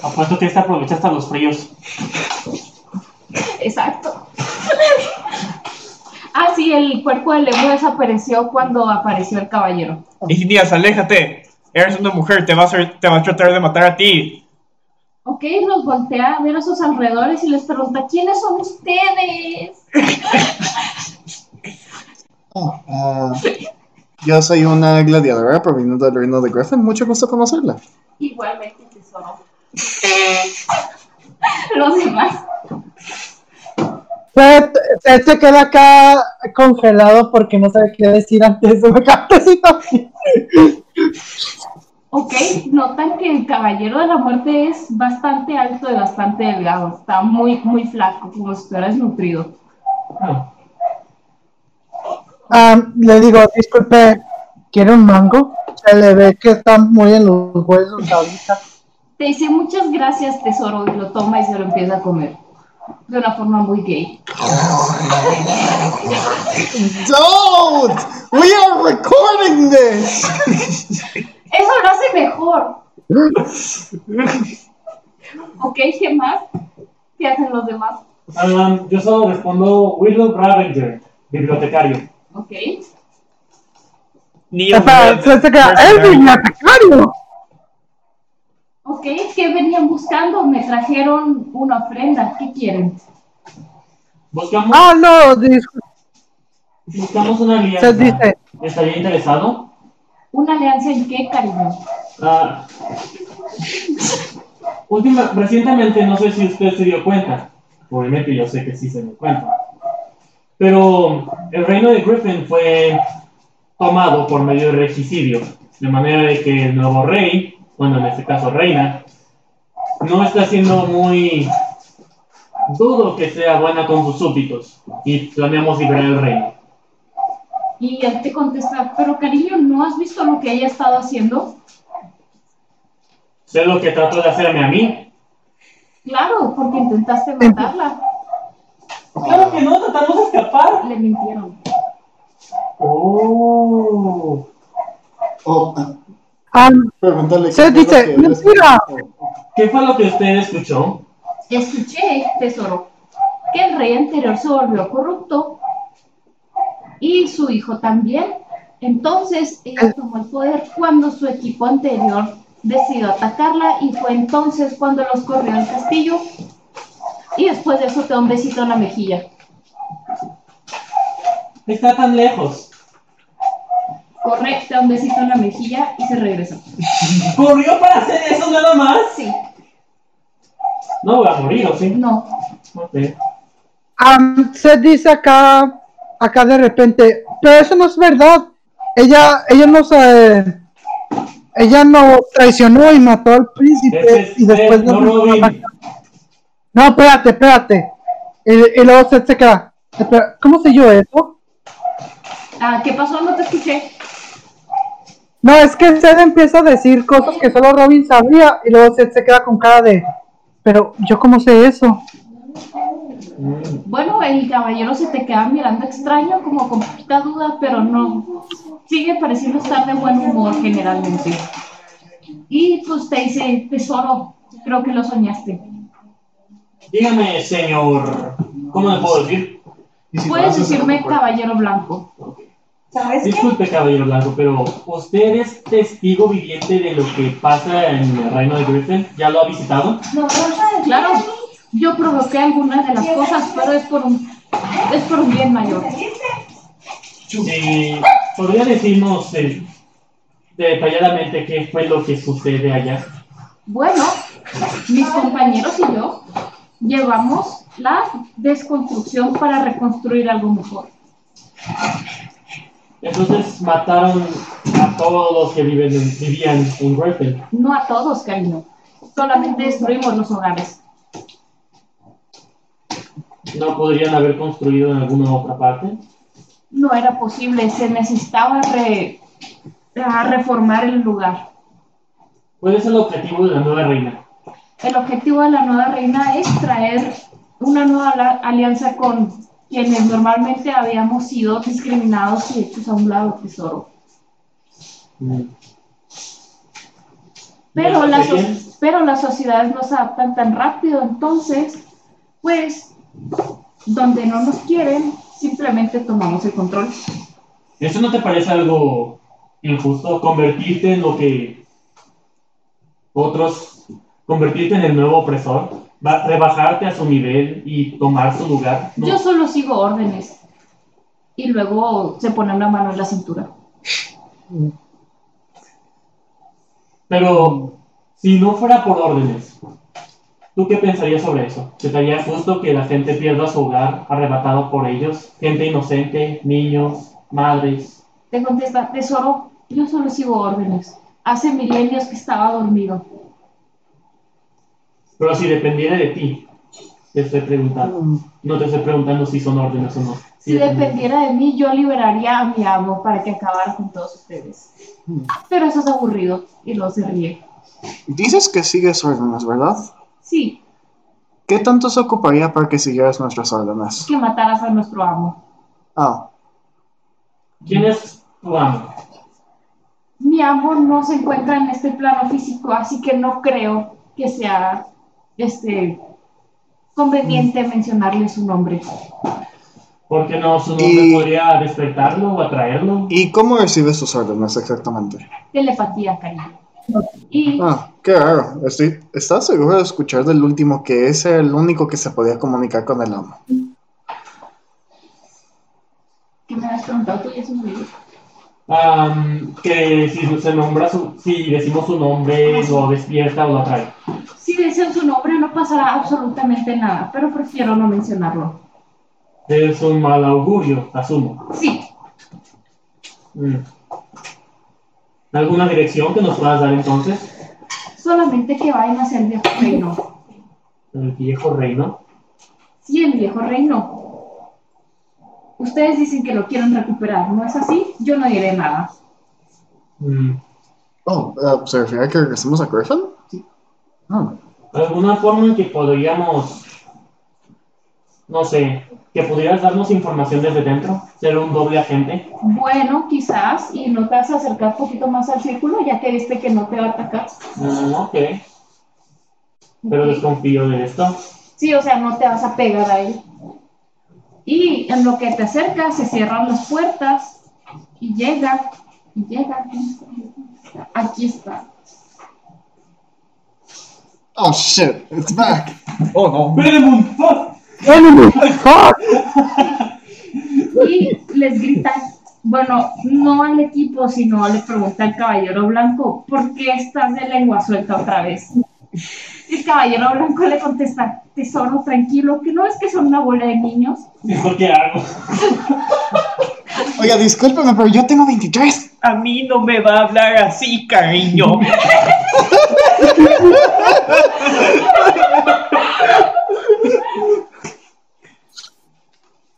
[SPEAKER 6] Apuesto que esta aprovecha hasta los fríos.
[SPEAKER 5] Exacto. ah, sí, el cuerpo del emo desapareció cuando apareció el caballero.
[SPEAKER 3] Ignias, aléjate. Eres una mujer, te va, a hacer- te va a tratar de matar a ti.
[SPEAKER 5] Ok, los voltea a ver a sus alrededores y les pregunta, ¿quiénes son ustedes?
[SPEAKER 4] Oh, ah, yo soy una gladiadora proveniente del reino de Griffin. Mucho gusto conocerla.
[SPEAKER 5] Igualmente, tesoro. los demás.
[SPEAKER 2] Seth, Seth se queda acá congelado porque no sabe qué decir antes de la situación.
[SPEAKER 5] Ok, notan que el caballero de la muerte es bastante alto y bastante delgado. Está muy, muy flaco, como si estuviera desnutrido.
[SPEAKER 6] Ah,
[SPEAKER 2] Ah, le digo, disculpe, ¿quiere un mango? Se le ve que está muy en los huesos ahorita.
[SPEAKER 5] Te dice muchas gracias, tesoro, y lo toma y se lo empieza a comer. de una forma muy gay.
[SPEAKER 4] Don't! We are recording this!
[SPEAKER 5] Eso lo hace mejor. ok, ¿qué más? ¿Qué hacen los demás?
[SPEAKER 6] Um, yo solo respondo Willow Ravenger, bibliotecario.
[SPEAKER 5] Ok.
[SPEAKER 3] Neil
[SPEAKER 2] Espera, se, se queda. ¡El bibliotecario!
[SPEAKER 5] Ok, ¿qué venían buscando? Me trajeron una ofrenda. ¿Qué quieren?
[SPEAKER 6] Buscamos,
[SPEAKER 2] Ah, no, dis-
[SPEAKER 6] buscamos una
[SPEAKER 2] se
[SPEAKER 6] alianza.
[SPEAKER 2] dice.
[SPEAKER 6] ¿Estaría interesado?
[SPEAKER 5] ¿Una alianza en qué, cariño?
[SPEAKER 6] Ah, última, recientemente, no sé si usted se dio cuenta. Obviamente yo sé que sí se dio cuenta. Pero el reino de Griffin fue tomado por medio de regicidio. De manera de que el nuevo rey, bueno, en este caso reina, no está siendo muy... Dudo que sea buena con sus súbditos. Y planeamos liberar el reino.
[SPEAKER 5] Y él te contesta, pero cariño, ¿no has visto lo que ella ha estado haciendo?
[SPEAKER 6] Sé lo que trató de hacerme a mí.
[SPEAKER 5] Claro, porque intentaste matarla.
[SPEAKER 6] Claro que no, tratamos de escapar.
[SPEAKER 5] Le mintieron.
[SPEAKER 6] Oh.
[SPEAKER 4] Oh,
[SPEAKER 2] Ah,
[SPEAKER 4] pregúntale.
[SPEAKER 2] se
[SPEAKER 4] qué es lo
[SPEAKER 2] dice,
[SPEAKER 4] que-
[SPEAKER 2] mentira.
[SPEAKER 6] ¿Qué fue lo que usted escuchó?
[SPEAKER 5] Escuché, tesoro, que el rey anterior se volvió corrupto y su hijo también. Entonces ella tomó el poder cuando su equipo anterior decidió atacarla y fue entonces cuando los corrió al castillo y después de eso te da un besito en la mejilla.
[SPEAKER 6] Está tan lejos.
[SPEAKER 5] Corre, te da un besito en la mejilla y se regresa.
[SPEAKER 6] ¿Corrió para hacer eso nada más?
[SPEAKER 5] Sí,
[SPEAKER 6] No voy a morir, ¿o sí?
[SPEAKER 5] no,
[SPEAKER 6] Ok.
[SPEAKER 2] Am, se dice acá, acá de repente, pero eso no es verdad. Ella, ella no se, ella no traicionó y mató al príncipe
[SPEAKER 6] Ese es
[SPEAKER 2] y después
[SPEAKER 6] Ted, no
[SPEAKER 2] mató a la
[SPEAKER 6] Robin.
[SPEAKER 2] vaca. No, espérate, espérate. Y, y luego se, se queda. espera, ¿Cómo sé yo eso?
[SPEAKER 5] Ah, ¿qué pasó? No te escuché.
[SPEAKER 2] No, es que Seth empieza a decir cosas que solo Robin sabía y luego Seth se queda con cara de, pero yo cómo sé eso.
[SPEAKER 6] Mm.
[SPEAKER 5] Bueno, el caballero se te queda mirando extraño, como con poquita duda, pero no. Sigue pareciendo estar de buen humor generalmente. Y pues te dice, tesoro, creo que lo soñaste.
[SPEAKER 6] Dígame, señor. ¿Cómo le puedo decir?
[SPEAKER 4] Y si
[SPEAKER 5] Puedes
[SPEAKER 4] no, eso se
[SPEAKER 5] decirme
[SPEAKER 4] lo recuerdo.
[SPEAKER 5] caballero blanco.
[SPEAKER 7] ¿Sabes qué?
[SPEAKER 6] Disculpe, caballero blanco, pero ¿usted es testigo viviente de lo que pasa en el reino de Griffin? ¿Ya lo ha visitado?
[SPEAKER 7] No, no, no,
[SPEAKER 5] Claro, yo provoqué algunas de las cosas, pero es por un, es por un bien mayor.
[SPEAKER 6] Sí. ¿Podría decirnos eh, detalladamente qué fue lo que sucede allá?
[SPEAKER 5] Bueno, mis compañeros y yo llevamos la desconstrucción para reconstruir algo mejor.
[SPEAKER 6] Entonces mataron a todos los que viven en- vivían en Griffin.
[SPEAKER 5] No a todos, cariño. Solamente destruimos los hogares.
[SPEAKER 6] ¿No podrían haber construido en alguna otra parte?
[SPEAKER 5] No era posible, se necesitaba re- a reformar el lugar.
[SPEAKER 6] ¿Cuál es el objetivo de la nueva reina?
[SPEAKER 5] El objetivo de la nueva reina es traer una nueva la- alianza con quienes normalmente habíamos sido discriminados y hechos a un lado, tesoro. Pero,
[SPEAKER 6] ¿No
[SPEAKER 5] las so-
[SPEAKER 6] serían?
[SPEAKER 5] pero las sociedades no se adaptan tan rápido, entonces, pues, donde no nos quieren, simplemente tomamos el control.
[SPEAKER 6] ¿Eso no te parece algo injusto? ¿Convertirte en lo que otros... convertirte en el nuevo opresor? ¿Va- ¿Rebajarte a su nivel y tomar su lugar? ¿No?
[SPEAKER 5] Yo solo sigo órdenes. Y luego se ponen la mano en la cintura.
[SPEAKER 6] Pero si no fuera por órdenes, ¿tú qué pensarías sobre eso? ¿Te estaría justo que la gente pierda su hogar arrebatado por ellos? Gente inocente, niños, madres.
[SPEAKER 5] Te contesta, tesoro, yo solo sigo órdenes. Hace milenios que estaba dormido.
[SPEAKER 6] Pero si dependiera de ti, te estoy preguntando. No te estoy preguntando si son órdenes o no.
[SPEAKER 5] Si dependiera de mí, yo liberaría a mi amo para que acabara con todos ustedes. Pero eso es aburrido. Y luego se ríe.
[SPEAKER 4] Dices que sigues órdenes, ¿verdad?
[SPEAKER 5] Sí,
[SPEAKER 4] ¿Qué tanto se ocuparía para que siguieras nuestras órdenes?
[SPEAKER 5] que mataras a nuestro amo.
[SPEAKER 4] Ah,
[SPEAKER 6] ¿Quién es tu amo?
[SPEAKER 5] Mi amo no se encuentra en este plano físico, así que no creo que sea este conveniente mencionarle su nombre.
[SPEAKER 6] ¿Por qué no su nombre
[SPEAKER 4] Y-
[SPEAKER 6] podría despertarlo o atraerlo?
[SPEAKER 4] ¿y cómo recibes tus órdenes exactamente?
[SPEAKER 5] Telepatía, cariño. Y
[SPEAKER 4] Ah, qué raro. Estoy, ¿Estás seguro de escuchar del último que ese era el único que se podía comunicar con el amo?
[SPEAKER 5] que me has preguntado tú y eso me dijo.
[SPEAKER 6] Am, que si se nombra su, si decimos su nombre lo despierta o lo atrae.
[SPEAKER 5] Si dicen su nombre no pasará absolutamente nada, pero prefiero no mencionarlo.
[SPEAKER 6] Es un mal augurio, asumo.
[SPEAKER 5] Sí,
[SPEAKER 6] Mm. ¿Alguna dirección que nos puedas dar entonces?
[SPEAKER 5] solamente que vayan hacia el viejo reino.
[SPEAKER 6] El viejo reino.
[SPEAKER 5] Sí, el viejo reino. Ustedes dicen que lo quieren recuperar, ¿no es así? Yo no diré nada.
[SPEAKER 6] Mm.
[SPEAKER 4] Oh, eh, ¿se refiere a que regresemos a Griffin? Ah,
[SPEAKER 6] ¿Alguna forma en que podríamos, no sé, que pudieras darnos información desde dentro? Ser un doble agente.
[SPEAKER 5] Bueno, quizás, y no te vas a acercar un poquito más al círculo, ya que viste que no te va a atacar.
[SPEAKER 6] Mm, ok. Pero desconfío de esto.
[SPEAKER 5] Sí, o sea, no te vas a pegar a él. Y en lo que te acercas, se cierran las puertas y llega, y llega. Aquí está.
[SPEAKER 4] Oh shit, it's back.
[SPEAKER 3] Oh no.
[SPEAKER 6] ¡Belemund!
[SPEAKER 3] oh,
[SPEAKER 6] ¡Fuck!
[SPEAKER 2] Enemy, fuck.
[SPEAKER 5] Y les gritan, bueno, no al equipo, sino le pregunta al caballero blanco, ¿por qué estás de lengua suelta otra vez? Y el caballero blanco le contesta, tesoro, tranquilo, que no es que son una bola de niños.
[SPEAKER 6] ¿Por qué hago?
[SPEAKER 4] Oiga, discúlpeme, pero yo tengo 23.
[SPEAKER 3] A mí no me va a hablar así, cariño.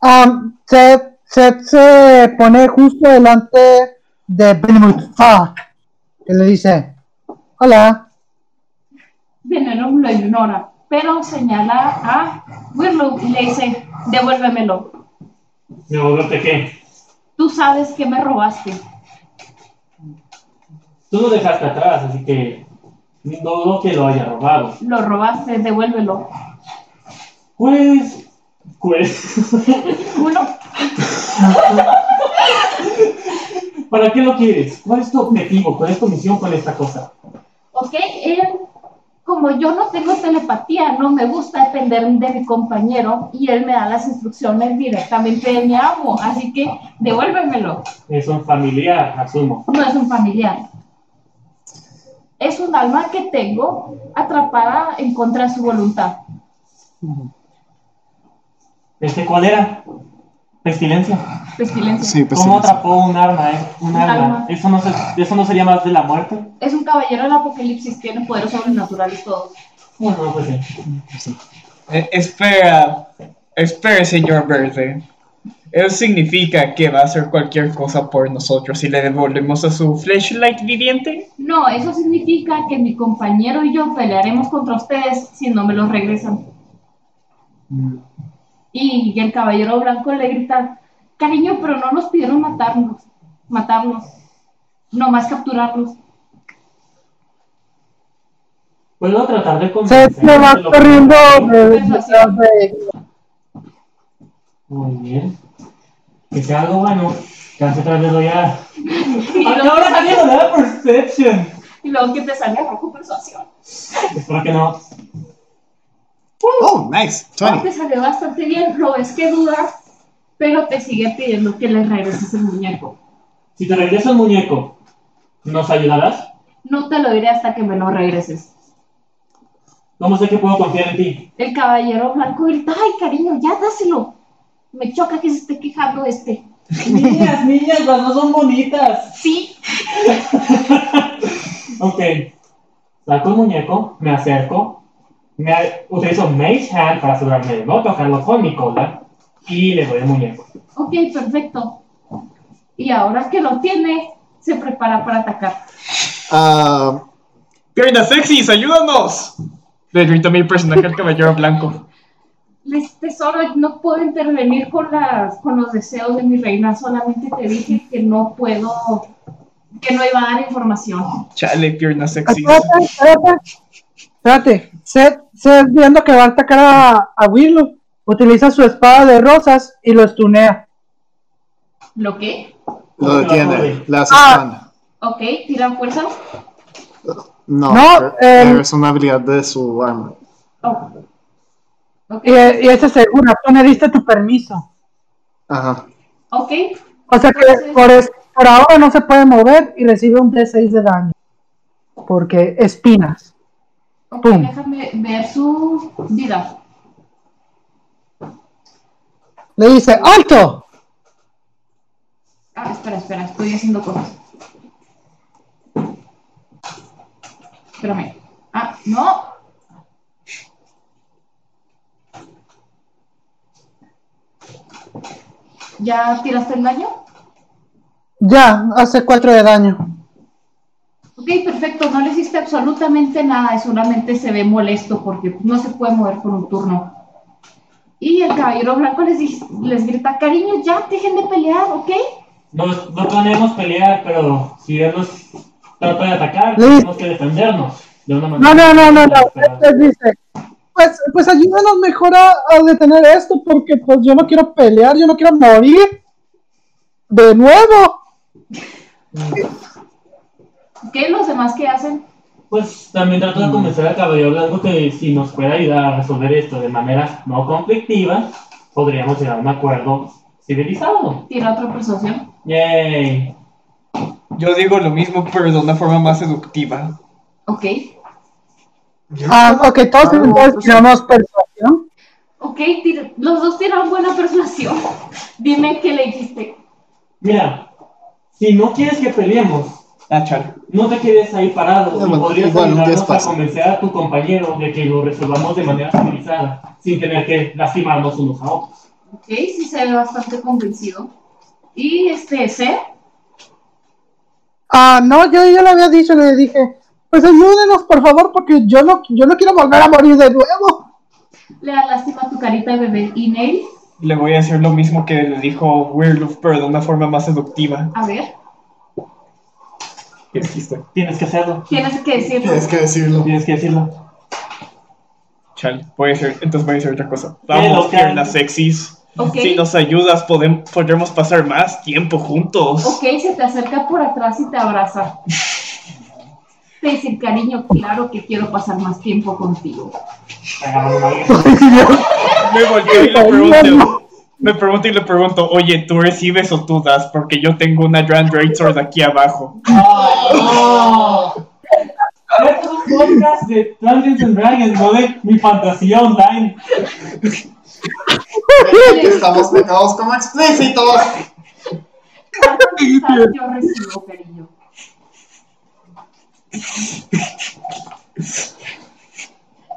[SPEAKER 2] Um, Seth, Seth se pone justo delante de Benmut Fuck. Que le dice: Hola.
[SPEAKER 5] Venerum lo ignora, pero señala a Wirlow y le dice, devuélvemelo.
[SPEAKER 6] ¿Me volverte qué?
[SPEAKER 5] Tú sabes que me robaste.
[SPEAKER 6] Tú lo dejaste atrás, así que no dudo que lo haya robado.
[SPEAKER 5] Lo robaste, devuélvelo.
[SPEAKER 6] Pues. Pues.
[SPEAKER 5] Uno,
[SPEAKER 6] ¿Para qué lo quieres? ¿Cuál es tu objetivo? ¿Cuál es tu misión con esta cosa?
[SPEAKER 5] ok, él, como yo no tengo telepatía, no me gusta depender de mi compañero y él me da las instrucciones directamente de mi amo, así que devuélvemelo.
[SPEAKER 6] Es un familiar, asumo.
[SPEAKER 5] No es un familiar. Es un alma que tengo atrapada en contra de su voluntad.
[SPEAKER 6] ¿Este cuál era? Pestilencia.
[SPEAKER 5] Pestilencia.
[SPEAKER 4] Sí, pues sí,
[SPEAKER 6] ¿Cómo
[SPEAKER 4] sí.
[SPEAKER 6] atrapó un arma, eh? Un
[SPEAKER 5] Un
[SPEAKER 6] arma.
[SPEAKER 5] arma.
[SPEAKER 6] ¿Eso no, se- ¿Eso no sería más de la muerte?
[SPEAKER 5] Es un caballero del apocalipsis, tiene poderes sobrenaturales todo.
[SPEAKER 6] Bueno, pues sí.
[SPEAKER 3] Eh, espera, espera, señor verde. Eso significa que va a hacer cualquier cosa por nosotros si le devolvemos a su flashlight viviente.
[SPEAKER 5] No, eso significa que mi compañero y yo pelearemos contra ustedes si no me los regresan.
[SPEAKER 6] Mm.
[SPEAKER 5] Y el caballero blanco le grita, cariño, pero no nos pidieron matarnos, matarlos, nomás capturarlos.
[SPEAKER 6] Puedo tratar de convencer.
[SPEAKER 2] Seth se va corriendo de- detrás de-
[SPEAKER 6] Muy bien. Que sea algo bueno. Casi otra vez doy a. Ah,
[SPEAKER 5] Y luego,
[SPEAKER 6] Ahora saliendo de la Perception.
[SPEAKER 5] y luego que te salga rojo persuasión.
[SPEAKER 6] Espero que no.
[SPEAKER 4] Oh, nice,
[SPEAKER 5] Ah,
[SPEAKER 4] 20.
[SPEAKER 5] Te salió bastante bien, lo ves que dudas, pero te sigue pidiendo que le regreses el muñeco.
[SPEAKER 6] Si te regreso el muñeco, ¿nos ayudarás?
[SPEAKER 5] No te lo diré hasta que me lo regreses.
[SPEAKER 6] ¿Cómo sé que puedo confiar en ti?
[SPEAKER 5] El caballero blanco grita, ay cariño, ya dáselo. Me choca que se esté quejando este.
[SPEAKER 6] Niñas, niñas, las dos son bonitas.
[SPEAKER 5] Sí,
[SPEAKER 6] Ok. Saco el muñeco, me acerco, me utilizo Mage Hand para asegurarme de no tocarlo con mi cola y le doy el muñeco.
[SPEAKER 5] ok, perfecto. Y ahora que lo tiene, se prepara para atacar.
[SPEAKER 4] Ah,
[SPEAKER 3] Piernas sexys, ayúdanos. Le grito a mi personaje al caballero blanco.
[SPEAKER 5] Les tesoro, no puedo intervenir con, las, con los deseos de mi reina, solamente te dije que no puedo, que no iba a dar información.
[SPEAKER 3] Chale, piernas sexy.
[SPEAKER 2] Espérate, espérate. Espérate. Seth, Seth, viendo que va a atacar a, a Willow, utiliza su espada de rosas y lo estunea.
[SPEAKER 5] ¿Lo qué?
[SPEAKER 4] Lo detiene, la
[SPEAKER 2] Ah.
[SPEAKER 4] asesina.
[SPEAKER 5] Ok, tiran fuerza.
[SPEAKER 4] No,
[SPEAKER 2] No,
[SPEAKER 4] pero-
[SPEAKER 2] eh,
[SPEAKER 4] pero es una habilidad de su arma.
[SPEAKER 5] Oh. Ok,
[SPEAKER 2] Y, y ese segura, tú me diste tu permiso.
[SPEAKER 4] Ajá.
[SPEAKER 5] ok,
[SPEAKER 2] O sea que por, es- por ahora no se puede mover y recibe un D6 de daño. Porque espinas.
[SPEAKER 5] ok,
[SPEAKER 2] Pum.
[SPEAKER 5] déjame ver su vida.
[SPEAKER 2] Le dice, ¡alto!
[SPEAKER 5] Ah, espera, espera, estoy haciendo cosas. Espérame. Ah, no. ¿Ya tiraste el daño?
[SPEAKER 2] Ya, hace 4 de daño.
[SPEAKER 5] Ok, perfecto, no le hiciste absolutamente nada, solamente se ve molesto porque no se puede mover por un turno. Y el caballero blanco les, dij- les grita, cariño, ya, dejen de pelear, ¿ok?
[SPEAKER 6] No, no planeamos pelear, pero si él nos trata de atacar,
[SPEAKER 2] Luis.
[SPEAKER 6] tenemos que defendernos. De una
[SPEAKER 2] No,
[SPEAKER 6] manera
[SPEAKER 2] no, no, no, no.
[SPEAKER 6] Pero-
[SPEAKER 2] Entonces dice, pues, pues ayúdanos mejor a, a detener esto, porque pues yo no quiero pelear, yo no quiero morir. De nuevo.
[SPEAKER 5] ¿Qué los demás que hacen?
[SPEAKER 6] Pues también trato de convencer al caballero blanco que si nos puede ayudar a resolver esto de manera no conflictiva, podríamos llegar a un acuerdo civilizado.
[SPEAKER 5] Tira otra persuasión.
[SPEAKER 6] Yay.
[SPEAKER 3] Yo digo lo mismo, pero de una forma más seductiva.
[SPEAKER 5] Ok,
[SPEAKER 2] Ah, ok, todos entonces tiramos persuasión.
[SPEAKER 5] ok, tira- los dos tiran buena persuasión. Dime qué le dijiste.
[SPEAKER 6] Mira, si no quieres que peleemos,
[SPEAKER 3] Ah, chale.
[SPEAKER 6] no te quedes ahí parado.
[SPEAKER 4] No,
[SPEAKER 6] y
[SPEAKER 4] bueno,
[SPEAKER 6] podrías
[SPEAKER 4] igual, un
[SPEAKER 6] ayudarnos a
[SPEAKER 4] despacio.
[SPEAKER 6] convencer a tu compañero de que lo resolvamos de manera civilizada, sin tener que lastimarnos unos a otros.
[SPEAKER 5] Ok, sí se ve bastante convencido. Y este, C,
[SPEAKER 2] Ah, no, yo ya le había dicho, le dije, pues ayúdenos por favor, porque yo no, yo no quiero volver a morir de nuevo.
[SPEAKER 5] le da lástima a tu carita de bebé y Neil.
[SPEAKER 3] Le voy a decir lo mismo que le dijo Weirloof, pero de una forma más seductiva.
[SPEAKER 5] A ver,
[SPEAKER 3] ¿Qué dijiste?
[SPEAKER 6] Tienes que hacerlo.
[SPEAKER 5] tienes que decirlo.
[SPEAKER 4] Tienes que decirlo.
[SPEAKER 6] Tienes que decirlo.
[SPEAKER 3] Chale, voy a decir, entonces voy a decir otra cosa.
[SPEAKER 6] Pero,
[SPEAKER 3] Vamos,
[SPEAKER 6] Karen.
[SPEAKER 3] piernas sexys.
[SPEAKER 5] Ok.
[SPEAKER 3] Si nos ayudas, podem- podremos pasar más tiempo juntos.
[SPEAKER 5] Ok, se te acerca por atrás y te abraza. Te dice, cariño, claro que quiero pasar más tiempo contigo.
[SPEAKER 6] Agarra una vez.
[SPEAKER 3] Me volteo y le
[SPEAKER 2] Ay,
[SPEAKER 3] pregunto.
[SPEAKER 2] no.
[SPEAKER 3] Me pregunto y le pregunto, oye, ¿tú recibes o tú das? Porque yo tengo una Grand Raid Sword aquí abajo.
[SPEAKER 6] Este es un podcast de Dungeons and Dragons, no de mi fantasía online.
[SPEAKER 4] Estamos pegados como explícitos.
[SPEAKER 5] ¿Cuánto mensaje yo recibo, cariño?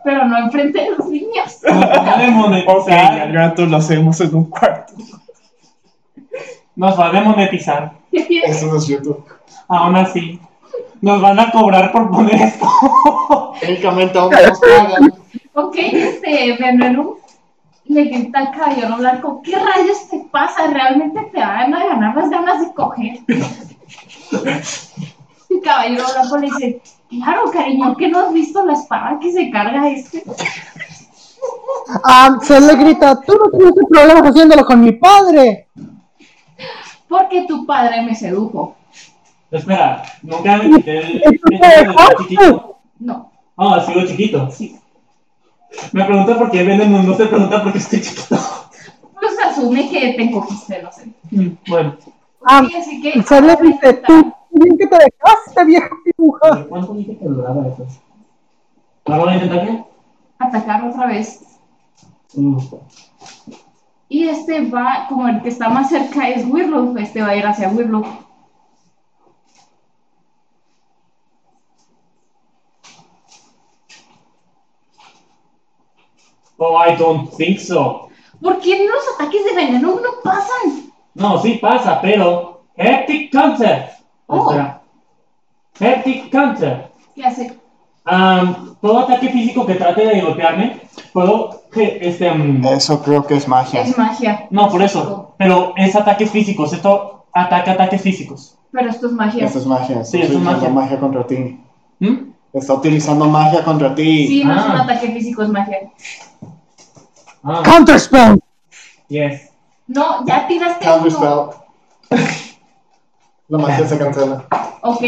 [SPEAKER 5] Pero no enfrente de los niños.
[SPEAKER 6] Nos va a
[SPEAKER 3] Ok, al
[SPEAKER 6] demonetizar.
[SPEAKER 3] rato lo hacemos en un cuarto.
[SPEAKER 6] Nos va a demonetizar.
[SPEAKER 5] ¿Qué tienes?
[SPEAKER 4] Eso no es YouTube.
[SPEAKER 6] Aún así. Nos van a cobrar por poner esto.
[SPEAKER 4] Técnicamente aún no nos pagan.
[SPEAKER 5] Ok, este, Benvenu le grita al caballero blanco, ¿qué rayos te pasa? Realmente te van a ganar las ganas de coger. El caballero blanco le dice, claro, cariño, que no has visto la espada que se carga este.
[SPEAKER 2] Ah, se le grita, tú no tienes problemas haciéndolo con mi padre.
[SPEAKER 5] Porque tu padre me sedujo.
[SPEAKER 6] Espera, nunca me quité el.
[SPEAKER 2] Eso
[SPEAKER 6] el-
[SPEAKER 2] fue
[SPEAKER 6] el- el- chiquito.
[SPEAKER 5] No.
[SPEAKER 6] Ah, sigo chiquito. Sí. Me pregunta por qué Venom no se pregunta por qué estoy chiquito.
[SPEAKER 5] Pues asume que te cogiste, no sé.
[SPEAKER 6] Mm, Bueno,
[SPEAKER 2] Ah,
[SPEAKER 5] Y así que...
[SPEAKER 2] se le dice, tú, bien que te dejaste, vieja piruja.
[SPEAKER 6] ¿cuánto dije que duraba eso? ¿Vamos a intentar qué?
[SPEAKER 5] Atacar otra vez.
[SPEAKER 6] Mm.
[SPEAKER 5] Y este va, como el que está más cerca es Wirlof, este va a ir hacia Wirlof.
[SPEAKER 6] Oh, I don't think so.
[SPEAKER 5] ¿Por qué los ataques de veneno no pasan?
[SPEAKER 6] No, sí pasa, pero. Hectic Counter.
[SPEAKER 5] Oh.
[SPEAKER 6] Espera. Hectic Counter.
[SPEAKER 5] ¿Qué hace?
[SPEAKER 6] Am, todo ataque físico que trate de golpearme, puedo. que, Este, am,
[SPEAKER 4] Eso creo que es magia.
[SPEAKER 5] Es magia.
[SPEAKER 6] no, por eso. Pero es ataques físicos. Esto ataca ataques físicos.
[SPEAKER 5] Pero esto es magia.
[SPEAKER 4] Esto es magia. Estoy
[SPEAKER 6] Sí, esto es
[SPEAKER 4] utilizando
[SPEAKER 6] magia.
[SPEAKER 4] magia contra ti.
[SPEAKER 6] ¿Mm?
[SPEAKER 4] Está utilizando magia contra ti.
[SPEAKER 5] Sí, no es un
[SPEAKER 6] Ah.
[SPEAKER 5] ataque físico, es magia.
[SPEAKER 6] Ah,
[SPEAKER 2] Counter spell.
[SPEAKER 6] yes.
[SPEAKER 5] No, ya tiraste
[SPEAKER 4] Counter
[SPEAKER 5] uno.
[SPEAKER 4] spell. La magia se cancela.
[SPEAKER 5] Ok.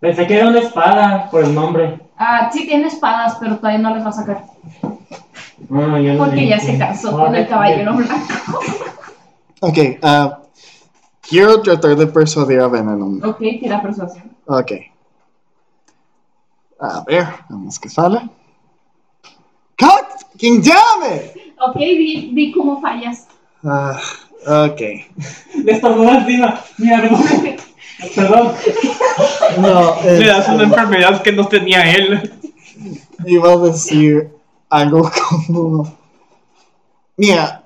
[SPEAKER 6] Pensé que era una espada por el nombre.
[SPEAKER 5] Ah, sí tiene espadas, pero todavía no les va a sacar.
[SPEAKER 6] Ah, ya lo
[SPEAKER 5] Porque ya
[SPEAKER 6] dije.
[SPEAKER 5] se casó
[SPEAKER 6] Ah,
[SPEAKER 5] con el
[SPEAKER 6] ok.
[SPEAKER 5] caballero blanco.
[SPEAKER 4] Ok, ah, quiero tratar de persuadir a Venom.
[SPEAKER 5] Ok, tira persuasión.
[SPEAKER 4] Ok. A ver, vamos que sale. ¡Cut! ¡King llame!
[SPEAKER 5] Ok, di, di cómo fallas.
[SPEAKER 4] Ah, ok.
[SPEAKER 6] Le estornudó encima. Mira, perdón. Perdón.
[SPEAKER 4] No, eh,
[SPEAKER 3] Le das una enfermedad que no tenía él.
[SPEAKER 4] iba a decir algo como... Mira,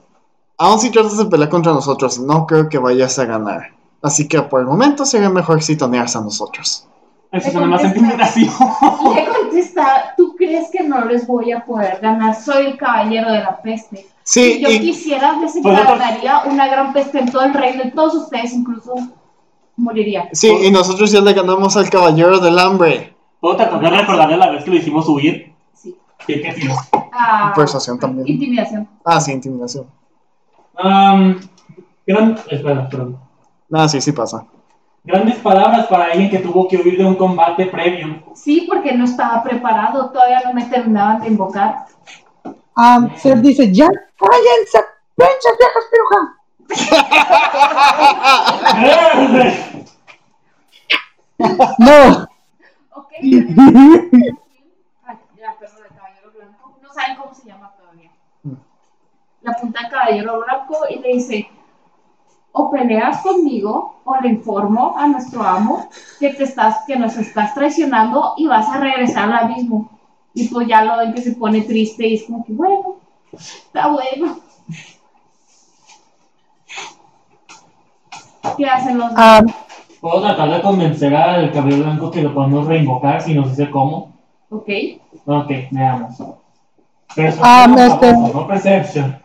[SPEAKER 4] aun si tratas de pelear contra nosotros, no creo que vayas a ganar. Así que por el momento sería mejor si toneas a nosotros.
[SPEAKER 6] Eso suena más intimidación.
[SPEAKER 5] Le contesta, ¿tú crees que no les voy a poder ganar? Soy el caballero de la peste.
[SPEAKER 4] Sí,
[SPEAKER 5] si yo
[SPEAKER 4] y-
[SPEAKER 5] quisiera, desencadenaría una gran peste en todo el reino, en todos ustedes incluso moriría.
[SPEAKER 4] sí, y nosotros ya le ganamos al Caballero del Hambre.
[SPEAKER 6] ¿Puedo tratar de recordarle la vez que lo hicimos subir?
[SPEAKER 5] Sí.
[SPEAKER 6] ¿Qué, qué tiró?
[SPEAKER 5] Ah,
[SPEAKER 4] Persuasión también.
[SPEAKER 5] Intimidación.
[SPEAKER 4] Ah, sí, intimidación.
[SPEAKER 6] Am, Um, gran- espera, perdón.
[SPEAKER 4] Ah, sí, sí pasa.
[SPEAKER 6] Grandes palabras para alguien que tuvo que huir de un combate previo.
[SPEAKER 5] Sí, porque no estaba preparado, todavía no me terminaban de invocar.
[SPEAKER 2] Um, Seth dice, ya cállense, pinches viejas pirujas. No.
[SPEAKER 5] Ok. La perra del caballero blanco. No saben cómo se llama todavía. La apunta al caballero blanco y le dice: O peleas conmigo, o le informo a nuestro amo que, te estás, que nos estás traicionando y vas a regresar al abismo. Y pues ya lo ven que se pone triste y es como que, bueno, está bueno. ¿Qué hacen los demás?
[SPEAKER 2] Um,
[SPEAKER 6] ¿Puedo tratar de convencer al cabello blanco que lo podemos reinvocar si nos dice cómo?
[SPEAKER 5] Ok.
[SPEAKER 6] Ok, veamos. Perception,
[SPEAKER 2] Ah,
[SPEAKER 6] por
[SPEAKER 2] este-
[SPEAKER 6] favor, no perception.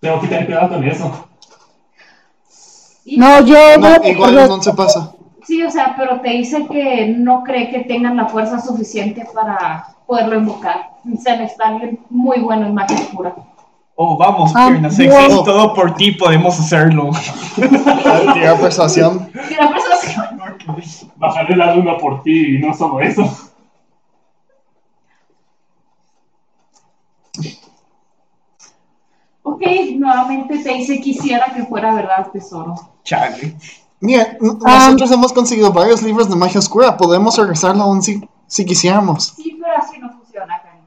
[SPEAKER 6] Tengo que tener cuidado con eso.
[SPEAKER 5] Y-
[SPEAKER 2] no, yo
[SPEAKER 4] No,
[SPEAKER 2] voy a
[SPEAKER 4] igual
[SPEAKER 2] tratar de-
[SPEAKER 4] no se pasa.
[SPEAKER 5] Sí, o sea, pero te dice que no cree que tengan la fuerza suficiente para poderlo invocar. Se necesita alguien muy bueno en magia oscura.
[SPEAKER 3] Oh, vamos,
[SPEAKER 2] Ah,
[SPEAKER 3] piernas sexy,
[SPEAKER 2] wow.
[SPEAKER 3] todo por ti podemos hacerlo.
[SPEAKER 4] Tira persuasión.
[SPEAKER 5] Y la persona se-
[SPEAKER 6] Bajaré la luna por ti y no solo eso.
[SPEAKER 5] Ok, nuevamente te dice quisiera que fuera verdad, tesoro.
[SPEAKER 3] Chale.
[SPEAKER 4] Mira, n-
[SPEAKER 2] Ah.
[SPEAKER 4] nosotros hemos conseguido varios libros de magia oscura. Podemos regresarlo aún si, si quisiéramos.
[SPEAKER 5] Sí, pero así no funciona, cariño.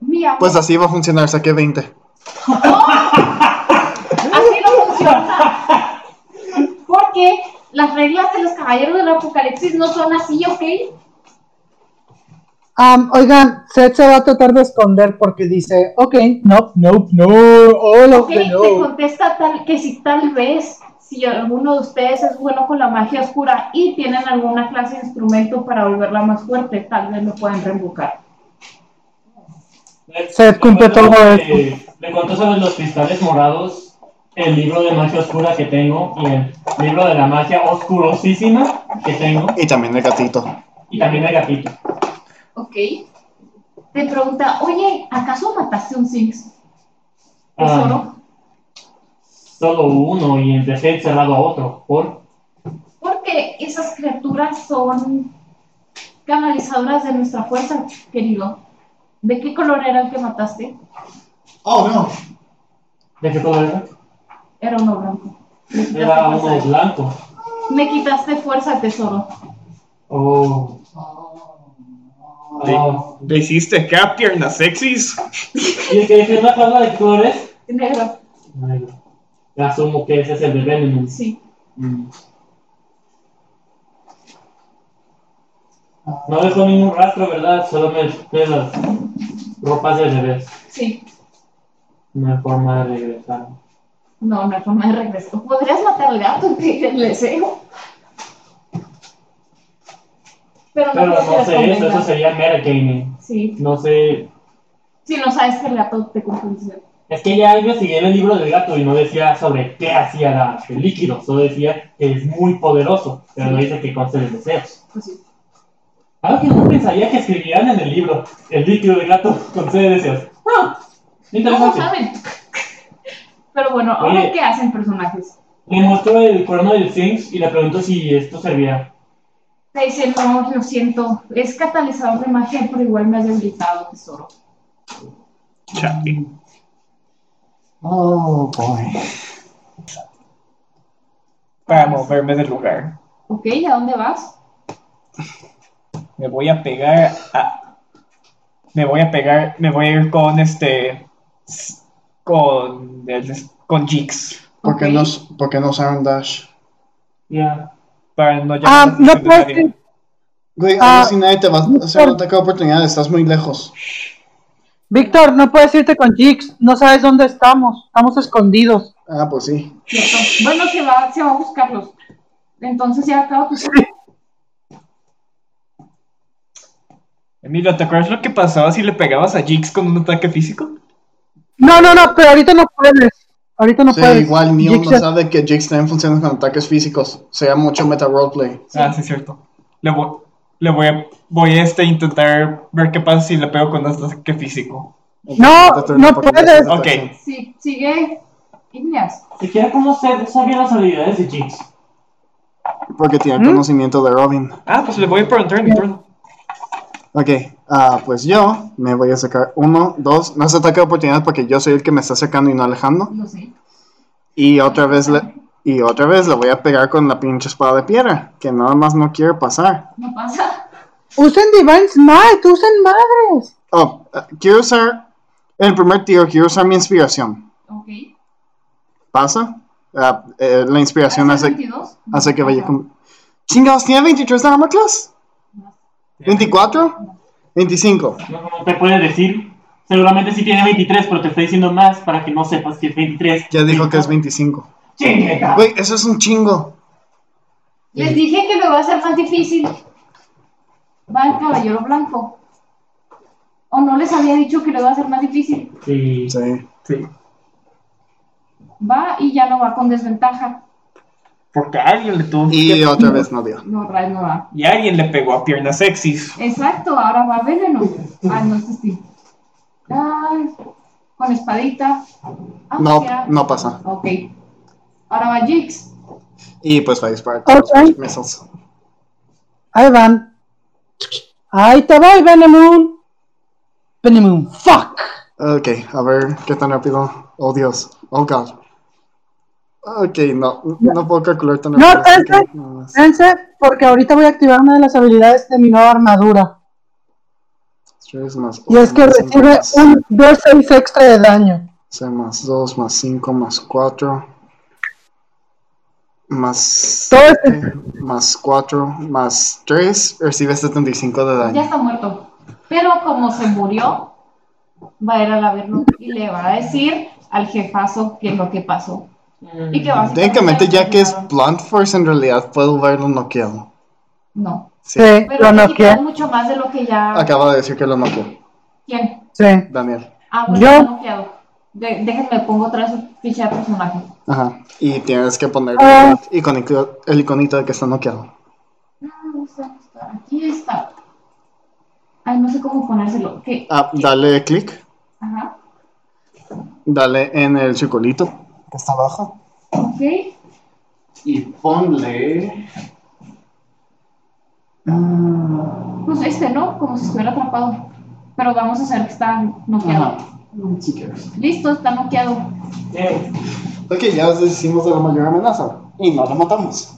[SPEAKER 5] Mi amor,
[SPEAKER 4] Pues así va a funcionar, saqué 20.
[SPEAKER 5] así no funciona. Porque las reglas de los caballeros del apocalipsis no son así, ¿ok?
[SPEAKER 2] Um, oigan, Seth se va a tratar de esconder porque dice, ok, no, no, no, all of
[SPEAKER 5] Ok,
[SPEAKER 2] the
[SPEAKER 5] te
[SPEAKER 2] no.
[SPEAKER 5] contesta tal que si tal vez si alguno de ustedes es bueno con la magia oscura y tienen alguna clase de instrumento para volverla más fuerte, tal vez lo pueden reinvocar.
[SPEAKER 2] Se cumple todo
[SPEAKER 6] Eh, Le cuento sobre los cristales morados, el libro de magia oscura que tengo y el libro de la magia oscurosísima que tengo
[SPEAKER 4] Y también el gatito.
[SPEAKER 6] y también el gatito.
[SPEAKER 5] Ok. Te pregunta, oye, ¿acaso mataste un Six? Tesoro.
[SPEAKER 6] Ah, solo uno y empecé cerrado a otro. ¿Por?
[SPEAKER 5] Porque esas criaturas son canalizadoras de nuestra fuerza, querido. ¿De qué color era el que mataste?
[SPEAKER 4] Oh, no.
[SPEAKER 6] ¿De qué color era?
[SPEAKER 5] Era uno blanco. Me quitaste
[SPEAKER 6] Era uno
[SPEAKER 5] fuerza.
[SPEAKER 6] blanco.
[SPEAKER 5] Me quitaste fuerza, tesoro.
[SPEAKER 6] Oh.
[SPEAKER 3] ¿Te,
[SPEAKER 6] Oh.
[SPEAKER 3] te hiciste acá, piernas sexys?
[SPEAKER 6] ¿Y el que decía una palabra de qué color es?
[SPEAKER 5] Negro.
[SPEAKER 6] Ay, Ya asumo que ese es el de Venom.
[SPEAKER 5] Sí.
[SPEAKER 6] Mm. No dejó ningún rastro, ¿verdad? Solo me, me las ropas de bebés.
[SPEAKER 5] Sí.
[SPEAKER 6] No hay forma de regresar.
[SPEAKER 5] No, no hay forma de regreso. Podrías matar al gato, te deseo. Pero no
[SPEAKER 6] Pero
[SPEAKER 5] creo que
[SPEAKER 6] no
[SPEAKER 5] les
[SPEAKER 6] sé eso,
[SPEAKER 5] convenga.
[SPEAKER 6] eso sería metagaming.
[SPEAKER 5] Sí.
[SPEAKER 6] No sé.
[SPEAKER 5] Si no sabes que el gato te confunde.
[SPEAKER 6] Es que ya investigué en el libro del gato y no decía sobre qué hacía la- el líquido, solo decía que es muy poderoso, pero no dice que conste de deseos.
[SPEAKER 5] Pues sí.
[SPEAKER 6] Algo que no pensaría que escribieran en el libro, el líquido del gato concede deseos. No,
[SPEAKER 5] ¿Cómo
[SPEAKER 6] interesante.
[SPEAKER 5] saben? Pero bueno, ahora
[SPEAKER 6] Oye.
[SPEAKER 5] qué hacen personajes.
[SPEAKER 6] Le mostró el cuerno del Sphinx y le pregunto si esto servía.
[SPEAKER 5] Te dicen, no, lo siento, es catalizador de magia, pero igual me has debilitado, tesoro.
[SPEAKER 3] Chale.
[SPEAKER 4] Oh, boy.
[SPEAKER 3] Para moverme del lugar.
[SPEAKER 5] Ok, ¿y a dónde vas?
[SPEAKER 3] Me voy a pegar a. Me voy a pegar. Me voy a ir con este. Con. el- Con Jigs.
[SPEAKER 4] ¿Por qué
[SPEAKER 5] Ok.
[SPEAKER 4] no, por qué no usaron Dash?
[SPEAKER 6] Ya.
[SPEAKER 3] Para no llamar
[SPEAKER 2] Ah,
[SPEAKER 3] la
[SPEAKER 2] no
[SPEAKER 3] atención de
[SPEAKER 2] puedes
[SPEAKER 3] nadie.
[SPEAKER 2] ir-
[SPEAKER 4] Güey,
[SPEAKER 2] Ah,
[SPEAKER 4] aún si nadie te va a hacer un ataque de oportunidad, estás muy lejos.
[SPEAKER 2] Víctor, no puedes irte con Jigs, no sabes dónde estamos, estamos escondidos.
[SPEAKER 4] Ah, pues sí.
[SPEAKER 5] Cierto. Bueno, se va, se va a buscarlos. Entonces ya acabo tu
[SPEAKER 3] Emilio, ¿te acuerdas lo que pasaba si le pegabas a Jigs con un ataque físico?
[SPEAKER 2] No, no, no, pero ahorita no puedes. Ahorita no
[SPEAKER 4] Sí,
[SPEAKER 2] puedes.
[SPEAKER 4] igual Neon
[SPEAKER 2] Jigs
[SPEAKER 4] no
[SPEAKER 2] es-
[SPEAKER 4] sabe que Jigs también funciona con ataques físicos. Sea mucho meta roleplay.
[SPEAKER 3] Ah, sí, es cierto. Le voy, le voy a. Voy a este, intentar ver qué pasa si le pego con un ataque físico.
[SPEAKER 2] No, no puedes.
[SPEAKER 3] Ok.
[SPEAKER 5] Sí, sigue. Igneas.
[SPEAKER 6] Siquiera cómo sé- sabía las habilidades de Jinx.
[SPEAKER 4] Porque tiene
[SPEAKER 2] ¿Mm?
[SPEAKER 4] conocimiento de Robin.
[SPEAKER 3] Ah, pues le voy a preguntar en mi turno.
[SPEAKER 4] Ok, ah, pues yo me voy a sacar uno, dos, no es ataque de oportunidad porque yo soy el que me está sacando y no alejando.
[SPEAKER 5] Lo sé.
[SPEAKER 4] Y otra vez le, y otra vez le voy a pegar con la pinche espada de piedra, que nada más no quiere pasar.
[SPEAKER 5] No pasa.
[SPEAKER 2] Usen Divine Smite, usen madres.
[SPEAKER 4] Oh, ah, quiero usar, en el primer tiro quiero usar mi inspiración.
[SPEAKER 5] Ok.
[SPEAKER 4] ¿Pasa? Ah, eh, la inspiración
[SPEAKER 5] ¿Hace
[SPEAKER 4] hace,
[SPEAKER 5] 22?
[SPEAKER 4] hace que vaya con... Chingados, ¿tiene 23 de armor class? ¿24? 25.
[SPEAKER 6] No, no te puede decir. Seguramente sí tiene 23, pero te está diciendo más para que no sepas que es 23.
[SPEAKER 4] Ya dijo que es 25.
[SPEAKER 6] ¡Chinga!
[SPEAKER 4] Güey, eso es un chingo.
[SPEAKER 5] Les dije que lo iba a hacer más difícil. Va el caballero blanco. ¿O no les había dicho que lo iba a hacer más difícil?
[SPEAKER 6] Sí.
[SPEAKER 4] Sí.
[SPEAKER 3] Sí.
[SPEAKER 5] Va y ya no va con desventaja.
[SPEAKER 3] Porque alguien le tuvo.
[SPEAKER 4] Y otra vez no dio.
[SPEAKER 5] No, Ray no va.
[SPEAKER 3] Y alguien le pegó a piernas sexys.
[SPEAKER 5] Exacto, ahora va veneno. Ah, no, este sí. Ay, con espadita. Ah,
[SPEAKER 4] No,
[SPEAKER 5] sí, ah.
[SPEAKER 4] no pasa.
[SPEAKER 5] Ok. Ahora va Jix.
[SPEAKER 4] Y pues va a disparar con
[SPEAKER 2] Ok.
[SPEAKER 4] los missiles.
[SPEAKER 2] Ahí van. Ahí te voy, Venemoon. Venemoon, fuck.
[SPEAKER 4] Ok, a ver qué tan rápido. Oh Dios, oh God. Ok, no, no puedo calcular tan
[SPEAKER 2] No,
[SPEAKER 4] rápido. así
[SPEAKER 2] espérate.
[SPEAKER 4] que nada más.
[SPEAKER 2] Espérense, porque ahorita voy a activar una de las habilidades de mi nueva armadura.
[SPEAKER 4] Tres más
[SPEAKER 2] Y es que
[SPEAKER 4] ocho, más cinco,
[SPEAKER 2] recibe
[SPEAKER 4] más
[SPEAKER 2] un 2-6 extra de daño.
[SPEAKER 4] seis, más 2, más 5, más 4, más
[SPEAKER 2] Todo es-
[SPEAKER 4] siete, más 4, más 3, recibe 75 de
[SPEAKER 5] Ya
[SPEAKER 4] daño.
[SPEAKER 5] está muerto. Pero como se murió, va a ir a la verlo y le va a decir al jefazo qué es lo que pasó. Y que básicamente-
[SPEAKER 4] Técnicamente, ya que es Blunt Force, en realidad puedo verlo noqueado.
[SPEAKER 5] No.
[SPEAKER 4] Sí.
[SPEAKER 2] Sí,
[SPEAKER 5] Pero
[SPEAKER 2] lo
[SPEAKER 5] le
[SPEAKER 2] noqueé.
[SPEAKER 5] quitaron mucho más de lo que ya.
[SPEAKER 4] Acaba de decir que lo noqueó.
[SPEAKER 5] ¿Quién?
[SPEAKER 2] Sí.
[SPEAKER 4] Daniel.
[SPEAKER 5] Ah, bueno,
[SPEAKER 2] Yo.
[SPEAKER 5] está noqueado. De- déjenme pongo otra vez su ficha de personaje.
[SPEAKER 4] Ajá. Y tienes que poner
[SPEAKER 2] Ah.
[SPEAKER 4] el, iconito, el iconito de que está noqueado.
[SPEAKER 5] Ah, no sé, Aquí está. Ay, no sé cómo ponérselo. ¿Qué?
[SPEAKER 4] Ah, dale clic.
[SPEAKER 5] Ajá.
[SPEAKER 4] Dale en el circulito. Que está abajo.
[SPEAKER 5] Ok.
[SPEAKER 8] Y ponle.
[SPEAKER 5] Pues este, ¿no? Como si estuviera atrapado. Pero vamos a hacer que está noqueado.
[SPEAKER 8] Si quieres.
[SPEAKER 5] Listo, está noqueado.
[SPEAKER 6] Eh,
[SPEAKER 4] Ok, ya nos deshicimos de la mayor amenaza. Y no lo matamos.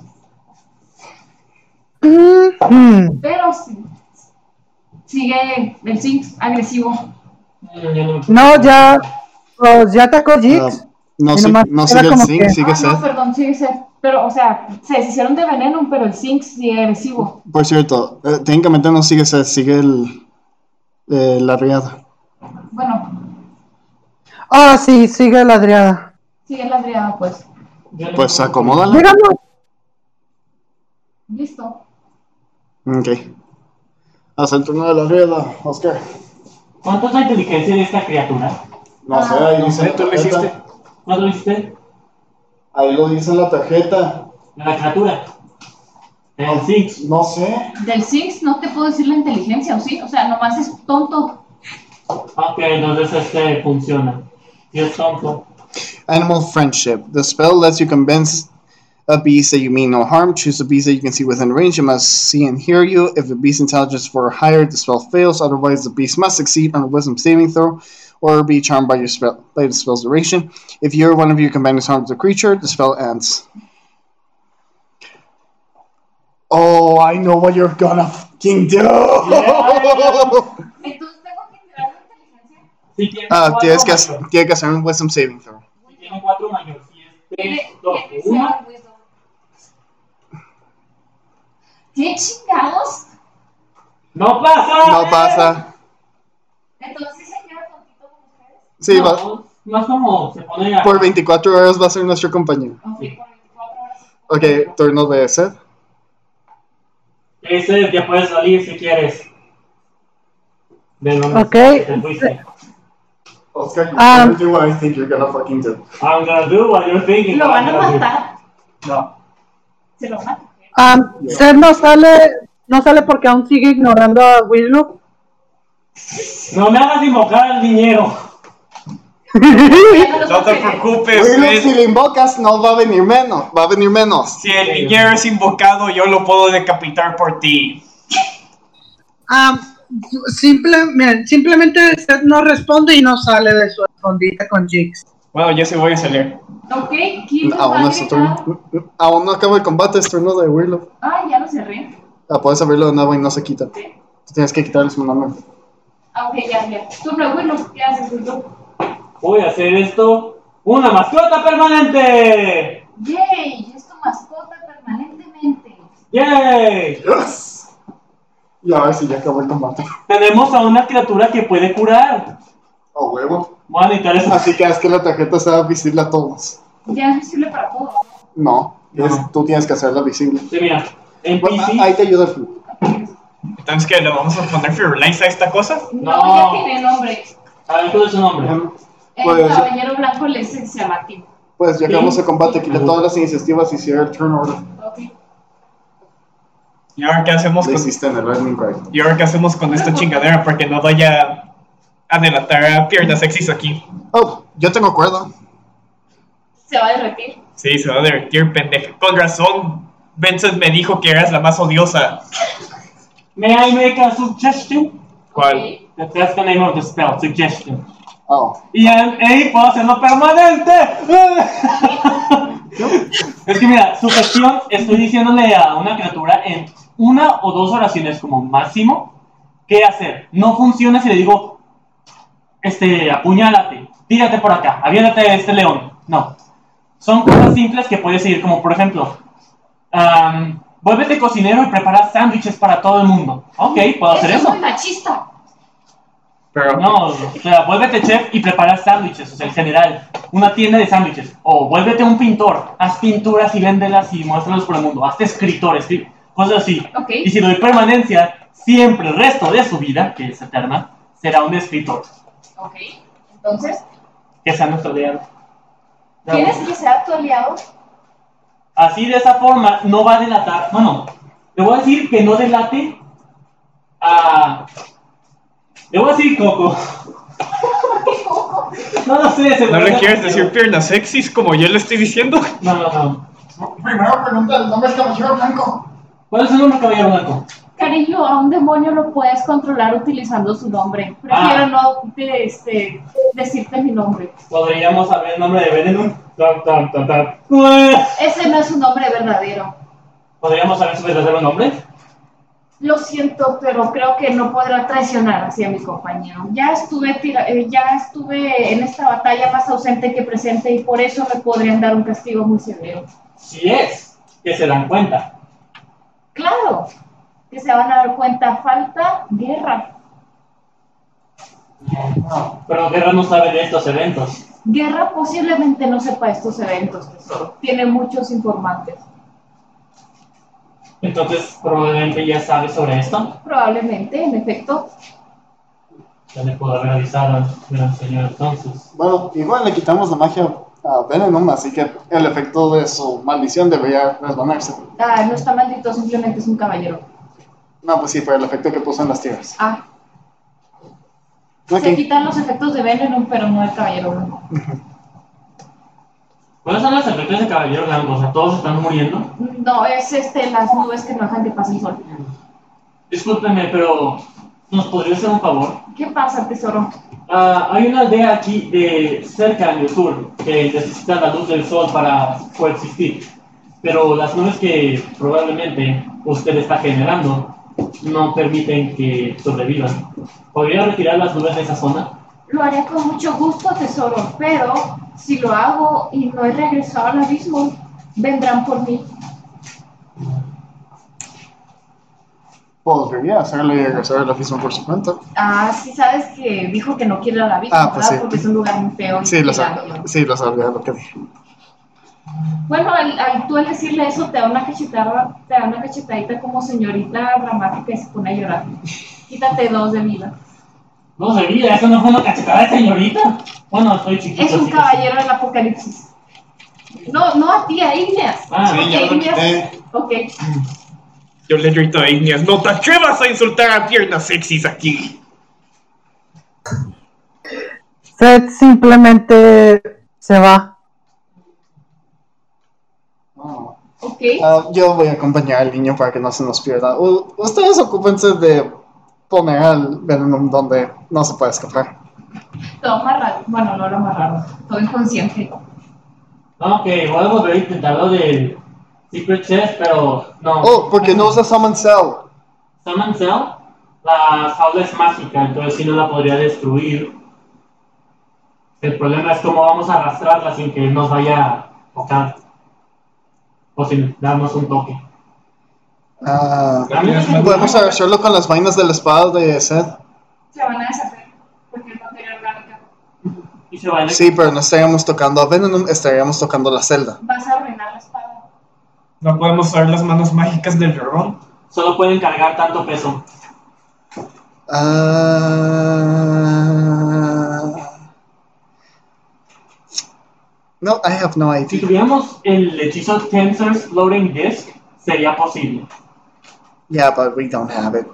[SPEAKER 2] Mm,
[SPEAKER 5] Pero sí, sigue el Zinx agresivo.
[SPEAKER 6] ya no-
[SPEAKER 2] No, ya. Pues ya atacó Jigs.
[SPEAKER 4] Ah, no,
[SPEAKER 2] Y
[SPEAKER 4] sí-
[SPEAKER 2] nomás queda
[SPEAKER 4] no sigue el
[SPEAKER 2] como
[SPEAKER 4] zinc,
[SPEAKER 2] que-
[SPEAKER 4] sigue
[SPEAKER 5] Ah, no,
[SPEAKER 4] Seth.
[SPEAKER 5] perdón, sigue Seth. Pero, o sea, se deshicieron de Veneno, pero el Zinx sigue agresivo.
[SPEAKER 4] Por cierto, eh, técnicamente no sigue Seth, sigue el. eh, la riada.
[SPEAKER 5] Bueno,
[SPEAKER 2] Ah, sí, sigue la Adriada.
[SPEAKER 5] sigue la triada, pues.
[SPEAKER 6] ya no-
[SPEAKER 4] Pues acomódala.
[SPEAKER 2] Dígame.
[SPEAKER 5] Listo.
[SPEAKER 4] Ok. Hasta el turno de la rieda, Oscar.
[SPEAKER 6] ¿Cuánto es la inteligencia de esta criatura?
[SPEAKER 4] No sé, ahí dice en la
[SPEAKER 3] ¿Tú lo hiciste?
[SPEAKER 4] tarjeta.
[SPEAKER 6] ¿Cuánto lo hiciste?
[SPEAKER 4] Ahí lo dice en la tarjeta.
[SPEAKER 6] De la criatura. El Six.
[SPEAKER 4] No sé.
[SPEAKER 5] Del Six no te puedo decir la inteligencia, ¿o sí? O sea, nomás es tonto.
[SPEAKER 6] Ok, entonces este funciona. Y es tonto.
[SPEAKER 4] Animal friendship. The spell lets you convince a beast that you mean no harm. Choose a beast that you can see within range. It must see and hear you. If the beast's intelligence were higher, the spell fails. Otherwise, the beast must succeed on a wisdom saving throw or be charmed by your spell by the spell's duration. If you or one of your companions harms the creature, the spell ends. Oh, I know what you're gonna fucking do.
[SPEAKER 5] Entonces tengo que tirar la inteligencia.
[SPEAKER 6] Si tiene
[SPEAKER 4] Ah,
[SPEAKER 6] cuatro
[SPEAKER 4] tienes que,
[SPEAKER 6] mayor,
[SPEAKER 4] hacer- tienes que hacer un wisdom saving throw.
[SPEAKER 6] si tiene cuatro mayor, si es tres,
[SPEAKER 5] Tiene-
[SPEAKER 6] dos,
[SPEAKER 5] tiene que
[SPEAKER 6] uno.
[SPEAKER 5] ser wisdom. ¿Qué chingados?
[SPEAKER 6] ¡No pasa!
[SPEAKER 4] No pasa.
[SPEAKER 5] Entonces, señor, tontito con ustedes.
[SPEAKER 4] Sí, va-
[SPEAKER 6] No, no es como se pone a...
[SPEAKER 4] por 24 horas va a ser nuestro compañero.
[SPEAKER 5] Ok, por 24 horas.
[SPEAKER 4] Ok, turno de Seth.
[SPEAKER 6] Ese te puedes salir si quieres. De donde
[SPEAKER 2] Ok.
[SPEAKER 6] te fuiste.
[SPEAKER 4] Oscar, you
[SPEAKER 2] Um,
[SPEAKER 4] do what I think you're gonna fucking do.
[SPEAKER 6] I'm gonna do what you're thinking.
[SPEAKER 5] Lo van a
[SPEAKER 6] I'm gonna do.
[SPEAKER 5] matar.
[SPEAKER 4] No.
[SPEAKER 5] Se lo matan.
[SPEAKER 2] Ah, Seth no sale, no sale porque aún sigue ignorando a Willow.
[SPEAKER 6] No me hagas invocar el dinero.
[SPEAKER 3] No te preocupes,
[SPEAKER 4] Willow,
[SPEAKER 3] es-
[SPEAKER 4] si le invocas, no va a venir menos. Va a venir menos.
[SPEAKER 3] si el niñero es invocado, yo lo puedo decapitar por ti.
[SPEAKER 2] Ah, simple, miren, simplemente Seth no responde y no sale de su escondite con Jigs.
[SPEAKER 3] Bueno, yo sí voy a salir.
[SPEAKER 5] Ok, ¿quién nos va
[SPEAKER 4] Aún
[SPEAKER 5] a
[SPEAKER 4] no es su
[SPEAKER 5] agregar?
[SPEAKER 4] turno. Aún no acaba el combate, es turno de Willow.
[SPEAKER 5] Ah, ya lo cerré.
[SPEAKER 4] Ah, puedes abrirlo de nuevo y no se quita. Tienes que quitarle su nombre.
[SPEAKER 5] Ah, ok, ya, ya. Tú, pero bueno, ¿qué haces tú?
[SPEAKER 6] Voy a hacer esto una mascota permanente.
[SPEAKER 5] ¡Yay! Es tu mascota permanentemente.
[SPEAKER 6] ¡Yay!
[SPEAKER 4] Yes. Y a ver si ya acabó el combate.
[SPEAKER 6] Tenemos a una criatura que puede curar.
[SPEAKER 4] A huevo.
[SPEAKER 6] Voy a necesitar eso.
[SPEAKER 4] Así que es que la tarjeta sea visible a todos.
[SPEAKER 5] Ya es visible para todos.
[SPEAKER 4] No, es-
[SPEAKER 6] No.
[SPEAKER 4] tú tienes que hacerla visible.
[SPEAKER 6] Sí, mira. En
[SPEAKER 4] Bueno,
[SPEAKER 6] PC.
[SPEAKER 4] ahí te ayuda el flip.
[SPEAKER 3] Entonces, ¿qué? ¿Le vamos a poner Firulais a esta cosa?
[SPEAKER 5] No,
[SPEAKER 6] No.
[SPEAKER 5] ya tiene nombre.
[SPEAKER 6] A ver, ¿cuál es Ah, su nombre?
[SPEAKER 5] El
[SPEAKER 4] Pues-
[SPEAKER 5] caballero blanco le es el llamativo.
[SPEAKER 4] Pues ya acabamos
[SPEAKER 6] Sí.
[SPEAKER 4] el combate, quita todas las iniciativas y cierra el turn order.
[SPEAKER 5] Ok.
[SPEAKER 3] ¿Y ahora qué hacemos
[SPEAKER 4] Lo
[SPEAKER 3] con,
[SPEAKER 4] hiciste en el Lightning Right.
[SPEAKER 3] ¿Y ahora qué hacemos con esta chingadera? Porque no vaya a adelantar a piernas sexys aquí.
[SPEAKER 4] Oh, yo tengo cuerda.
[SPEAKER 5] Se va a derretir.
[SPEAKER 3] Sí, se va a divertir, pendeja. Con razón, Benson me dijo que eras la más odiosa.
[SPEAKER 6] May I make a suggestion?
[SPEAKER 3] ¿Cuál?
[SPEAKER 5] Ok.
[SPEAKER 6] That's the name of the spell, suggestion.
[SPEAKER 4] Oh.
[SPEAKER 6] Y en A puedo hacerlo permanente. es que mira, su gestión, estoy diciéndole a una criatura en una o dos oraciones como máximo qué hacer. No funciona si le digo, este, apuñálate, tírate por acá, aviéntate de este león. No. Son cosas simples que puedes seguir, como por ejemplo, am, vuélvete cocinero y prepara sándwiches para todo el mundo. Ok, puedo hacer
[SPEAKER 5] es
[SPEAKER 6] eso.
[SPEAKER 5] muy machista.
[SPEAKER 3] Pero,
[SPEAKER 6] No, o sea, vuélvete chef y prepara sándwiches, o sea, en general, una tienda de sándwiches. O vuélvete un pintor, haz pinturas y véndelas y muéstralas por el mundo. Hazte escritor, escribe, cosas así.
[SPEAKER 5] Ok.
[SPEAKER 6] Y si doy permanencia, siempre el resto de su vida, que es eterna, será un escritor,
[SPEAKER 5] Ok. Entonces,
[SPEAKER 6] que sea nuestro aliado.
[SPEAKER 5] ¿quieres que sea tu aliado?
[SPEAKER 6] Así de esa forma no va a delatar. Bueno, le voy a decir que no delate a. Le voy a decir Coco. No lo sé, se me
[SPEAKER 3] ¿no le
[SPEAKER 6] hace-
[SPEAKER 3] quieres decir piernas sexys como yo le estoy diciendo?
[SPEAKER 6] No, no, no.
[SPEAKER 4] Primero pregunta el nombre del caballero blanco.
[SPEAKER 6] ¿Cuál es el nombre caballero blanco?
[SPEAKER 5] Cariño, a un demonio lo puedes controlar utilizando su nombre. Prefiero no de- este, decirte mi nombre.
[SPEAKER 6] Podríamos saber el nombre de Venenum. Tan, tan, tan, tan.
[SPEAKER 5] Ese no es su nombre verdadero.
[SPEAKER 6] Podríamos saber su verdadero nombre.
[SPEAKER 5] Lo siento, pero creo que no podrá traicionar hacia mi compañero. Ya estuve, tira- eh, ya estuve en esta batalla más ausente que presente y por eso me podrían dar un castigo muy severo.
[SPEAKER 6] Si es que se dan cuenta.
[SPEAKER 5] Claro, que se van a dar cuenta, falta guerra.
[SPEAKER 6] Pero Guerra no sabe de estos eventos.
[SPEAKER 5] Guerra posiblemente no sepa estos eventos, tesoro. Tiene muchos informantes.
[SPEAKER 6] Entonces, probablemente ya sabes sobre esto.
[SPEAKER 5] Probablemente, en efecto.
[SPEAKER 6] Ya le puedo realizar al gran señor entonces.
[SPEAKER 4] Bueno, igual le quitamos la magia a Venom, así que el efecto de su maldición debería resbalarse.
[SPEAKER 5] Ah, no está maldito, simplemente es un caballero.
[SPEAKER 4] No, pues sí, por el efecto que puso en las tiras.
[SPEAKER 5] Ah, se
[SPEAKER 4] Ok.
[SPEAKER 5] quitan los efectos de Venom, pero no el caballero blanco.
[SPEAKER 6] ¿Cuáles son las efectos de caballero blanco? O sea, todos están muriendo.
[SPEAKER 5] No, es este, las nubes que no dejan que pase el sol.
[SPEAKER 6] Discúlpeme, pero ¿nos podría hacer un favor?
[SPEAKER 5] ¿Qué pasa, tesoro?
[SPEAKER 6] Ah, hay una aldea aquí de cerca en el sur que necesita la luz del sol para coexistir, pero las nubes que probablemente usted está generando no permiten que sobrevivan. ¿Podría retirar las nubes de esa zona?
[SPEAKER 5] Lo haré con mucho gusto, tesoro, pero si lo hago y no he regresado al abismo, vendrán por mí.
[SPEAKER 4] Podría hacerlo y regresar al oficio por su cuenta.
[SPEAKER 5] Ah, sí, sabes que dijo que no quiere ir al abismo,
[SPEAKER 4] Ah, pues
[SPEAKER 5] ¿verdad?
[SPEAKER 4] sí.
[SPEAKER 5] Porque es un lugar muy feo. y
[SPEAKER 4] Sí, lo sabía,
[SPEAKER 5] gigante.
[SPEAKER 4] sí, lo sabía lo que dije.
[SPEAKER 5] Bueno, al, al tú al decirle eso, te da una cachetada, te da una cachetadita como señorita dramática y se pone a llorar. Quítate dos de vida.
[SPEAKER 6] No se olvida, eso no fue una cachetada de señorita. Bueno, estoy chiquito.
[SPEAKER 5] Es un
[SPEAKER 6] así que sí.
[SPEAKER 5] caballero del apocalipsis. No, no a ti, a Igneas.
[SPEAKER 6] Ah,
[SPEAKER 5] Sí.
[SPEAKER 4] ya lo
[SPEAKER 5] ok,
[SPEAKER 4] quité.
[SPEAKER 5] Ok,
[SPEAKER 3] Yo le grito a Igneas, no te atrevas a insultar a piernas sexys aquí.
[SPEAKER 2] Seth simplemente se va.
[SPEAKER 4] Ah.
[SPEAKER 5] ok.
[SPEAKER 4] Ah, yo voy a acompañar al niño para que no se nos pierda. U- ustedes ocúpense de poner al Venom donde no se puede escapar.
[SPEAKER 5] Lo amarraron. Bueno, no lo amarraron. Todo inconsciente.
[SPEAKER 6] No, que voy a volver a intentar lo del Secret Chest, pero no.
[SPEAKER 4] Oh, porque no usa Summon Cell.
[SPEAKER 6] Summon Cell, la jaula es mágica, entonces si no la podría destruir. El problema es cómo vamos a arrastrarla sin que nos vaya a tocar. O sin darnos un toque.
[SPEAKER 4] Ah,
[SPEAKER 6] A mí me-
[SPEAKER 4] podemos arrastrarlo con las vainas de la espada de Seth.
[SPEAKER 7] Se van a deshacer porque es materia orgánica.
[SPEAKER 6] Y se va a
[SPEAKER 4] Sí, pero no estaríamos tocando a Venom, estaríamos tocando la celda.
[SPEAKER 5] Vas a arruinar la espada.
[SPEAKER 3] No podemos usar las manos mágicas del dragón.
[SPEAKER 6] Solo pueden cargar tanto peso.
[SPEAKER 4] Ah. No, I have no
[SPEAKER 6] Si
[SPEAKER 4] idea.
[SPEAKER 6] tuviéramos el hechizo Tensor Floating Disc, sería posible.
[SPEAKER 4] Yeah, but we don't have it.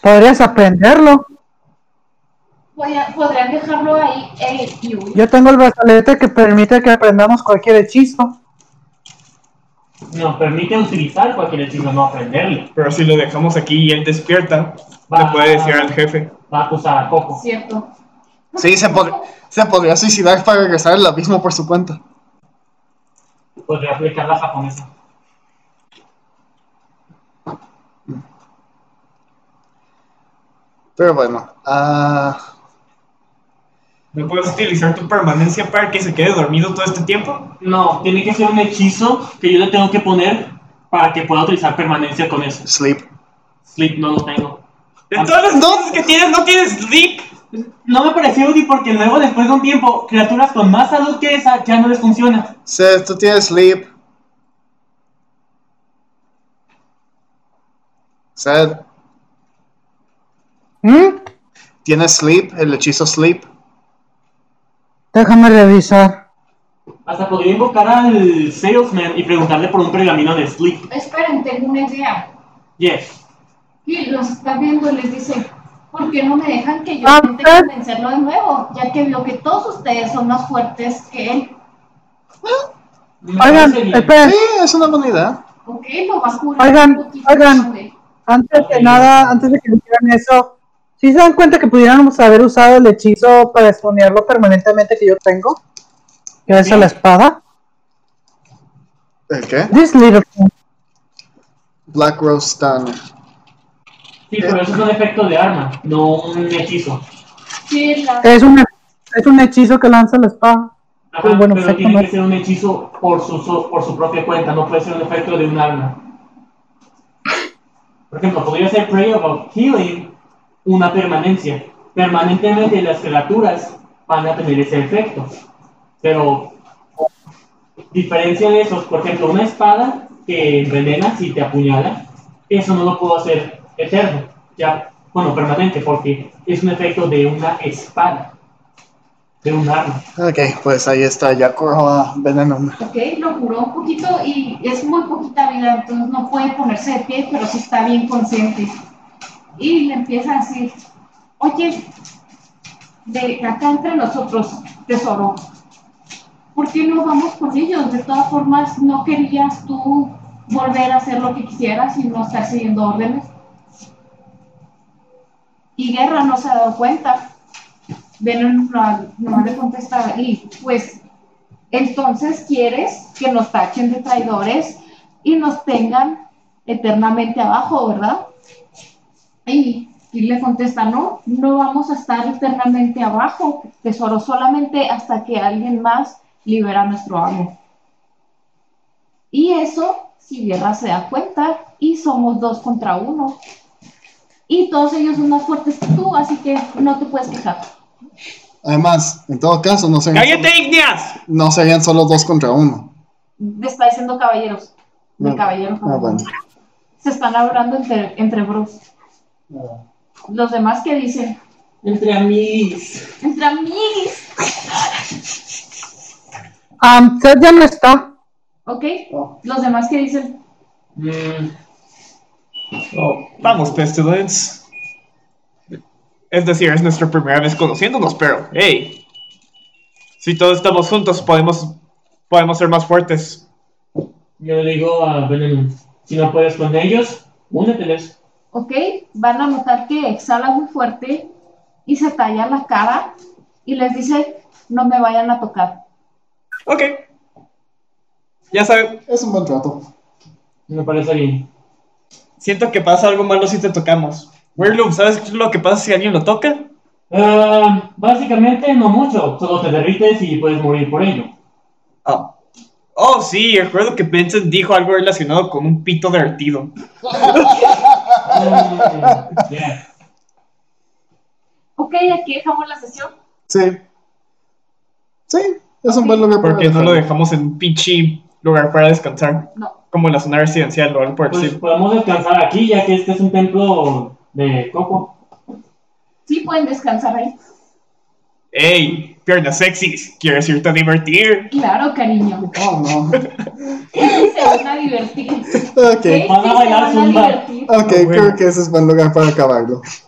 [SPEAKER 2] Podrías aprenderlo.
[SPEAKER 5] Voy a- Podrían dejarlo ahí. Ey, y huir.
[SPEAKER 2] Yo tengo el brazalete que permite que aprendamos cualquier hechizo.
[SPEAKER 6] Nos permite utilizar cualquier hechizo, no aprenderlo.
[SPEAKER 3] Pero si lo dejamos aquí y él despierta,
[SPEAKER 6] Va.
[SPEAKER 3] le puede decir al jefe.
[SPEAKER 6] Va a acusar a Coco.
[SPEAKER 5] Cierto.
[SPEAKER 4] Sí, se, pod- se podría suicidar para regresar al abismo por su cuenta.
[SPEAKER 6] Podría Pues aplicar la japonesa.
[SPEAKER 4] Pero bueno, ah,
[SPEAKER 3] ¿No puedes utilizar tu permanencia para que se quede dormido todo este tiempo?
[SPEAKER 6] No, tiene que ser un hechizo que yo le tengo que poner para que pueda utilizar permanencia con eso.
[SPEAKER 4] sleep.
[SPEAKER 6] Sleep no lo tengo.
[SPEAKER 3] De todas las cosas que tienes, no tienes sleep.
[SPEAKER 6] No me pareció útil porque luego después de un tiempo, criaturas con más salud que esa ya no les funciona.
[SPEAKER 4] Seth, tú tienes sleep. Seth,
[SPEAKER 2] ¿Mm?
[SPEAKER 4] ¿tienes sleep? El hechizo sleep.
[SPEAKER 2] Déjame revisar.
[SPEAKER 6] Hasta podría invocar al salesman y preguntarle por un pergamino de sleep.
[SPEAKER 5] Esperen, tengo una idea.
[SPEAKER 6] Yes.
[SPEAKER 5] Y los está viendo y les dice, ¿por qué no me dejan que yo
[SPEAKER 2] Ah,
[SPEAKER 5] intente
[SPEAKER 2] ¿eh?
[SPEAKER 5] convencerlo de nuevo? Ya que veo que todos ustedes son más fuertes que él.
[SPEAKER 6] Me
[SPEAKER 2] Oigan,
[SPEAKER 6] parece bien.
[SPEAKER 2] esperen,
[SPEAKER 4] Sí, es una buena idea.
[SPEAKER 5] ¿Ok? Lo vas a curar
[SPEAKER 2] Oigan,
[SPEAKER 5] un poquito
[SPEAKER 2] oigan.
[SPEAKER 5] más de-
[SPEAKER 2] antes de nada, antes de que dijeran eso, ¿sí se dan cuenta que pudiéramos haber usado el hechizo para exponerlo permanentemente que yo tengo? Que es
[SPEAKER 6] Sí.
[SPEAKER 2] la espada.
[SPEAKER 4] ¿El qué?
[SPEAKER 2] This little thing.
[SPEAKER 4] Black Rose Stun.
[SPEAKER 6] Sí, pero eso es un efecto de arma, no un hechizo.
[SPEAKER 5] Sí, la-
[SPEAKER 2] Es un, es un hechizo que lanza la espada.
[SPEAKER 6] Ajá,
[SPEAKER 2] Sí, bueno,
[SPEAKER 6] pero
[SPEAKER 2] efecto
[SPEAKER 6] tiene
[SPEAKER 2] no.
[SPEAKER 6] que ser un hechizo por su, so- por su propia cuenta, no puede ser un efecto de un arma. Por ejemplo, podría ser Prayer of Healing una permanencia. Permanentemente las criaturas van a tener ese efecto. Pero diferencian esos. Por ejemplo, una espada que envenena si te apuñala, eso no lo puedo hacer eterno, ya, bueno, permanente, porque es un efecto de una espada, de un arma.
[SPEAKER 4] Ok, pues ahí está, ya corro veneno.
[SPEAKER 5] Ok, lo curó un poquito y es muy poquita vida, entonces no puede ponerse de pie, pero sí está bien consciente. Y le empieza a decir, oye, de acá entre nosotros, tesoro, ¿por qué no vamos con ellos? De todas formas, no querías tú volver a hacer lo que quisieras y no estar siguiendo órdenes. Y Guerra no se ha dado cuenta. Venom no- nomás le contesta, y pues, entonces quieres que nos tachen de traidores y nos tengan eternamente abajo, ¿verdad? Y, y le contesta, no, no vamos a estar eternamente abajo, tesoro, solamente hasta que alguien más libera a nuestro amo. Y eso, si Guerra se da cuenta, y somos dos contra uno. Y todos ellos son más fuertes que tú, así que no te puedes quejar.
[SPEAKER 4] Además, en todo caso, no serían,
[SPEAKER 3] ¡Cállate, Igneas!
[SPEAKER 4] no serían solo dos contra uno.
[SPEAKER 5] Te está diciendo caballeros. De
[SPEAKER 4] No,
[SPEAKER 5] caballeros.
[SPEAKER 4] Ah, bueno.
[SPEAKER 5] Se están hablando entre, entre bros.
[SPEAKER 4] Ah.
[SPEAKER 5] Los demás que dicen,
[SPEAKER 6] Entre amigos.
[SPEAKER 5] entre amigos,
[SPEAKER 2] Um, Seth ya no está.
[SPEAKER 5] ¿ok?
[SPEAKER 4] Oh.
[SPEAKER 5] Los demás que dicen,
[SPEAKER 6] Mm,
[SPEAKER 3] Oh, vamos, Pestilence. Es decir, es nuestra primera vez conociéndonos, pero, hey. Si todos estamos juntos, podemos, podemos ser más fuertes.
[SPEAKER 6] yo le digo a Venom, si no puedes con ellos, úneteles.
[SPEAKER 5] ok, van a notar que exhala muy fuerte y se talla la cara y les dice, no me vayan a tocar.
[SPEAKER 3] Ok. Ya saben,
[SPEAKER 4] Es un buen trato.
[SPEAKER 6] Me parece bien.
[SPEAKER 3] siento que pasa algo malo si te tocamos. Weirloom, ¿sabes qué es lo que pasa si alguien lo toca?
[SPEAKER 6] Ah, básicamente no mucho, solo te derrites y puedes morir por ello.
[SPEAKER 3] Oh. Oh, sí, recuerdo que Benson dijo algo relacionado con un pito divertido.
[SPEAKER 6] Ah, yeah.
[SPEAKER 5] Ok, aquí dejamos la sesión.
[SPEAKER 4] Sí. Sí, es un buen lugar para
[SPEAKER 3] Porque no
[SPEAKER 4] dejarlo.
[SPEAKER 3] lo dejamos en un pinche lugar para descansar,
[SPEAKER 5] No,
[SPEAKER 3] como en la zona residencial o algo por el
[SPEAKER 6] Pues
[SPEAKER 3] estilo.
[SPEAKER 6] podemos descansar aquí, ya que este es un templo de coco.
[SPEAKER 5] sí pueden descansar ahí.
[SPEAKER 3] ¡Ey! Piernas sexys, ¿quieres irte a divertir?
[SPEAKER 5] Claro, cariño.
[SPEAKER 4] Oh, no.
[SPEAKER 5] Sí se van a divertir.
[SPEAKER 4] Ok,
[SPEAKER 5] ¿ok? Sí
[SPEAKER 6] Van a
[SPEAKER 5] se van
[SPEAKER 6] bailar
[SPEAKER 5] a
[SPEAKER 6] zumba.
[SPEAKER 5] divertir.
[SPEAKER 4] ok,
[SPEAKER 3] Bueno.
[SPEAKER 4] creo que ese es buen lugar para acabarlo.